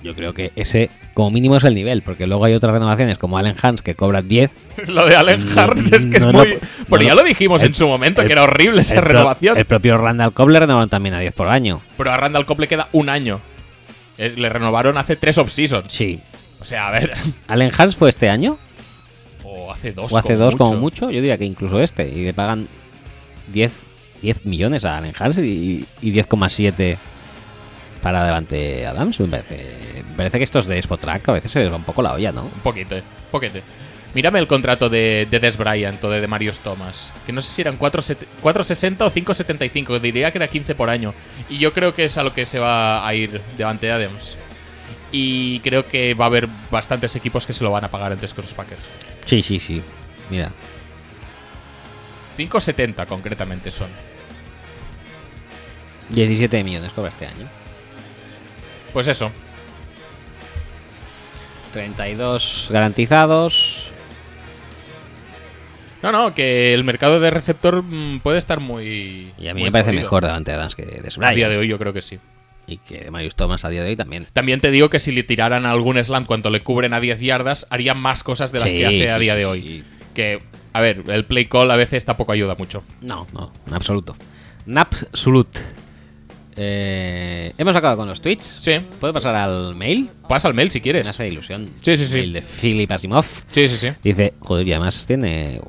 [SPEAKER 1] Yo creo que ese, como mínimo, es el nivel, porque luego hay otras renovaciones como Allen Hans que cobra 10.
[SPEAKER 2] Lo de Allen
[SPEAKER 1] No,
[SPEAKER 2] Hurts es que
[SPEAKER 1] no lo-
[SPEAKER 2] es muy...
[SPEAKER 1] no Eh,
[SPEAKER 2] Bueno, ya
[SPEAKER 1] lo-
[SPEAKER 2] lo dijimos
[SPEAKER 1] el-
[SPEAKER 2] en su momento,
[SPEAKER 1] el-
[SPEAKER 2] que era horrible esa
[SPEAKER 1] El pro-
[SPEAKER 2] renovación.
[SPEAKER 1] el propio Randall Cobb le renovaron también a 10 por año.
[SPEAKER 2] Pero a Randall Cobb le queda un año. Es- Le renovaron hace tres off-seasons.
[SPEAKER 1] Sí.
[SPEAKER 2] O sea, a ver.
[SPEAKER 1] ¿Allen Hans fue este año?
[SPEAKER 2] O hace dos.
[SPEAKER 1] ¿O hace dos como mucho? Yo diría que incluso este. Y le pagan 10 10 millones a Allen Hurst y, y 10,7 para Davante Adams. Me parece, me parece que estos de Spotrack a veces se les va un poco la olla, ¿no?
[SPEAKER 2] Un poquito, eh, un poquete. Mírame el contrato de, de Des Bryant o de, de Marius Thomas, que no sé si eran 4 set- 4.60 o 5.75, diría que era 15 por año. Y yo creo que es a lo que se va a ir delante de Adams. Y creo que va a haber bastantes equipos que se lo van a pagar antes que los Packers.
[SPEAKER 1] Sí, sí, sí. Mira,
[SPEAKER 2] 5.70 concretamente son.
[SPEAKER 1] 17 millones cobra este año.
[SPEAKER 2] Pues eso,
[SPEAKER 1] 32 garantizados.
[SPEAKER 2] No, no, que el mercado de receptor mm, puede estar muy.
[SPEAKER 1] Y a mí
[SPEAKER 2] muy
[SPEAKER 1] me parece
[SPEAKER 2] jodido.
[SPEAKER 1] mejor Davante Adams que de
[SPEAKER 2] A día
[SPEAKER 1] Bryant.
[SPEAKER 2] de hoy, yo creo que sí.
[SPEAKER 1] Y que Marius Thomas a día de hoy también.
[SPEAKER 2] También te digo que si le tiraran algún slam cuando le cubren a 10 yardas, haría más cosas de las
[SPEAKER 1] Sí,
[SPEAKER 2] que hace a
[SPEAKER 1] sí,
[SPEAKER 2] día
[SPEAKER 1] sí,
[SPEAKER 2] de hoy.
[SPEAKER 1] sí.
[SPEAKER 2] Que, a ver, el play call a veces tampoco ayuda mucho.
[SPEAKER 1] No, no, en absoluto. En absoluto. Eh, hemos acabado con los tweets.
[SPEAKER 2] Sí. Pues
[SPEAKER 1] ¿Puedo pasar al mail?
[SPEAKER 2] Pasa el mail si
[SPEAKER 1] Me
[SPEAKER 2] quieres.
[SPEAKER 1] hace ilusión.
[SPEAKER 2] Sí, sí, sí.
[SPEAKER 1] El de Philip Asimov.
[SPEAKER 2] Sí, sí, sí.
[SPEAKER 1] Dice, joder, y además tiene.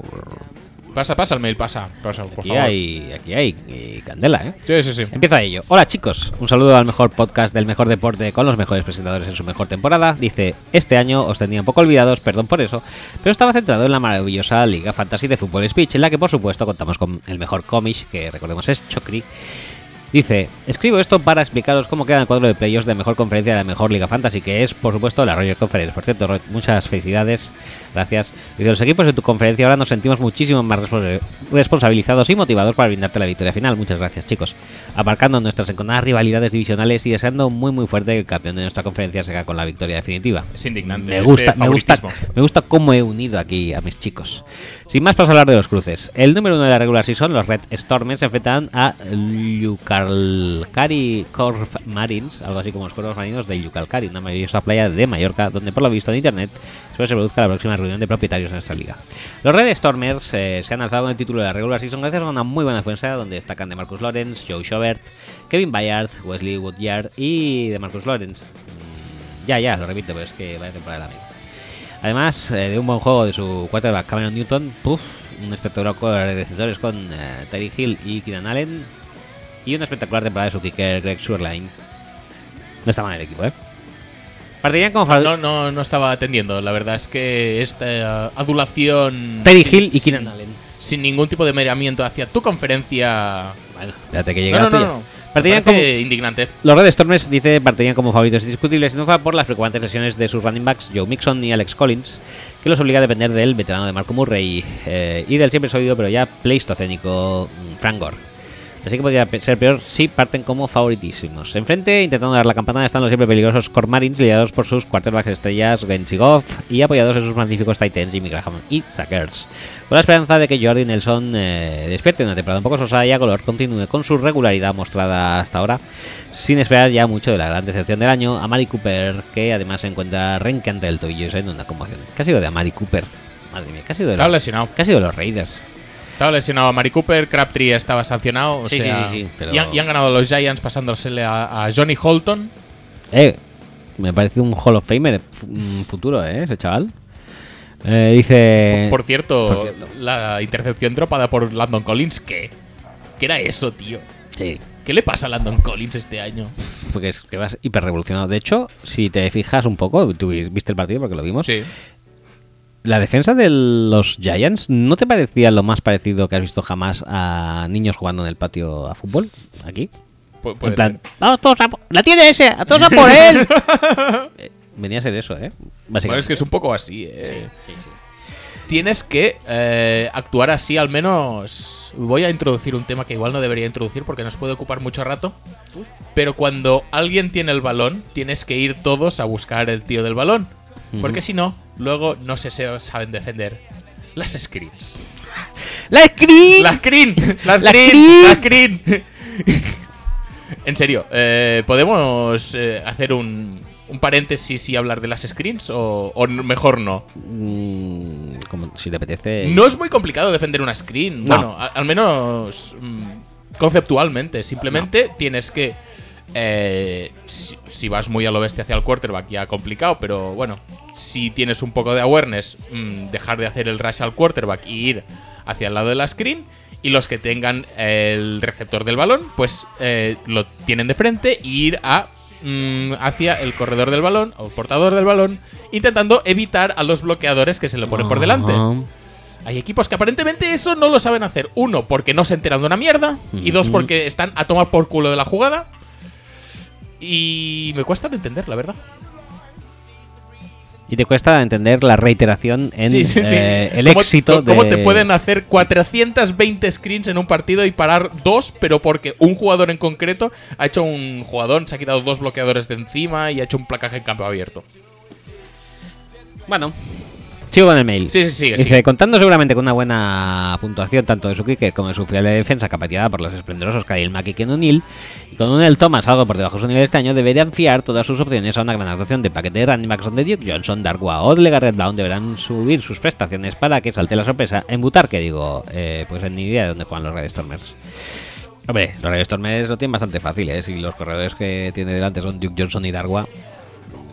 [SPEAKER 2] Pasa, pasa el mail, pasa. Pasa, por
[SPEAKER 1] Aquí
[SPEAKER 2] favor.
[SPEAKER 1] hay, aquí hay eh, candela, ¿eh?
[SPEAKER 2] Sí, sí, sí.
[SPEAKER 1] Empieza ello. Hola chicos, un saludo al mejor podcast del mejor deporte con los mejores presentadores en su mejor temporada. Dice, este año os tenía un poco olvidados, perdón por eso, pero estaba centrado en la maravillosa Liga Fantasy de Fútbol Speech, en la que por supuesto contamos con el mejor cómic, que recordemos es Chocri. Dice, escribo esto para explicaros cómo queda el cuadro de playoffs de la mejor conferencia de la mejor Liga Fantasy, que es, por supuesto, la Royal Conference. Por cierto, Roy, muchas felicidades, gracias. Dice, los equipos de tu conferencia ahora nos sentimos muchísimo más respons- responsabilizados y motivados para brindarte la victoria final. Muchas gracias, chicos. Abarcando nuestras enconadas rivalidades divisionales y deseando muy, muy fuerte que el campeón de nuestra conferencia se haga con la victoria definitiva.
[SPEAKER 2] Es indignante.
[SPEAKER 1] Me
[SPEAKER 2] este
[SPEAKER 1] gusta, me gusta,
[SPEAKER 2] favoritismo.
[SPEAKER 1] me gusta cómo he unido aquí a mis chicos. Sin más, paso a hablar de los cruces. El número uno de la regular season, los Red Stormers, se enfrentan a Yucalcari Corf Marines, algo así como los cuervos marinos de Yucalcari, una maravillosa playa de Mallorca, donde por lo visto en internet espero se produzca la próxima reunión de propietarios en esta liga. Los Red Stormers eh, se han alzado con el título de la regular season gracias a una muy buena defensa, donde destacan de Marcus Lawrence, Joe Schobert, Kevin Bayard, Wesley Woodyard y de Marcus Lawrence. Mm, Ya, ya, lo repito, pero es que vaya temporada la misma. Además eh, de un buen juego de su quarterback Cameron Newton, puff, un espectacular de receptores con eh, Tyreek Hill y Keenan Allen y una espectacular temporada de su kicker Greg Sherline. No está mal el equipo, ¿eh? Partirían como favor-
[SPEAKER 2] No, no, no estaba atendiendo. La verdad es que esta eh, adulación.
[SPEAKER 1] Terry
[SPEAKER 2] sin-
[SPEAKER 1] Hill y
[SPEAKER 2] sin-
[SPEAKER 1] Keenan Allen.
[SPEAKER 2] Sin ningún tipo de meramiento hacia tu conferencia.
[SPEAKER 1] Bueno, espérate que llegue
[SPEAKER 2] No, no,
[SPEAKER 1] la
[SPEAKER 2] no,
[SPEAKER 1] tuya.
[SPEAKER 2] no. Me
[SPEAKER 1] Partirían
[SPEAKER 2] parece
[SPEAKER 1] como
[SPEAKER 2] indignante.
[SPEAKER 1] Los Red Stormers, dice, partirían como favoritos indiscutibles en UFA por las preocupantes lesiones de sus running backs Joe Mixon y Alex Collins, que los obliga a depender del veterano de Marco Murray eh, y del siempre sólido pero ya pleistocénico mm, Frank Gore. Así que podría pe- ser peor si parten como favoritísimos. Enfrente, intentando dar la campanada, están los siempre peligrosos Cormarins, liderados por sus quarterbacks estrellas Gensi Goff y apoyados en sus magníficos Titans Jimmy Graham y Sackers. Con la esperanza de que Jordi Nelson eh, despierte una temporada un poco sosa y a color continúe con su regularidad mostrada hasta ahora, sin esperar ya mucho de la gran decepción del año, Amari Cooper, que además se encuentra renqueante del tobillo y se en una conmoción. ¿Qué ha sido de Amari Cooper? Madre mía, ¿qué ha sido de,
[SPEAKER 2] Estaba
[SPEAKER 1] los,
[SPEAKER 2] lesionado.
[SPEAKER 1] qué ha sido de los Raiders?
[SPEAKER 2] Estaba lesionado a Mari Cooper, Crabtree estaba sancionado. o
[SPEAKER 1] Sí, sí,
[SPEAKER 2] sea,
[SPEAKER 1] sí, sí, pero-
[SPEAKER 2] y, han, y han ganado los Giants pasándosele a, a Johnny Holton.
[SPEAKER 1] Eh, me parece un Hall of Famer fu- mm, futuro, ¿eh? Ese chaval. Eh, dice...
[SPEAKER 2] por, cierto,
[SPEAKER 1] por cierto.
[SPEAKER 2] la intercepción dropada por Landon Collins, ¿qué? ¿Qué era eso, tío?
[SPEAKER 1] Sí,
[SPEAKER 2] ¿Qué le pasa a Landon Collins este año?
[SPEAKER 1] porque es que vas hiperrevolucionado. De hecho, si te fijas un poco, tú vi- viste el partido porque lo vimos.
[SPEAKER 2] Sí.
[SPEAKER 1] La defensa de los Giants no te parecía lo más parecido que has visto jamás a niños jugando en el patio a fútbol aquí.
[SPEAKER 2] Pu-
[SPEAKER 1] En
[SPEAKER 2] puede
[SPEAKER 1] plan,
[SPEAKER 2] ser.
[SPEAKER 1] vamos todos a po- la tiene ese, a todos a por él. Eh, Venía a ser eso, ¿eh? Básicamente.
[SPEAKER 2] Bueno, es que es un poco así. eh. Tienes que eh, actuar así, al menos. Voy a introducir un tema que igual no debería introducir porque nos puede ocupar mucho rato. Pero cuando alguien tiene el balón, tienes que ir todos a buscar el tío del balón. Porque si no, luego no se se- saben defender. Las screens.
[SPEAKER 1] ¡La screen!
[SPEAKER 2] ¡Las screen! ¡Las
[SPEAKER 1] ¡Las
[SPEAKER 2] screen! ¡Las screen! en serio, eh, ¿podemos eh, hacer un, un paréntesis y hablar de las screens? ¿O, o n- mejor no?
[SPEAKER 1] Mm, como si te apetece.
[SPEAKER 2] No es muy complicado defender una screen.
[SPEAKER 1] No.
[SPEAKER 2] Bueno, a- al menos mm, conceptualmente. Simplemente tienes que. eh, si, si vas muy al oeste hacia el quarterback, ya complicado, pero bueno, si tienes un poco de awareness, mm, dejar de hacer el rush al quarterback y ir hacia el lado de la screen. Y los que tengan el receptor del balón, pues eh, lo tienen de frente y ir a, mm, hacia el corredor del balón o portador del balón, intentando evitar a los bloqueadores que se lo ponen por delante.
[SPEAKER 1] Ajá.
[SPEAKER 2] Hay equipos que aparentemente eso no lo saben hacer. Uno, porque no se enteran de una mierda. Y dos, porque están a tomar por culo de la jugada. Y me cuesta de entender, la verdad.
[SPEAKER 1] Y te cuesta entender la reiteración en
[SPEAKER 2] Sí, sí, sí.
[SPEAKER 1] eh, el
[SPEAKER 2] ¿Cómo-
[SPEAKER 1] éxito
[SPEAKER 2] ¿Cómo
[SPEAKER 1] de-
[SPEAKER 2] te pueden hacer 420 screens en un partido y parar dos, pero porque un jugador en concreto ha hecho un jugadón, se ha quitado dos bloqueadores de encima y ha hecho un placaje en campo abierto?
[SPEAKER 1] Bueno. Sigo con el mail.
[SPEAKER 2] Sí, sí, sigue,
[SPEAKER 1] Dice,
[SPEAKER 2] sigue.
[SPEAKER 1] contando seguramente con una buena puntuación tanto de su kicker como de su fiable defensa, capacitada por los esplendorosos Khalil Mack y Ken O'Neill, y con un El Thomas algo por debajo de su nivel este año, deberían fiar todas sus opciones a una gran actuación de paquete de Randy Maxon de Duke Johnson, Darkwa Odle, Garrett Brown, deberán subir sus prestaciones para que salte la sorpresa en Butar, que digo, eh, pues en ni idea de dónde juegan los Red Stormers. Hombre, los Red Stormers lo tienen bastante fácil, ¿eh? Si los corredores que tiene delante son Duke Johnson y Darkwa,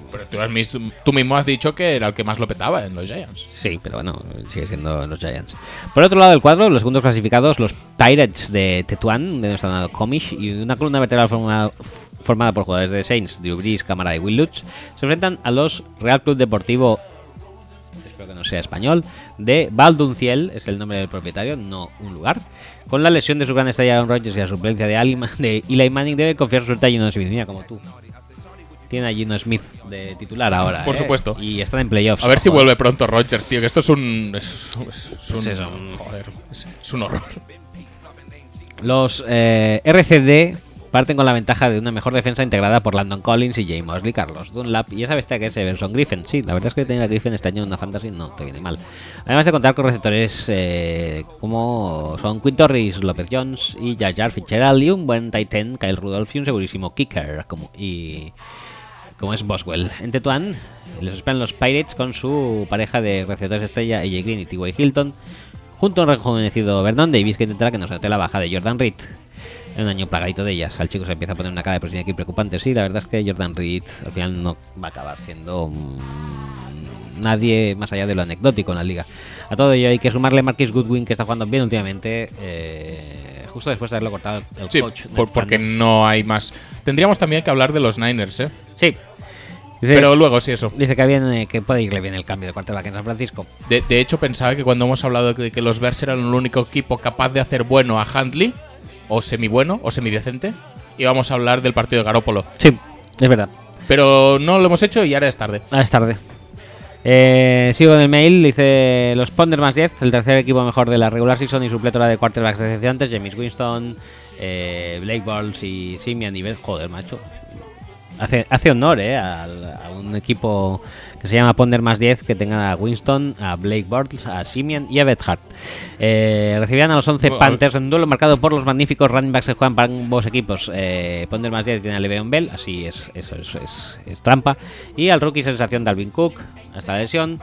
[SPEAKER 2] Pero tú, has mis- tú mismo has dicho que era el que más lo petaba en los Giants.
[SPEAKER 1] Sí, pero bueno, sigue siendo los Giants. Por otro lado del cuadro, los segundos clasificados, los Pirates de Tetuán, de nuestro amado Comish, y una columna vertebral formada, formada por jugadores de Saints, Drew Brees, Cámara y Will Lutz, se enfrentan a los Real Club Deportivo, espero que no sea español, de Valdunciel, es el nombre del propietario, no un lugar. Con la lesión de su gran estrella Aaron Rodgers y la suplencia de, Ali- de Eli Manning, debe confiar su suerte a Gino Smith, mira, como tú. Tiene a Gino Smith de titular ahora.
[SPEAKER 2] Por
[SPEAKER 1] ¿eh?
[SPEAKER 2] supuesto.
[SPEAKER 1] Y están en playoffs.
[SPEAKER 2] A ver si
[SPEAKER 1] ojo, ¿eh?
[SPEAKER 2] vuelve pronto Rogers, tío, que esto es un. Es, es- es un,
[SPEAKER 1] Es eso, un-
[SPEAKER 2] joder, es- es un horror.
[SPEAKER 1] Los eh, RCD parten con la ventaja de una mejor defensa integrada por Landon Collins y Jay Mosley, Carlos Dunlap y esa bestia que es Everson Griffin. Sí, la verdad es que tener a Griffin este año en una fantasy no te viene mal. Además de contar con receptores eh, como son Quinn Torres, López Jones y Jajar Fitzgerald y un buen tight end, Kyle Rudolph y un segurísimo kicker como, y como es Boswell. En Tetuán les esperan los Pirates con su pareja de receptores estrella AJ Green y T.Y. Hilton, junto a un rejuvenecido Vernon Davis que intentará que nos note la baja de Jordan Reed. En un año plagadito de ellas, al chico se empieza a poner una cara de presión aquí preocupante. Sí, la verdad es que Jordan Reed al final no va a acabar siendo mm, nadie más allá de lo anecdótico en la liga. A todo ello hay que sumarle Marquis Goodwin que está jugando bien últimamente, eh, justo después de haberlo cortado el
[SPEAKER 2] Sí,
[SPEAKER 1] coach. Ned
[SPEAKER 2] por- porque
[SPEAKER 1] Flanders.
[SPEAKER 2] no hay más. Tendríamos también que hablar de los Niners, ¿eh?
[SPEAKER 1] Sí. Dice-
[SPEAKER 2] Pero luego sí, eso.
[SPEAKER 1] Dice que, viene, que puede irle bien el cambio de quarterback en San Francisco.
[SPEAKER 2] De, de hecho, pensaba que cuando hemos hablado de que los Bears eran el único equipo capaz de hacer bueno a Huntley, o semi bueno, o semi decente, íbamos a hablar del partido de Garópolo.
[SPEAKER 1] Sí, es verdad.
[SPEAKER 2] Pero no lo hemos hecho y ahora es tarde.
[SPEAKER 1] Ah, es tarde. Eh, sigo en el mail, dice los Ponder más 10, el tercer equipo mejor de la regular season y su plétora de quarterbacks decepcionantes, James Winston, eh, Blake Balls y Simian y Ben- Joder, macho. Hace, hace honor eh, al- a, un equipo que se llama Ponder más 10 que tenga a Winston, a Blake Bortles, a Simian y a Beth Hart. Eh, recibirán a los 11
[SPEAKER 2] Bueno, a ver.
[SPEAKER 1] Panthers en un duelo marcado por los magníficos running backs que juegan para ambos equipos. Eh, Ponder más 10 tiene a Le'Veon Bell, así es, eso es, es- es trampa. Y al rookie sensación de Alvin Cook, hasta la lesión.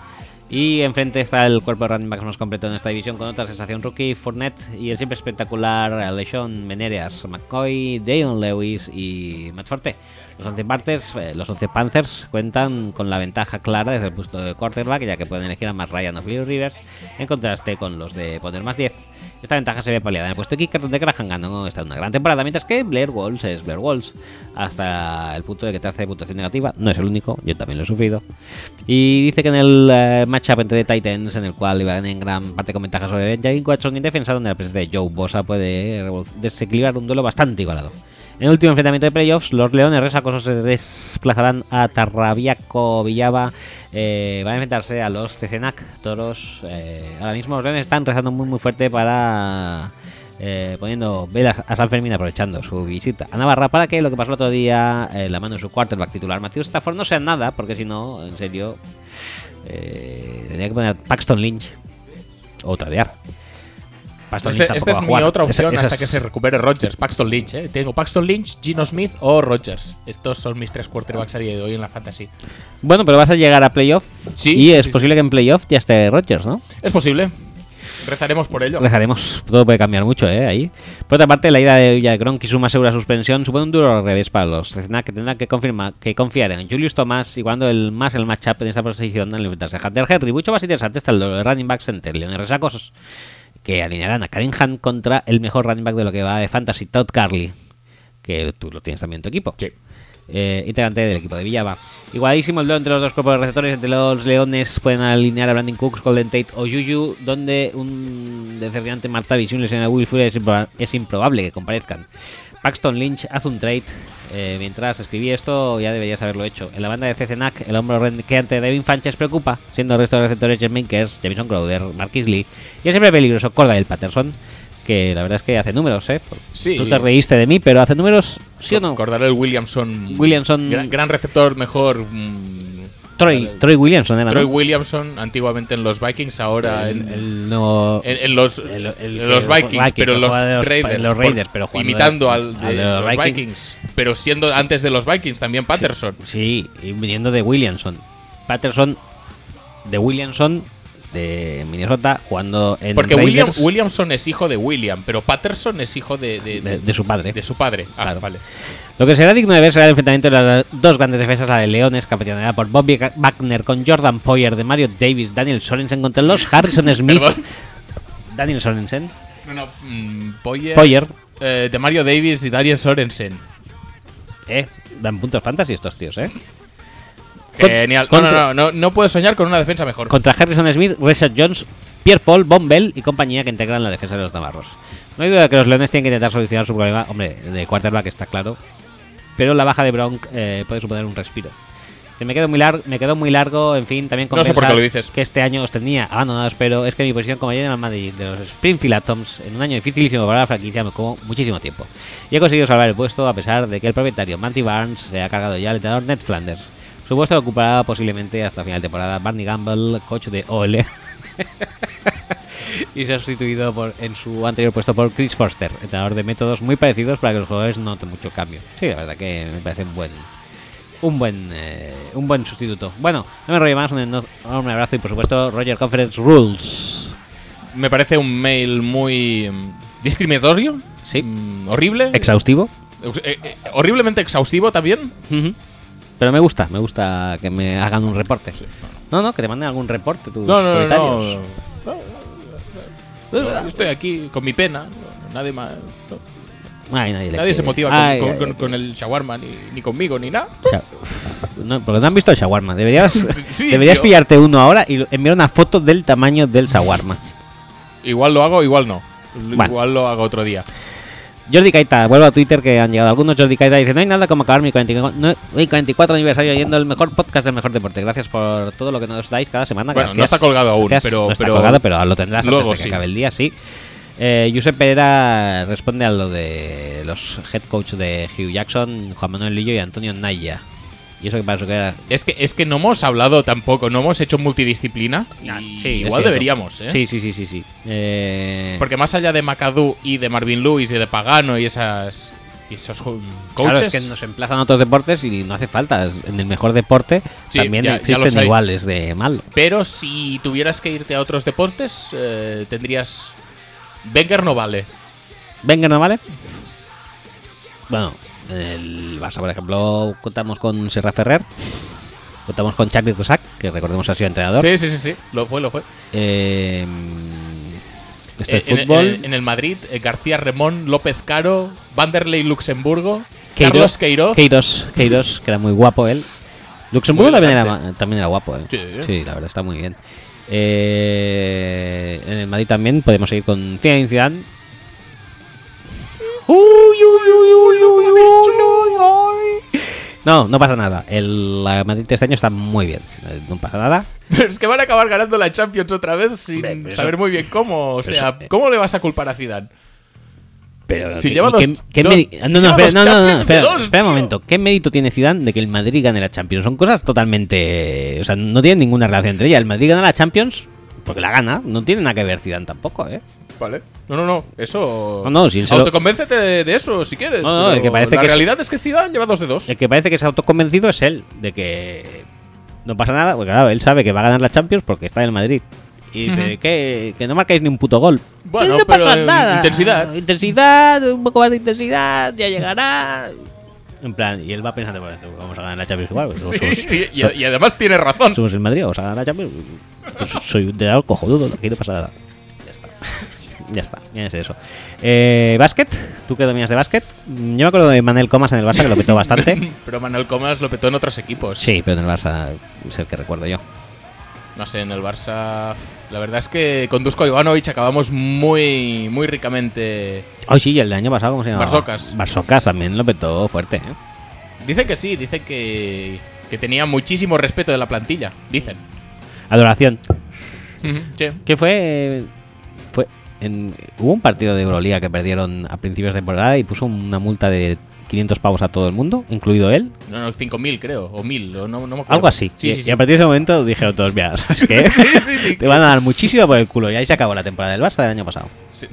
[SPEAKER 1] Y enfrente está el cuerpo de running backs más completo en esta división con otra sensación rookie, Fournette y el siempre espectacular Aleshon Menereas, McCoy, Deion Lewis y Matt Forte. Los 11 Panthers, eh, los 11 Panthers cuentan con la ventaja clara desde el puesto de quarterback, ya que pueden elegir a más Ryan o Philip Rivers, en contraste con los de poner más 10. Esta ventaja se ve paliada en el puesto de kicker, donde Graham ganó esta una gran temporada, mientras que Blair Walsh es Blair Walsh, hasta el punto de que te hace puntuación negativa. No es el único, yo también lo he sufrido. Y dice que en el eh, matchup entre Titans, en el cual iban en gran parte con ventaja sobre Benjamin Watson y defensa, donde la presencia de Joe Bosa puede revol- desequilibrar un duelo bastante igualado. En el último enfrentamiento de playoffs, los Leones Resacosos se desplazarán a Tarrabiaco, Villaba. eh, van a enfrentarse a los Cecenac, Toros. eh, ahora mismo los Leones están rezando muy muy fuerte para... eh, poniendo velas a San Fermín aprovechando su visita a Navarra para que lo que pasó el otro día, eh, la mano de su quarterback titular Matthew Stafford, no sea nada, porque si no, en serio, eh, tenía que poner a Paxton Lynch o tadear. Paxton
[SPEAKER 2] Este-
[SPEAKER 1] Lynch
[SPEAKER 2] Esta
[SPEAKER 1] tampoco
[SPEAKER 2] es
[SPEAKER 1] va a
[SPEAKER 2] mi
[SPEAKER 1] jugar.
[SPEAKER 2] otra
[SPEAKER 1] Esa-
[SPEAKER 2] opción
[SPEAKER 1] esa
[SPEAKER 2] hasta
[SPEAKER 1] es-
[SPEAKER 2] que se recupere Rogers, Paxton Lynch. ¿eh? Tengo Paxton Lynch, Gino Smith o Rogers. Estos son mis tres quarterbacks a día de hoy en la fantasy.
[SPEAKER 1] Bueno, pero vas a llegar a playoff.
[SPEAKER 2] Sí,
[SPEAKER 1] Y
[SPEAKER 2] sí,
[SPEAKER 1] es
[SPEAKER 2] sí,
[SPEAKER 1] posible que en playoff ya esté Rodgers, ¿no?
[SPEAKER 2] Es posible. Rezaremos por ello.
[SPEAKER 1] Rezaremos. Todo puede cambiar mucho, ¿eh? Ahí. Por otra parte, la ida de Villa Gronk y su más segura suspensión supone un duro revés para los Cessna que tendrán que, confirmar, que confiar en Julius Thomas y cuando el más el matchup en esta posición al enfrentarse a Hunter Henry. Mucho más interesante está el duelo de running backs entre Leones Resacosos. que alinearán a Cunningham contra el mejor running back de lo que va de Fantasy, Todd Carly, que tú lo tienes también en tu equipo.
[SPEAKER 2] Sí.
[SPEAKER 1] Eh, integrante del equipo de Villava. Igualadísimo el duelo entre los dos cuerpos de receptores. Entre los Leones pueden alinear a Brandon Cooks, Golden Tate o Juju, donde un decepcionante Marta Vision lesiona a Will Fuller es, improba- es improbable que comparezcan. Paxton Lynch hace un trade. Eh, mientras escribí esto, ya deberías haberlo hecho. En la banda de CCNAC, el hombro renqueante de Devin Fanches preocupa, siendo el resto de receptores James Minkers, Jamison Crowder, Marquis Lee y el siempre peligroso Corda del Patterson, que la verdad es que hace números, ¿eh?
[SPEAKER 2] Sí.
[SPEAKER 1] Tú te reíste de mí, pero hace números, ¿sí o no?
[SPEAKER 2] Cordar el Williamson.
[SPEAKER 1] Williamson-
[SPEAKER 2] Gran, gran receptor, mejor. mm,
[SPEAKER 1] Troy,
[SPEAKER 2] el-
[SPEAKER 1] Troy Williamson era, ¿no?
[SPEAKER 2] Troy Williamson, antiguamente en los Vikings, ahora
[SPEAKER 1] el,
[SPEAKER 2] en,
[SPEAKER 1] el nuevo-
[SPEAKER 2] en- en los,
[SPEAKER 1] el- el-
[SPEAKER 2] en los
[SPEAKER 1] el-
[SPEAKER 2] Vikings,
[SPEAKER 1] Vikings,
[SPEAKER 2] pero
[SPEAKER 1] que
[SPEAKER 2] en los,
[SPEAKER 1] juega de los-
[SPEAKER 2] Raiders,
[SPEAKER 1] en los
[SPEAKER 2] por-
[SPEAKER 1] Raiders, pero jugando
[SPEAKER 2] imitando
[SPEAKER 1] de-
[SPEAKER 2] al de,
[SPEAKER 1] al de los
[SPEAKER 2] los Vikings.
[SPEAKER 1] Vikings.
[SPEAKER 2] pero siendo antes de los Vikings también Patterson.
[SPEAKER 1] Sí, y viniendo de Williamson. Patterson de Williamson de Minnesota jugando en
[SPEAKER 2] Porque
[SPEAKER 1] Raiders
[SPEAKER 2] William, Williamson es hijo de William, pero Patterson es hijo de, de,
[SPEAKER 1] de, de su padre.
[SPEAKER 2] de su padre. Ah,
[SPEAKER 1] Claro.
[SPEAKER 2] vale.
[SPEAKER 1] Lo que será digno de ver será el enfrentamiento de las dos grandes defensas, la de Leones, capitaneada por Bobby Ga- Wagner, con Jordan Poyer de Mario Davis, Daniel Sorensen contra los Harrison Smith.
[SPEAKER 2] Perdón.
[SPEAKER 1] Daniel Sorensen.
[SPEAKER 2] No, no, mm, Poyer,
[SPEAKER 1] Poyer.
[SPEAKER 2] eh, de Mario Davis y Darius Sorensen.
[SPEAKER 1] Eh, dan puntos fantasy estos tíos, eh. Con-
[SPEAKER 2] Genial. No,
[SPEAKER 1] contra-
[SPEAKER 2] no, no, no, no puedo soñar con una defensa mejor.
[SPEAKER 1] contra Harrison Smith, Richard Jones, Pierre Paul, Von Bell y compañía que integran la defensa de los navarros. No hay duda de que los leones tienen que intentar solucionar su problema, hombre, de quarterback está claro, pero la baja de Bronk eh, puede suponer un respiro. Que me quedo muy largo, me quedó muy largo, en fin, también
[SPEAKER 2] No sé por
[SPEAKER 1] compensar
[SPEAKER 2] qué lo dices.
[SPEAKER 1] que este año os tenía abandonados, pero es que mi posición como general manager de los Springfield Atoms en un año dificilísimo para la franquicia me como muchísimo tiempo. Y he conseguido salvar el puesto a pesar de que el propietario Manty Barnes se ha cargado ya al entrenador Ned Flanders. Su puesto lo ocupará posiblemente hasta final de temporada Barney Gamble, coach de OL. y se ha sustituido por, en su anterior puesto por Chris Forster, entrenador de métodos muy parecidos para que los jugadores noten mucho cambio. Sí, la verdad que me parece un buen un buen eh, un buen sustituto. Bueno, no me enrollo más, un enorme abrazo y por supuesto Roger Conference Rules.
[SPEAKER 2] Me parece un mail muy mm, discriminatorio.
[SPEAKER 1] Sí.
[SPEAKER 2] mm, horrible.
[SPEAKER 1] Exhaustivo.
[SPEAKER 2] Ex- eh, eh, horriblemente exhaustivo también.
[SPEAKER 1] Pero me gusta, me gusta que me hagan un reporte.
[SPEAKER 2] Sí,
[SPEAKER 1] No, no, que te manden algún reporte tus
[SPEAKER 2] No, no, no, no,
[SPEAKER 1] coetáneos.
[SPEAKER 2] no. No, yo Estoy aquí con mi pena. no, Nadie, más, no,
[SPEAKER 1] Ay, nadie, le
[SPEAKER 2] nadie se
[SPEAKER 1] quiere.
[SPEAKER 2] motiva con,
[SPEAKER 1] Ay,
[SPEAKER 2] con-
[SPEAKER 1] ay,
[SPEAKER 2] con-
[SPEAKER 1] ay.
[SPEAKER 2] con el shawarma, ni, ni conmigo, ni nada.
[SPEAKER 1] O sea, no, porque no han visto el shawarma. Deberías,
[SPEAKER 2] Sí,
[SPEAKER 1] deberías
[SPEAKER 2] tío.
[SPEAKER 1] pillarte uno ahora y enviar una foto del tamaño del shawarma.
[SPEAKER 2] Igual lo hago, igual no.
[SPEAKER 1] Bueno.
[SPEAKER 2] Igual lo hago otro día.
[SPEAKER 1] Jordi Caita, vuelvo a Twitter que han llegado algunos. Jordi Caita dice: No hay nada como acabar mi 44, no- mi 44 aniversario oyendo el mejor podcast del mejor deporte. Gracias por todo lo que nos dais cada semana.
[SPEAKER 2] Bueno,
[SPEAKER 1] Gracias.
[SPEAKER 2] no está colgado aún,
[SPEAKER 1] Gracias.
[SPEAKER 2] pero,
[SPEAKER 1] No está
[SPEAKER 2] pero
[SPEAKER 1] colgado, pero lo tendrás
[SPEAKER 2] luego
[SPEAKER 1] antes de que
[SPEAKER 2] sí.
[SPEAKER 1] acabe el día, sí. Eh, Josep Pereira responde a lo de los head coach de Hugh Jackson, Juan Manuel Lillo y Antonio Naya. Y eso que para eso que era.
[SPEAKER 2] es que es que no hemos hablado tampoco, no hemos hecho multidisciplina. y
[SPEAKER 1] Ah, Sí, es
[SPEAKER 2] igual
[SPEAKER 1] cierto.
[SPEAKER 2] deberíamos, ¿eh?
[SPEAKER 1] Sí, sí, sí, sí. sí. Eh,
[SPEAKER 2] Porque más allá de McAdoo y de Marvin Lewis y de Pagano y esas y esos jo- coaches,
[SPEAKER 1] Claro, es que nos emplazan a otros deportes y no hace falta. En el mejor deporte
[SPEAKER 2] Sí,
[SPEAKER 1] también
[SPEAKER 2] ya- ya los
[SPEAKER 1] existen
[SPEAKER 2] hay.
[SPEAKER 1] iguales de malo.
[SPEAKER 2] pero si tuvieras que irte a otros deportes, eh, tendrías Wenger no vale.
[SPEAKER 1] Venga, ¿no vale? Bueno, en el Barça, por ejemplo, contamos con Serra Ferrer, contamos con Charlie Rosac, que recordemos ha sido entrenador.
[SPEAKER 2] Sí, sí, sí, sí, lo fue, lo fue.
[SPEAKER 1] Eh, esto es
[SPEAKER 2] Eh, en,
[SPEAKER 1] Este fútbol.
[SPEAKER 2] en- en el Madrid, eh, García Remón, López Caro, Vanderlei Luxemburgo,
[SPEAKER 1] Queiroz-
[SPEAKER 2] Carlos Queiroz.
[SPEAKER 1] Queiroz, Queiroz, que era muy guapo él. Luxemburgo
[SPEAKER 2] Muy
[SPEAKER 1] también era,
[SPEAKER 2] elegante.
[SPEAKER 1] ma- también era guapo, ¿eh?
[SPEAKER 2] Sí.
[SPEAKER 1] la verdad está muy bien. Eh, en el Madrid también podemos seguir con Zinedine Zidane. Uy, uy, uy, uy, uy, uy, uy, uy. No, no pasa nada. El la Madrid este año está muy bien. Eh, No pasa nada.
[SPEAKER 2] Pero es que van a acabar ganando la Champions otra vez sin
[SPEAKER 1] Hombre, pero eso-
[SPEAKER 2] saber muy bien cómo. O
[SPEAKER 1] pero
[SPEAKER 2] sea,
[SPEAKER 1] eso-
[SPEAKER 2] ¿cómo le vas a culpar a Zidane?
[SPEAKER 1] Pero
[SPEAKER 2] Si
[SPEAKER 1] ¿qué-
[SPEAKER 2] lleva
[SPEAKER 1] y
[SPEAKER 2] dos-
[SPEAKER 1] qué- qué
[SPEAKER 2] dos-
[SPEAKER 1] meri-
[SPEAKER 2] si
[SPEAKER 1] no, no,
[SPEAKER 2] lleva
[SPEAKER 1] espera,
[SPEAKER 2] dos
[SPEAKER 1] no, no, no,
[SPEAKER 2] Champions de
[SPEAKER 1] espera,
[SPEAKER 2] dos,
[SPEAKER 1] espera un
[SPEAKER 2] tío.
[SPEAKER 1] momento. ¿Qué mérito tiene Zidane de que el Madrid gane la Champions? Son cosas totalmente, o sea, no tienen ninguna relación entre ellas. El Madrid gana la Champions porque la gana, no tiene nada que ver Zidane tampoco, ¿eh?
[SPEAKER 2] Vale. No, no, no. Eso.
[SPEAKER 1] No, no, si él se lo-
[SPEAKER 2] Autoconvéncete de, de eso si quieres.
[SPEAKER 1] No, no,
[SPEAKER 2] pero
[SPEAKER 1] el que parece
[SPEAKER 2] la
[SPEAKER 1] que es-
[SPEAKER 2] realidad es... que Zidane lleva dos de dos.
[SPEAKER 1] El que parece que es autoconvencido es él de que no pasa nada, porque claro, él sabe que va a ganar la Champions porque está en el Madrid. Y dice, "¿Qué? que no marcáis ni un puto gol.
[SPEAKER 2] Bueno,
[SPEAKER 1] no
[SPEAKER 2] pero,
[SPEAKER 1] pasa
[SPEAKER 2] eh,
[SPEAKER 1] nada.
[SPEAKER 2] intensidad.
[SPEAKER 1] Intensidad, un poco más de intensidad, ya llegará. En plan, y él va pensando, bueno, vamos a ganar la Champions igual. porque somos- somos-
[SPEAKER 2] Sí, y, y- y además tiene razón.
[SPEAKER 1] pues, somos el Madrid, vamos a ganar la Champions. Yo so- soy un entrenador cojonudo, no quiero pasar nada. Ya está. Ya está, ya es eso. Eh, básquet, tú que dominas de básquet. Mm, Yo me acuerdo de Manel Comas en el Barça, que lo petó bastante.
[SPEAKER 2] Pero Manuel Comas lo petó en otros equipos.
[SPEAKER 1] Sí, pero en el Barça es el que recuerdo yo.
[SPEAKER 2] No sé, en el Barça. La verdad es que con Dusko Ivanovic acabamos muy, muy ricamente.
[SPEAKER 1] Ay, sí, y el del año pasado, ¿cómo se llama?
[SPEAKER 2] Barsocas.
[SPEAKER 1] Barsocas también lo petó fuerte. ¿eh?
[SPEAKER 2] Dicen que sí, dicen que, que tenía muchísimo respeto de la plantilla. Dicen.
[SPEAKER 1] Adoración.
[SPEAKER 2] Ujú, sí.
[SPEAKER 1] ¿Qué fue? fue en- hubo un partido de Euroliga que perdieron a principios de temporada y puso una multa de 500 pavos a todo el mundo, incluido él.
[SPEAKER 2] No, no, 5.000 creo, o 1.000, o no, no me acuerdo.
[SPEAKER 1] Algo así.
[SPEAKER 2] Sí,
[SPEAKER 1] y,
[SPEAKER 2] sí,
[SPEAKER 1] y
[SPEAKER 2] sí.
[SPEAKER 1] a partir de ese momento dijeron todos, mira, ¿sabes qué?
[SPEAKER 2] Sí, sí, sí.
[SPEAKER 1] Te van a dar muchísimo por el culo. Y ahí se acabó la temporada del Barça del año pasado.
[SPEAKER 2] Sí.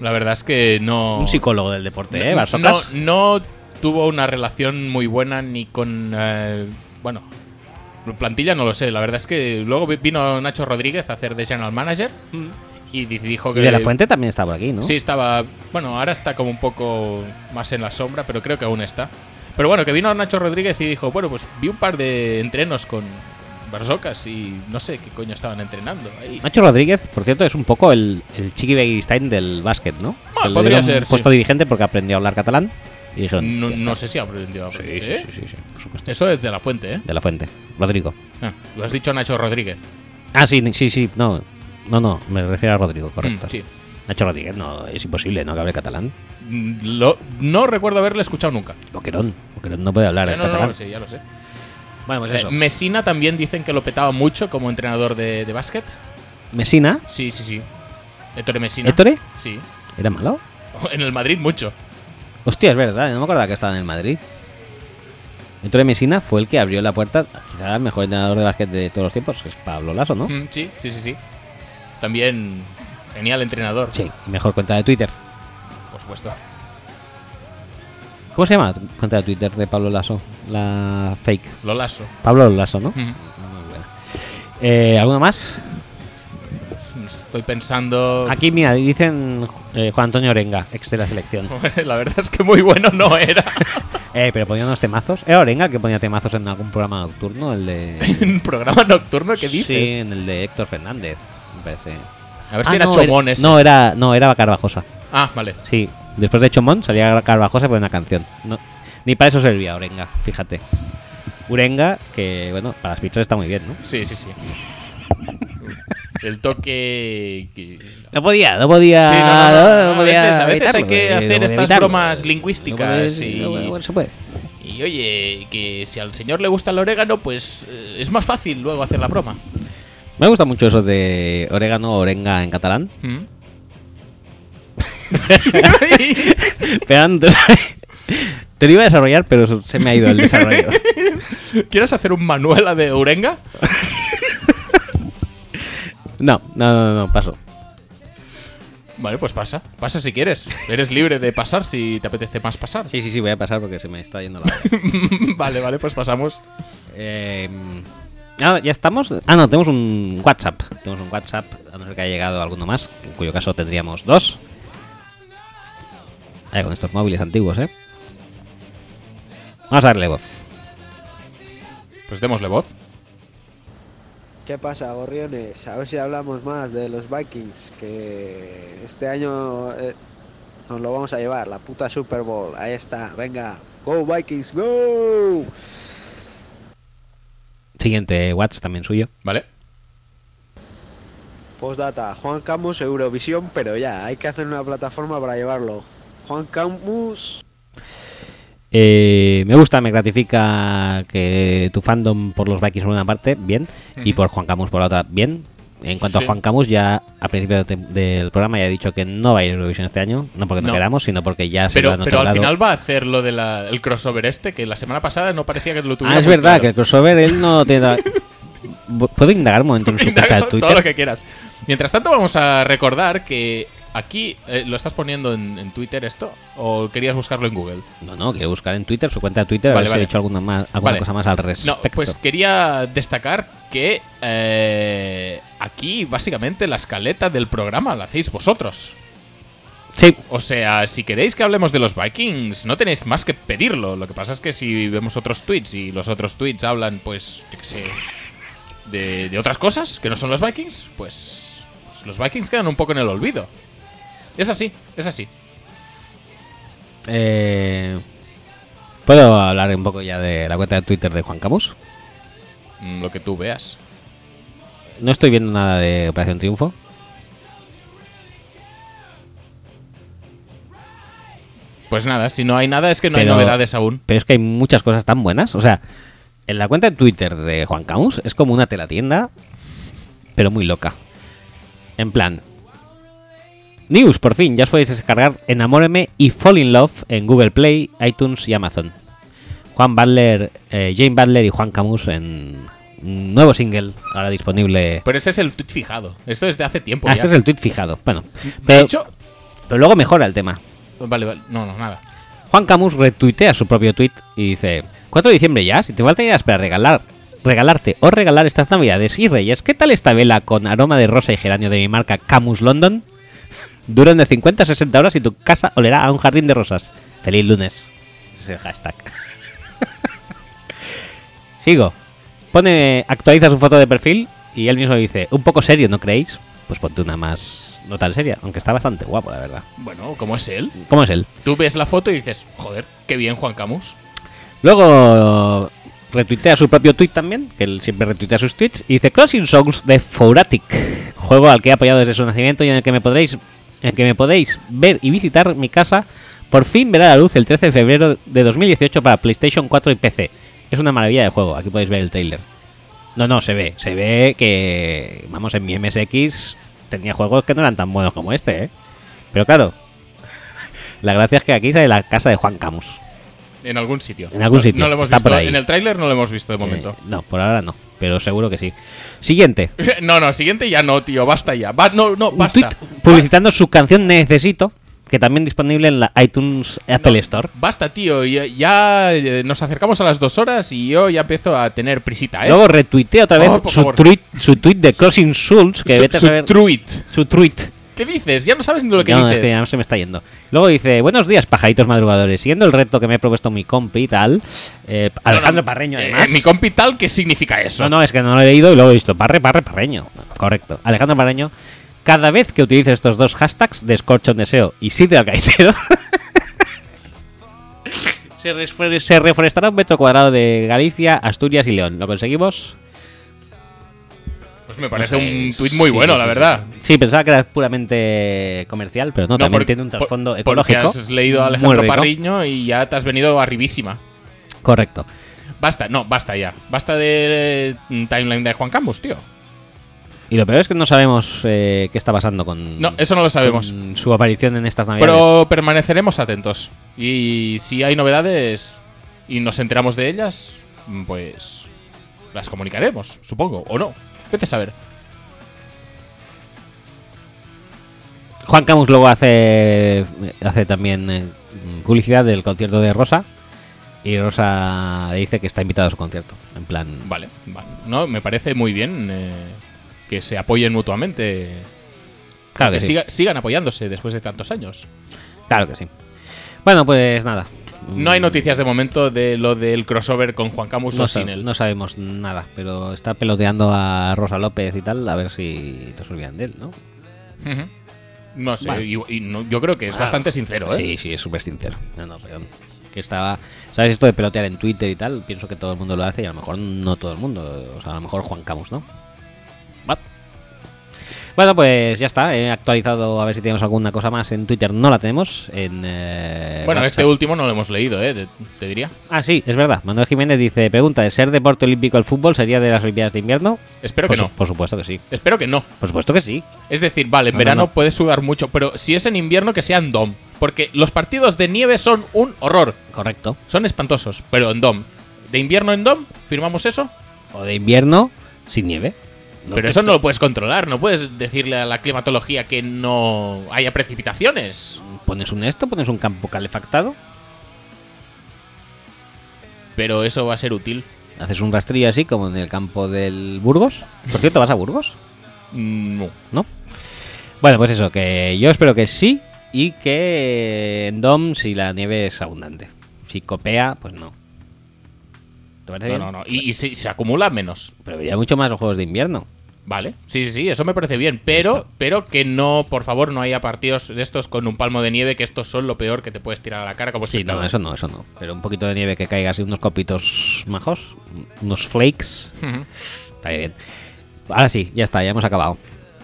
[SPEAKER 2] La verdad es que no.
[SPEAKER 1] Un psicólogo del deporte, ¿eh?
[SPEAKER 2] no, no,
[SPEAKER 1] Barsocas.
[SPEAKER 2] no tuvo una relación muy buena ni con. eh, bueno, plantilla no lo sé. La verdad es que luego vi- vino Nacho Rodríguez a hacer de general manager y di- dijo que.
[SPEAKER 1] Y de la Fuente también está por aquí, ¿no?
[SPEAKER 2] Sí, estaba. Bueno, ahora está como un poco más en la sombra, pero creo que aún está. Pero bueno, que vino Nacho Rodríguez y dijo: Bueno, pues vi un par de entrenos con Barsocas y no sé qué coño estaban entrenando ahí.
[SPEAKER 1] Nacho Rodríguez, por cierto, es un poco el, el Chiqui Begiristain del básquet, ¿no?
[SPEAKER 2] Ah,
[SPEAKER 1] Que le
[SPEAKER 2] podría
[SPEAKER 1] dieron
[SPEAKER 2] ser, sí.
[SPEAKER 1] puesto dirigente porque aprendió a hablar catalán. Y dijeron,
[SPEAKER 2] No,
[SPEAKER 1] "Ya
[SPEAKER 2] no
[SPEAKER 1] está".
[SPEAKER 2] sé si aprendió a
[SPEAKER 1] Sí, sí,
[SPEAKER 2] ¿eh?
[SPEAKER 1] sí, sí, sí, por supuesto.
[SPEAKER 2] Eso es de la fuente, ¿eh?
[SPEAKER 1] De la Fuente. Rodrigo.
[SPEAKER 2] Ah, lo has dicho Nacho Rodríguez.
[SPEAKER 1] Ah, sí, sí, sí, no. No, no, me refiero a Rodrigo, correcto.
[SPEAKER 2] Mm, sí.
[SPEAKER 1] Nacho Rodríguez, no, es imposible, ¿no? Que hable catalán.
[SPEAKER 2] Mm, lo- no recuerdo haberle escuchado nunca.
[SPEAKER 1] Boquerón, Boquerón no puede hablar
[SPEAKER 2] Eh,
[SPEAKER 1] en
[SPEAKER 2] no, no,
[SPEAKER 1] catalán.
[SPEAKER 2] no, sí, ya lo sé.
[SPEAKER 1] Bueno, pues
[SPEAKER 2] Eh,
[SPEAKER 1] eso.
[SPEAKER 2] Messina también dicen que lo petaba mucho como entrenador de, de básquet.
[SPEAKER 1] Mesina,
[SPEAKER 2] Sí, sí, sí. Héctor Messina.
[SPEAKER 1] Héctor,
[SPEAKER 2] Sí.
[SPEAKER 1] ¿era malo?
[SPEAKER 2] En el Madrid mucho.
[SPEAKER 1] Hostia, es verdad, no me acordaba que estaba en el Madrid. Héctor Mesina fue el que abrió la puerta, quizá al mejor entrenador de básquet de todos los tiempos, que es Pablo Lasso, ¿no?
[SPEAKER 2] Mm, sí, sí, sí, sí. También genial entrenador,
[SPEAKER 1] Sí, y mejor cuenta de Twitter.
[SPEAKER 2] por supuesto.
[SPEAKER 1] ¿Cómo se llama la tu- cuenta de Twitter de Pablo Lasso? La fake.
[SPEAKER 2] Lo lazo.
[SPEAKER 1] Pablo Lasso, ¿no?
[SPEAKER 2] Mm.
[SPEAKER 1] Muy buena. Eh, ¿Alguna más?
[SPEAKER 2] Estoy pensando...
[SPEAKER 1] Aquí, mira, dicen eh, Juan Antonio Orenga, ex de la selección.
[SPEAKER 2] La verdad es que muy bueno no era.
[SPEAKER 1] Eh, pero ponía unos temazos. Era Orenga el que ponía temazos en algún programa nocturno, el de.
[SPEAKER 2] en programa nocturno que dices.
[SPEAKER 1] Sí, en el de Héctor Fernández, me parece.
[SPEAKER 2] A ver
[SPEAKER 1] Ah,
[SPEAKER 2] si era
[SPEAKER 1] no,
[SPEAKER 2] Chomón ese.
[SPEAKER 1] No, era, no, era Carvajosa.
[SPEAKER 2] Ah, vale.
[SPEAKER 1] Sí. Después de Chomón salía Carvajosa por una canción. No, ni para eso servía Orenga, fíjate. Urenga, que bueno, para las pizzas está muy bien, ¿no?
[SPEAKER 2] Sí, sí, sí. El toque. que-
[SPEAKER 1] No podía, Ah, no podía.
[SPEAKER 2] Sí, no, no, no, no, a
[SPEAKER 1] podía
[SPEAKER 2] veces- a veces hay
[SPEAKER 1] evitarlo,
[SPEAKER 2] que
[SPEAKER 1] eh, no
[SPEAKER 2] hacer
[SPEAKER 1] podía
[SPEAKER 2] estas
[SPEAKER 1] evitarlo.
[SPEAKER 2] bromas
[SPEAKER 1] No
[SPEAKER 2] lingüísticas
[SPEAKER 1] puedes,
[SPEAKER 2] y-
[SPEAKER 1] no, bueno, se puede.
[SPEAKER 2] Y oye, que si al señor le gusta el orégano, pues eh, es más fácil luego hacer la broma.
[SPEAKER 1] Me gusta mucho eso de orégano, orenga en catalán.
[SPEAKER 2] ¿Mm?
[SPEAKER 1] Pero antes. Te lo iba a desarrollar, pero se me ha ido el desarrollo.
[SPEAKER 2] ¿Quieres hacer un manuela de Urenga?
[SPEAKER 1] No, no, no, no, paso.
[SPEAKER 2] Vale, pues pasa. Pasa si quieres. Eres libre de pasar si te apetece más pasar.
[SPEAKER 1] Sí, sí, sí, voy a pasar porque se me está yendo la. olla.
[SPEAKER 2] vale, vale, pues pasamos.
[SPEAKER 1] Eh, ah, ya estamos. Ah, no, tenemos un WhatsApp. Tenemos un WhatsApp, a no ser que haya llegado alguno más, en cuyo caso tendríamos dos. Eh, con estos móviles antiguos, ¿eh? Vamos a darle voz.
[SPEAKER 2] Pues démosle voz.
[SPEAKER 4] ¿Qué pasa, gorriones? A ver si hablamos más de los Vikings, que este año eh, nos lo vamos a llevar, la puta Super Bowl. Ahí está, venga, go Vikings, go.
[SPEAKER 1] Siguiente WhatsApp también suyo.
[SPEAKER 2] Vale.
[SPEAKER 4] Postdata, Juan Camus, Eurovisión, pero ya, hay que hacer una plataforma para llevarlo. Juan Camus...
[SPEAKER 1] Eh, me gusta, me gratifica que tu fandom por los Vikings por una parte, bien, y
[SPEAKER 2] Ujú.
[SPEAKER 1] por Juan Camus por la otra, bien. En cuanto
[SPEAKER 2] Sí.
[SPEAKER 1] a Juan Camus, ya a principio de tem- del programa ya he dicho que no va a ir a Eurovisión este año, no porque no,
[SPEAKER 2] No.
[SPEAKER 1] queramos, sino porque ya se lo
[SPEAKER 2] Pero,
[SPEAKER 1] han
[SPEAKER 2] pero al
[SPEAKER 1] otorgado.
[SPEAKER 2] final va a hacer lo del crossover este, que la semana pasada no parecía que lo tuviera.
[SPEAKER 1] Ah, es
[SPEAKER 2] muy
[SPEAKER 1] verdad
[SPEAKER 2] claro.
[SPEAKER 1] que el crossover él no te da. ¿Puedo indagar un momento en su cuenta de
[SPEAKER 2] Indáganos todo lo
[SPEAKER 1] Twitter?
[SPEAKER 2] que quieras. Mientras tanto, vamos a recordar que aquí eh, lo estás poniendo en, en Twitter esto o querías buscarlo en Google.
[SPEAKER 1] No, no, quiero buscar en Twitter su cuenta de Twitter,
[SPEAKER 2] Vale,
[SPEAKER 1] a ver si
[SPEAKER 2] vale.
[SPEAKER 1] he hecho alguna, más, alguna
[SPEAKER 2] Vale.
[SPEAKER 1] cosa más al respecto.
[SPEAKER 2] No, pues quería destacar que eh, aquí básicamente la escaleta del programa la hacéis vosotros.
[SPEAKER 1] Sí,
[SPEAKER 2] O sea, si queréis que hablemos de los Vikings, no tenéis más que pedirlo. Lo que pasa es que si vemos otros tweets y los otros tweets hablan, pues, yo qué sé, de, de otras cosas que no son los Vikings, pues, pues los Vikings quedan un poco en el olvido. Es así, es así.
[SPEAKER 1] Eh, ¿Puedo hablar un poco ya de la cuenta de Twitter de Juan Camus?
[SPEAKER 2] Mm, Lo que tú veas.
[SPEAKER 1] No estoy viendo nada de Operación Triunfo.
[SPEAKER 2] Pues nada, si no hay nada es que no
[SPEAKER 1] Pero-
[SPEAKER 2] hay novedades aún.
[SPEAKER 1] Pero es que hay muchas cosas tan buenas. O sea, en la cuenta de Twitter de Juan Camus es como una telatienda, pero muy loca. En plan. News, por fin, ya os podéis descargar Enamóreme y Fall in Love en Google Play, iTunes y Amazon. Juan Butler, eh, Jane Butler y Juan Camus en un nuevo single ahora disponible.
[SPEAKER 2] Pero ese es el tweet fijado. Esto es de hace tiempo.
[SPEAKER 1] Ah,
[SPEAKER 2] Pues ya.
[SPEAKER 1] este es el tweet fijado. Bueno,
[SPEAKER 2] De
[SPEAKER 1] pero,
[SPEAKER 2] hecho,
[SPEAKER 1] pero luego mejora el tema.
[SPEAKER 2] vale, vale. No, no, nada.
[SPEAKER 1] Juan Camus retuitea su propio tweet y dice: 4 de diciembre ya, si te faltan ideas para regalar, regalarte o regalar estas navidades y reyes, ¿qué tal esta vela con aroma de rosa y geranio de mi marca Camus London? Duran de 50 a 60 horas y tu casa olerá a un jardín de rosas. Feliz lunes. Ese es el hashtag. Sigo. Pone, actualiza su foto de perfil y él mismo dice: Un poco serio, ¿no creéis? Pues ponte una más no tan seria, aunque está bastante guapo, la verdad.
[SPEAKER 2] Bueno, como es él?
[SPEAKER 1] ¿Cómo es él?
[SPEAKER 2] Tú ves la foto y dices, joder, qué bien Juan Camus.
[SPEAKER 1] Luego retuitea su propio tweet también, que él siempre retuitea sus tweets, y dice Crossing Songs de Fouratic, juego al que he apoyado desde su nacimiento y en el que me podréis, en el que me podéis ver y visitar mi casa. Por fin verá la luz el 13 de febrero de 2018 para PlayStation 4 y PC. Es una maravilla de juego, aquí podéis ver el trailer. No, no, se ve, se ve que, vamos, en mi MSX tenía juegos que no eran tan buenos como este, ¿eh? Pero claro, la gracia es que aquí sale la casa de Juan Camus.
[SPEAKER 2] En algún sitio.
[SPEAKER 1] En algún
[SPEAKER 2] No-
[SPEAKER 1] sitio,
[SPEAKER 2] No lo hemos
[SPEAKER 1] está
[SPEAKER 2] visto.
[SPEAKER 1] por ahí.
[SPEAKER 2] En el tráiler no lo hemos visto de
[SPEAKER 1] Eh,
[SPEAKER 2] momento.
[SPEAKER 1] no, por ahora no, pero seguro que sí. Siguiente.
[SPEAKER 2] no, no, siguiente ya no, tío. Basta ya. Va- no, no,
[SPEAKER 1] Un
[SPEAKER 2] basta.
[SPEAKER 1] tuit publicitando su canción Necesito, que también disponible en la iTunes Apple
[SPEAKER 2] No,
[SPEAKER 1] Store.
[SPEAKER 2] Basta, tío. Ya, ya, eh, nos acercamos a las dos horas y yo ya empiezo a tener prisita, ¿eh?
[SPEAKER 1] Luego retuitea otra vez
[SPEAKER 2] Oh, por
[SPEAKER 1] su,
[SPEAKER 2] favor.
[SPEAKER 1] tweet, su tweet de Crossing Souls, que
[SPEAKER 2] Su-
[SPEAKER 1] vete a
[SPEAKER 2] su
[SPEAKER 1] saber
[SPEAKER 2] truit.
[SPEAKER 1] su tweet.
[SPEAKER 2] ¿Qué dices? Ya no sabes ni lo que
[SPEAKER 1] no, es
[SPEAKER 2] dices.
[SPEAKER 1] que ya se me está yendo. Luego dice, buenos días, pajaritos madrugadores. Siguiendo el reto que me ha propuesto mi compi y tal, eh,
[SPEAKER 2] No, no,
[SPEAKER 1] Alejandro Parreño,
[SPEAKER 2] eh,
[SPEAKER 1] además.
[SPEAKER 2] mi compi tal, ¿qué significa eso?
[SPEAKER 1] No, no, es que no lo he leído y luego he visto. Parre, parre, parreño. Correcto. Alejandro Parreño, cada vez que utilice estos dos hashtags de Scorchon Deseo y Sitio Alcaicero, se, resfre- se reforestará un metro cuadrado de Galicia, Asturias y León. ¿Lo conseguimos?
[SPEAKER 2] Pues me parece
[SPEAKER 1] No sé,
[SPEAKER 2] un tuit muy
[SPEAKER 1] sí,
[SPEAKER 2] bueno,
[SPEAKER 1] sí,
[SPEAKER 2] la
[SPEAKER 1] sí,
[SPEAKER 2] verdad.
[SPEAKER 1] Sí, Sí, pensaba que era puramente comercial, pero no,
[SPEAKER 2] No,
[SPEAKER 1] también
[SPEAKER 2] por-
[SPEAKER 1] tiene un
[SPEAKER 2] por-
[SPEAKER 1] trasfondo
[SPEAKER 2] porque
[SPEAKER 1] ecológico.
[SPEAKER 2] has leído a
[SPEAKER 1] muy
[SPEAKER 2] Alejandro
[SPEAKER 1] rico.
[SPEAKER 2] Parriño y ya te has venido arribísima.
[SPEAKER 1] Correcto.
[SPEAKER 2] Basta, no, basta ya. Basta de mm, timeline de Juan Camus, tío.
[SPEAKER 1] Y lo peor es que no sabemos eh, qué está pasando con,
[SPEAKER 2] No, eso no lo sabemos.
[SPEAKER 1] con su aparición en estas navidades.
[SPEAKER 2] Pero permaneceremos atentos. Y si hay novedades y nos enteramos de ellas, mm, pues las comunicaremos, supongo, o no. Vete a saber.
[SPEAKER 1] Juan Camus luego hace, hace también eh, publicidad del concierto de Rosa. Y Rosa le dice que está invitada a su concierto. En plan,
[SPEAKER 2] Vale, vale. No, me parece muy bien eh, que se apoyen mutuamente.
[SPEAKER 1] claro que
[SPEAKER 2] que
[SPEAKER 1] sí.
[SPEAKER 2] siga- sigan apoyándose después de tantos años.
[SPEAKER 1] Claro que sí. Bueno, pues nada.
[SPEAKER 2] No hay noticias de momento de lo del crossover con Juan Camus
[SPEAKER 1] No,
[SPEAKER 2] o
[SPEAKER 1] sa-
[SPEAKER 2] sin él.
[SPEAKER 1] no sabemos nada, pero está peloteando a Rosa López y tal, a ver si nos olvidan de él, ¿no?
[SPEAKER 2] Ujú. No sé,
[SPEAKER 1] Vale. Ah,
[SPEAKER 2] y- y no- yo creo que es bastante sincero, ¿eh?
[SPEAKER 1] Sí, sí, es súper sincero. No, no, perdón. Que estaba. ¿Sabes esto de pelotear en Twitter y tal? Pienso que todo el mundo lo hace y a lo mejor no todo el mundo. O sea, a lo mejor Juan Camus, ¿no? What? Bueno, pues ya está. He actualizado a ver si tenemos alguna cosa más en Twitter. No la tenemos. En, eh,
[SPEAKER 2] Bueno,
[SPEAKER 1] WhatsApp.
[SPEAKER 2] este último no lo hemos leído, ¿eh? Te, te diría.
[SPEAKER 1] Ah, sí, es verdad. Manuel Jiménez dice: Pregunta, ¿de ser deporte olímpico el fútbol sería de las Olimpiadas de invierno?
[SPEAKER 2] Espero
[SPEAKER 1] por,
[SPEAKER 2] que
[SPEAKER 1] su-
[SPEAKER 2] no.
[SPEAKER 1] por supuesto que Pues sí.
[SPEAKER 2] Espero que no.
[SPEAKER 1] Por supuesto que sí.
[SPEAKER 2] Es decir, vale, en
[SPEAKER 1] No, no,
[SPEAKER 2] verano
[SPEAKER 1] no.
[SPEAKER 2] puedes sudar mucho, pero si es en invierno que sea en DOM. Porque los partidos de nieve son un horror.
[SPEAKER 1] Correcto.
[SPEAKER 2] Son espantosos, pero en DOM. ¿De invierno en DOM? ¿Firmamos eso?
[SPEAKER 1] O de invierno sin nieve. No
[SPEAKER 2] pero
[SPEAKER 1] te-
[SPEAKER 2] eso no lo puedes controlar. No puedes decirle a la climatología que no haya precipitaciones.
[SPEAKER 1] Pones un esto, pones un campo calefactado.
[SPEAKER 2] Pero eso va a ser útil.
[SPEAKER 1] Haces un rastrillo así como en el campo del Burgos. Por cierto, ¿vas a Burgos?
[SPEAKER 2] Mm, No.
[SPEAKER 1] ¿No? Bueno, pues eso, que yo espero que sí y que en DOM si la nieve es abundante. Si copea, pues no. ¿Te parece
[SPEAKER 2] No,
[SPEAKER 1] bien?
[SPEAKER 2] no, no. Y, y se, se acumula menos.
[SPEAKER 1] Pero vería mucho más los juegos de invierno.
[SPEAKER 2] Vale, sí, sí, sí, eso me parece bien, pero, pero que no, por favor, no haya partidos de estos con un palmo de nieve, que estos son lo peor que te puedes tirar a la cara como
[SPEAKER 1] Sí, no,
[SPEAKER 2] espectador.
[SPEAKER 1] eso no, eso no. Pero un poquito de nieve que caiga así, unos copitos majos, unos flakes,
[SPEAKER 2] Ujú.
[SPEAKER 1] Está bien. Ahora sí, ya está, ya hemos acabado.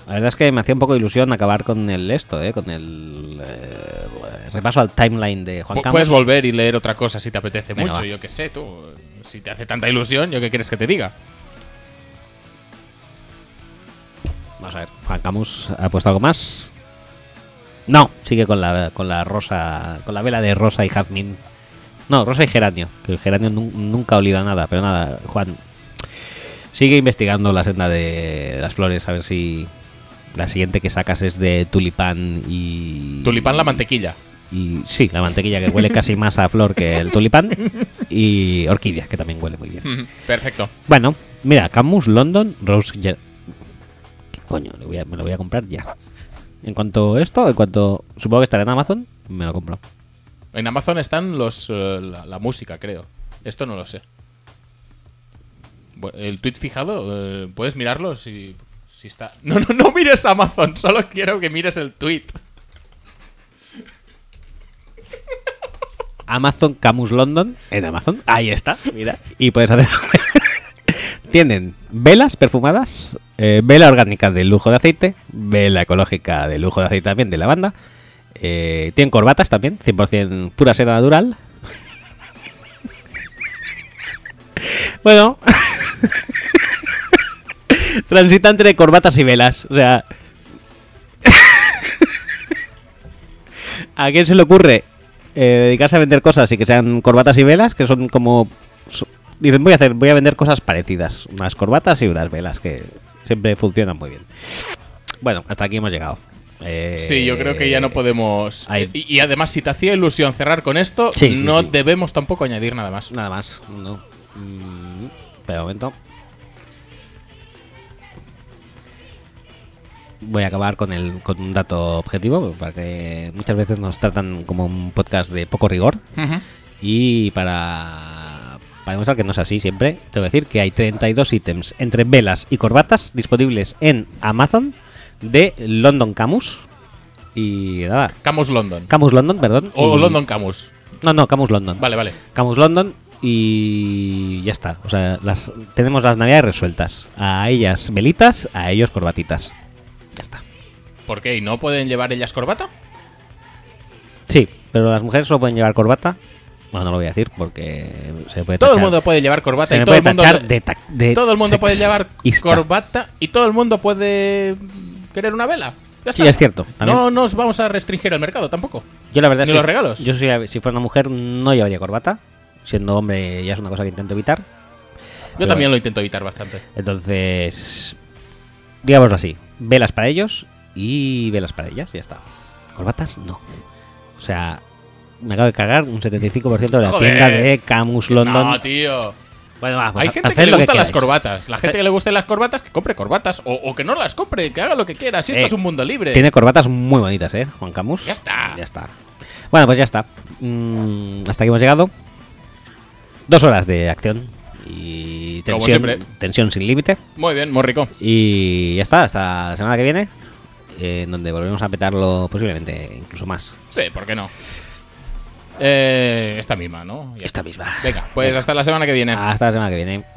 [SPEAKER 1] La verdad es que me hacía un poco de ilusión acabar con el esto, ¿eh? con el eh, repaso al timeline de Juan
[SPEAKER 2] Pu-
[SPEAKER 1] Campos.
[SPEAKER 2] Puedes volver y leer otra cosa si te apetece
[SPEAKER 1] Venga,
[SPEAKER 2] mucho,
[SPEAKER 1] va.
[SPEAKER 2] yo qué sé, tú. Si te hace tanta ilusión, ¿yo qué quieres que te diga?
[SPEAKER 1] Vamos a ver, Juan Camus ha puesto algo más. No, sigue con la, con la rosa, con la vela de rosa y jazmín. No, rosa y geranio, que el geranio nun- nunca olvida nada, pero nada, Juan. Sigue investigando la senda de las flores, a ver si la siguiente que sacas es de tulipán y...
[SPEAKER 2] Tulipán la mantequilla.
[SPEAKER 1] Y sí, la mantequilla que huele casi más a flor que el tulipán. Y orquídea, que también huele muy bien.
[SPEAKER 2] Ujú, Perfecto.
[SPEAKER 1] Bueno, mira, Camus London Rose. Ger- ¿Qué coño? Le voy a- me lo voy a comprar ya. En cuanto a esto, en cuanto. Supongo que estará en Amazon, me lo compro.
[SPEAKER 2] En Amazon están los eh, la, la música, creo. Esto no lo sé. Bu- El tweet fijado, eh, puedes mirarlo si, si está. No, no, no mires Amazon, solo quiero que mires el tweet.
[SPEAKER 1] Amazon Camus London en Amazon. Ahí está, mira. Y puedes hacer. Tienen velas perfumadas, eh, vela orgánica de lujo de aceite, vela ecológica de lujo de aceite también de lavanda. Eh, tienen corbatas también, 100% pura seda natural. bueno, transita entre corbatas y velas. O sea, ¿A quién se le ocurre eh, dedicarse a vender cosas y que sean corbatas y velas? Que son como. so- Dicen, voy a, hacer, voy a vender cosas parecidas. Unas corbatas y unas velas que siempre funcionan muy bien. Bueno, hasta aquí hemos llegado. Eh,
[SPEAKER 2] Sí, yo creo que ya no podemos. eh,
[SPEAKER 1] hay-
[SPEAKER 2] Y, y además, si te hacía ilusión cerrar con esto,
[SPEAKER 1] Sí, sí,
[SPEAKER 2] no
[SPEAKER 1] sí.
[SPEAKER 2] debemos tampoco añadir nada más.
[SPEAKER 1] Nada más. No. Mm, espera un momento. Voy a acabar con, el, con un dato objetivo, para que muchas veces nos tratan como un podcast de poco rigor.
[SPEAKER 2] Ujú.
[SPEAKER 1] Y para, para demostrar que no es así siempre, tengo que decir que hay 32 ítems entre velas y corbatas disponibles en Amazon de London Camus. Y nada,
[SPEAKER 2] Camus London.
[SPEAKER 1] Camus London, perdón.
[SPEAKER 2] O
[SPEAKER 1] y-
[SPEAKER 2] London Camus.
[SPEAKER 1] No, no, Camus London.
[SPEAKER 2] Vale, vale.
[SPEAKER 1] Camus London y ya está. O sea, las, tenemos las navidades resueltas. A ellas velitas, a ellos corbatitas. Ya está.
[SPEAKER 2] ¿Por qué? ¿Y no pueden llevar ellas corbata?
[SPEAKER 1] Sí, pero las mujeres solo pueden llevar corbata. Bueno, no lo voy a decir porque se puede
[SPEAKER 2] Todo el
[SPEAKER 1] tachar-
[SPEAKER 2] mundo puede llevar corbata
[SPEAKER 1] se
[SPEAKER 2] y
[SPEAKER 1] me
[SPEAKER 2] todo
[SPEAKER 1] puede
[SPEAKER 2] el mundo.
[SPEAKER 1] tachar de, ta- de
[SPEAKER 2] todo el mundo puede llevar
[SPEAKER 1] sexista.
[SPEAKER 2] corbata y todo el mundo puede querer una vela. Ya
[SPEAKER 1] Sí,
[SPEAKER 2] está.
[SPEAKER 1] es cierto. También.
[SPEAKER 2] No nos vamos a restringir el mercado tampoco.
[SPEAKER 1] Yo la verdad es
[SPEAKER 2] Ni
[SPEAKER 1] que
[SPEAKER 2] los regalos.
[SPEAKER 1] Yo si, si fuera una mujer no llevaría corbata. Siendo hombre ya es una cosa que intento evitar.
[SPEAKER 2] Yo
[SPEAKER 1] Pero-
[SPEAKER 2] también lo intento evitar bastante.
[SPEAKER 1] Entonces, digámoslo así, velas para ellos y velas para ellas, ya está. Corbatas no. O sea, me acabo de cagar un 75% de la
[SPEAKER 2] Joder.
[SPEAKER 1] tienda de Camus London.
[SPEAKER 2] No, tío.
[SPEAKER 1] bueno, vamos,
[SPEAKER 2] Hay gente
[SPEAKER 1] haced
[SPEAKER 2] que le
[SPEAKER 1] lo Eh.
[SPEAKER 2] gustan las
[SPEAKER 1] queráis.
[SPEAKER 2] corbatas. La gente que le gusten las corbatas, que compre corbatas. O, o que no las compre, que haga lo que quiera. Si esto
[SPEAKER 1] Eh,
[SPEAKER 2] es un mundo libre.
[SPEAKER 1] Tiene corbatas muy bonitas, ¿eh? Juan Camus.
[SPEAKER 2] Ya está.
[SPEAKER 1] Ya está. Bueno, pues ya está. Mm, hasta aquí hemos llegado. Dos horas de acción y
[SPEAKER 2] Como
[SPEAKER 1] tensión,
[SPEAKER 2] siempre.
[SPEAKER 1] tensión sin límite.
[SPEAKER 2] Muy bien, muy rico.
[SPEAKER 1] Y ya está, hasta la semana que viene, eh, en donde volveremos a petarlo posiblemente incluso más.
[SPEAKER 2] Sí, ¿por qué no? Eh, esta misma, ¿no? Ya
[SPEAKER 1] Esta misma.
[SPEAKER 2] está. Venga, pues hasta la semana que viene.
[SPEAKER 1] Ah. Hasta la semana que viene.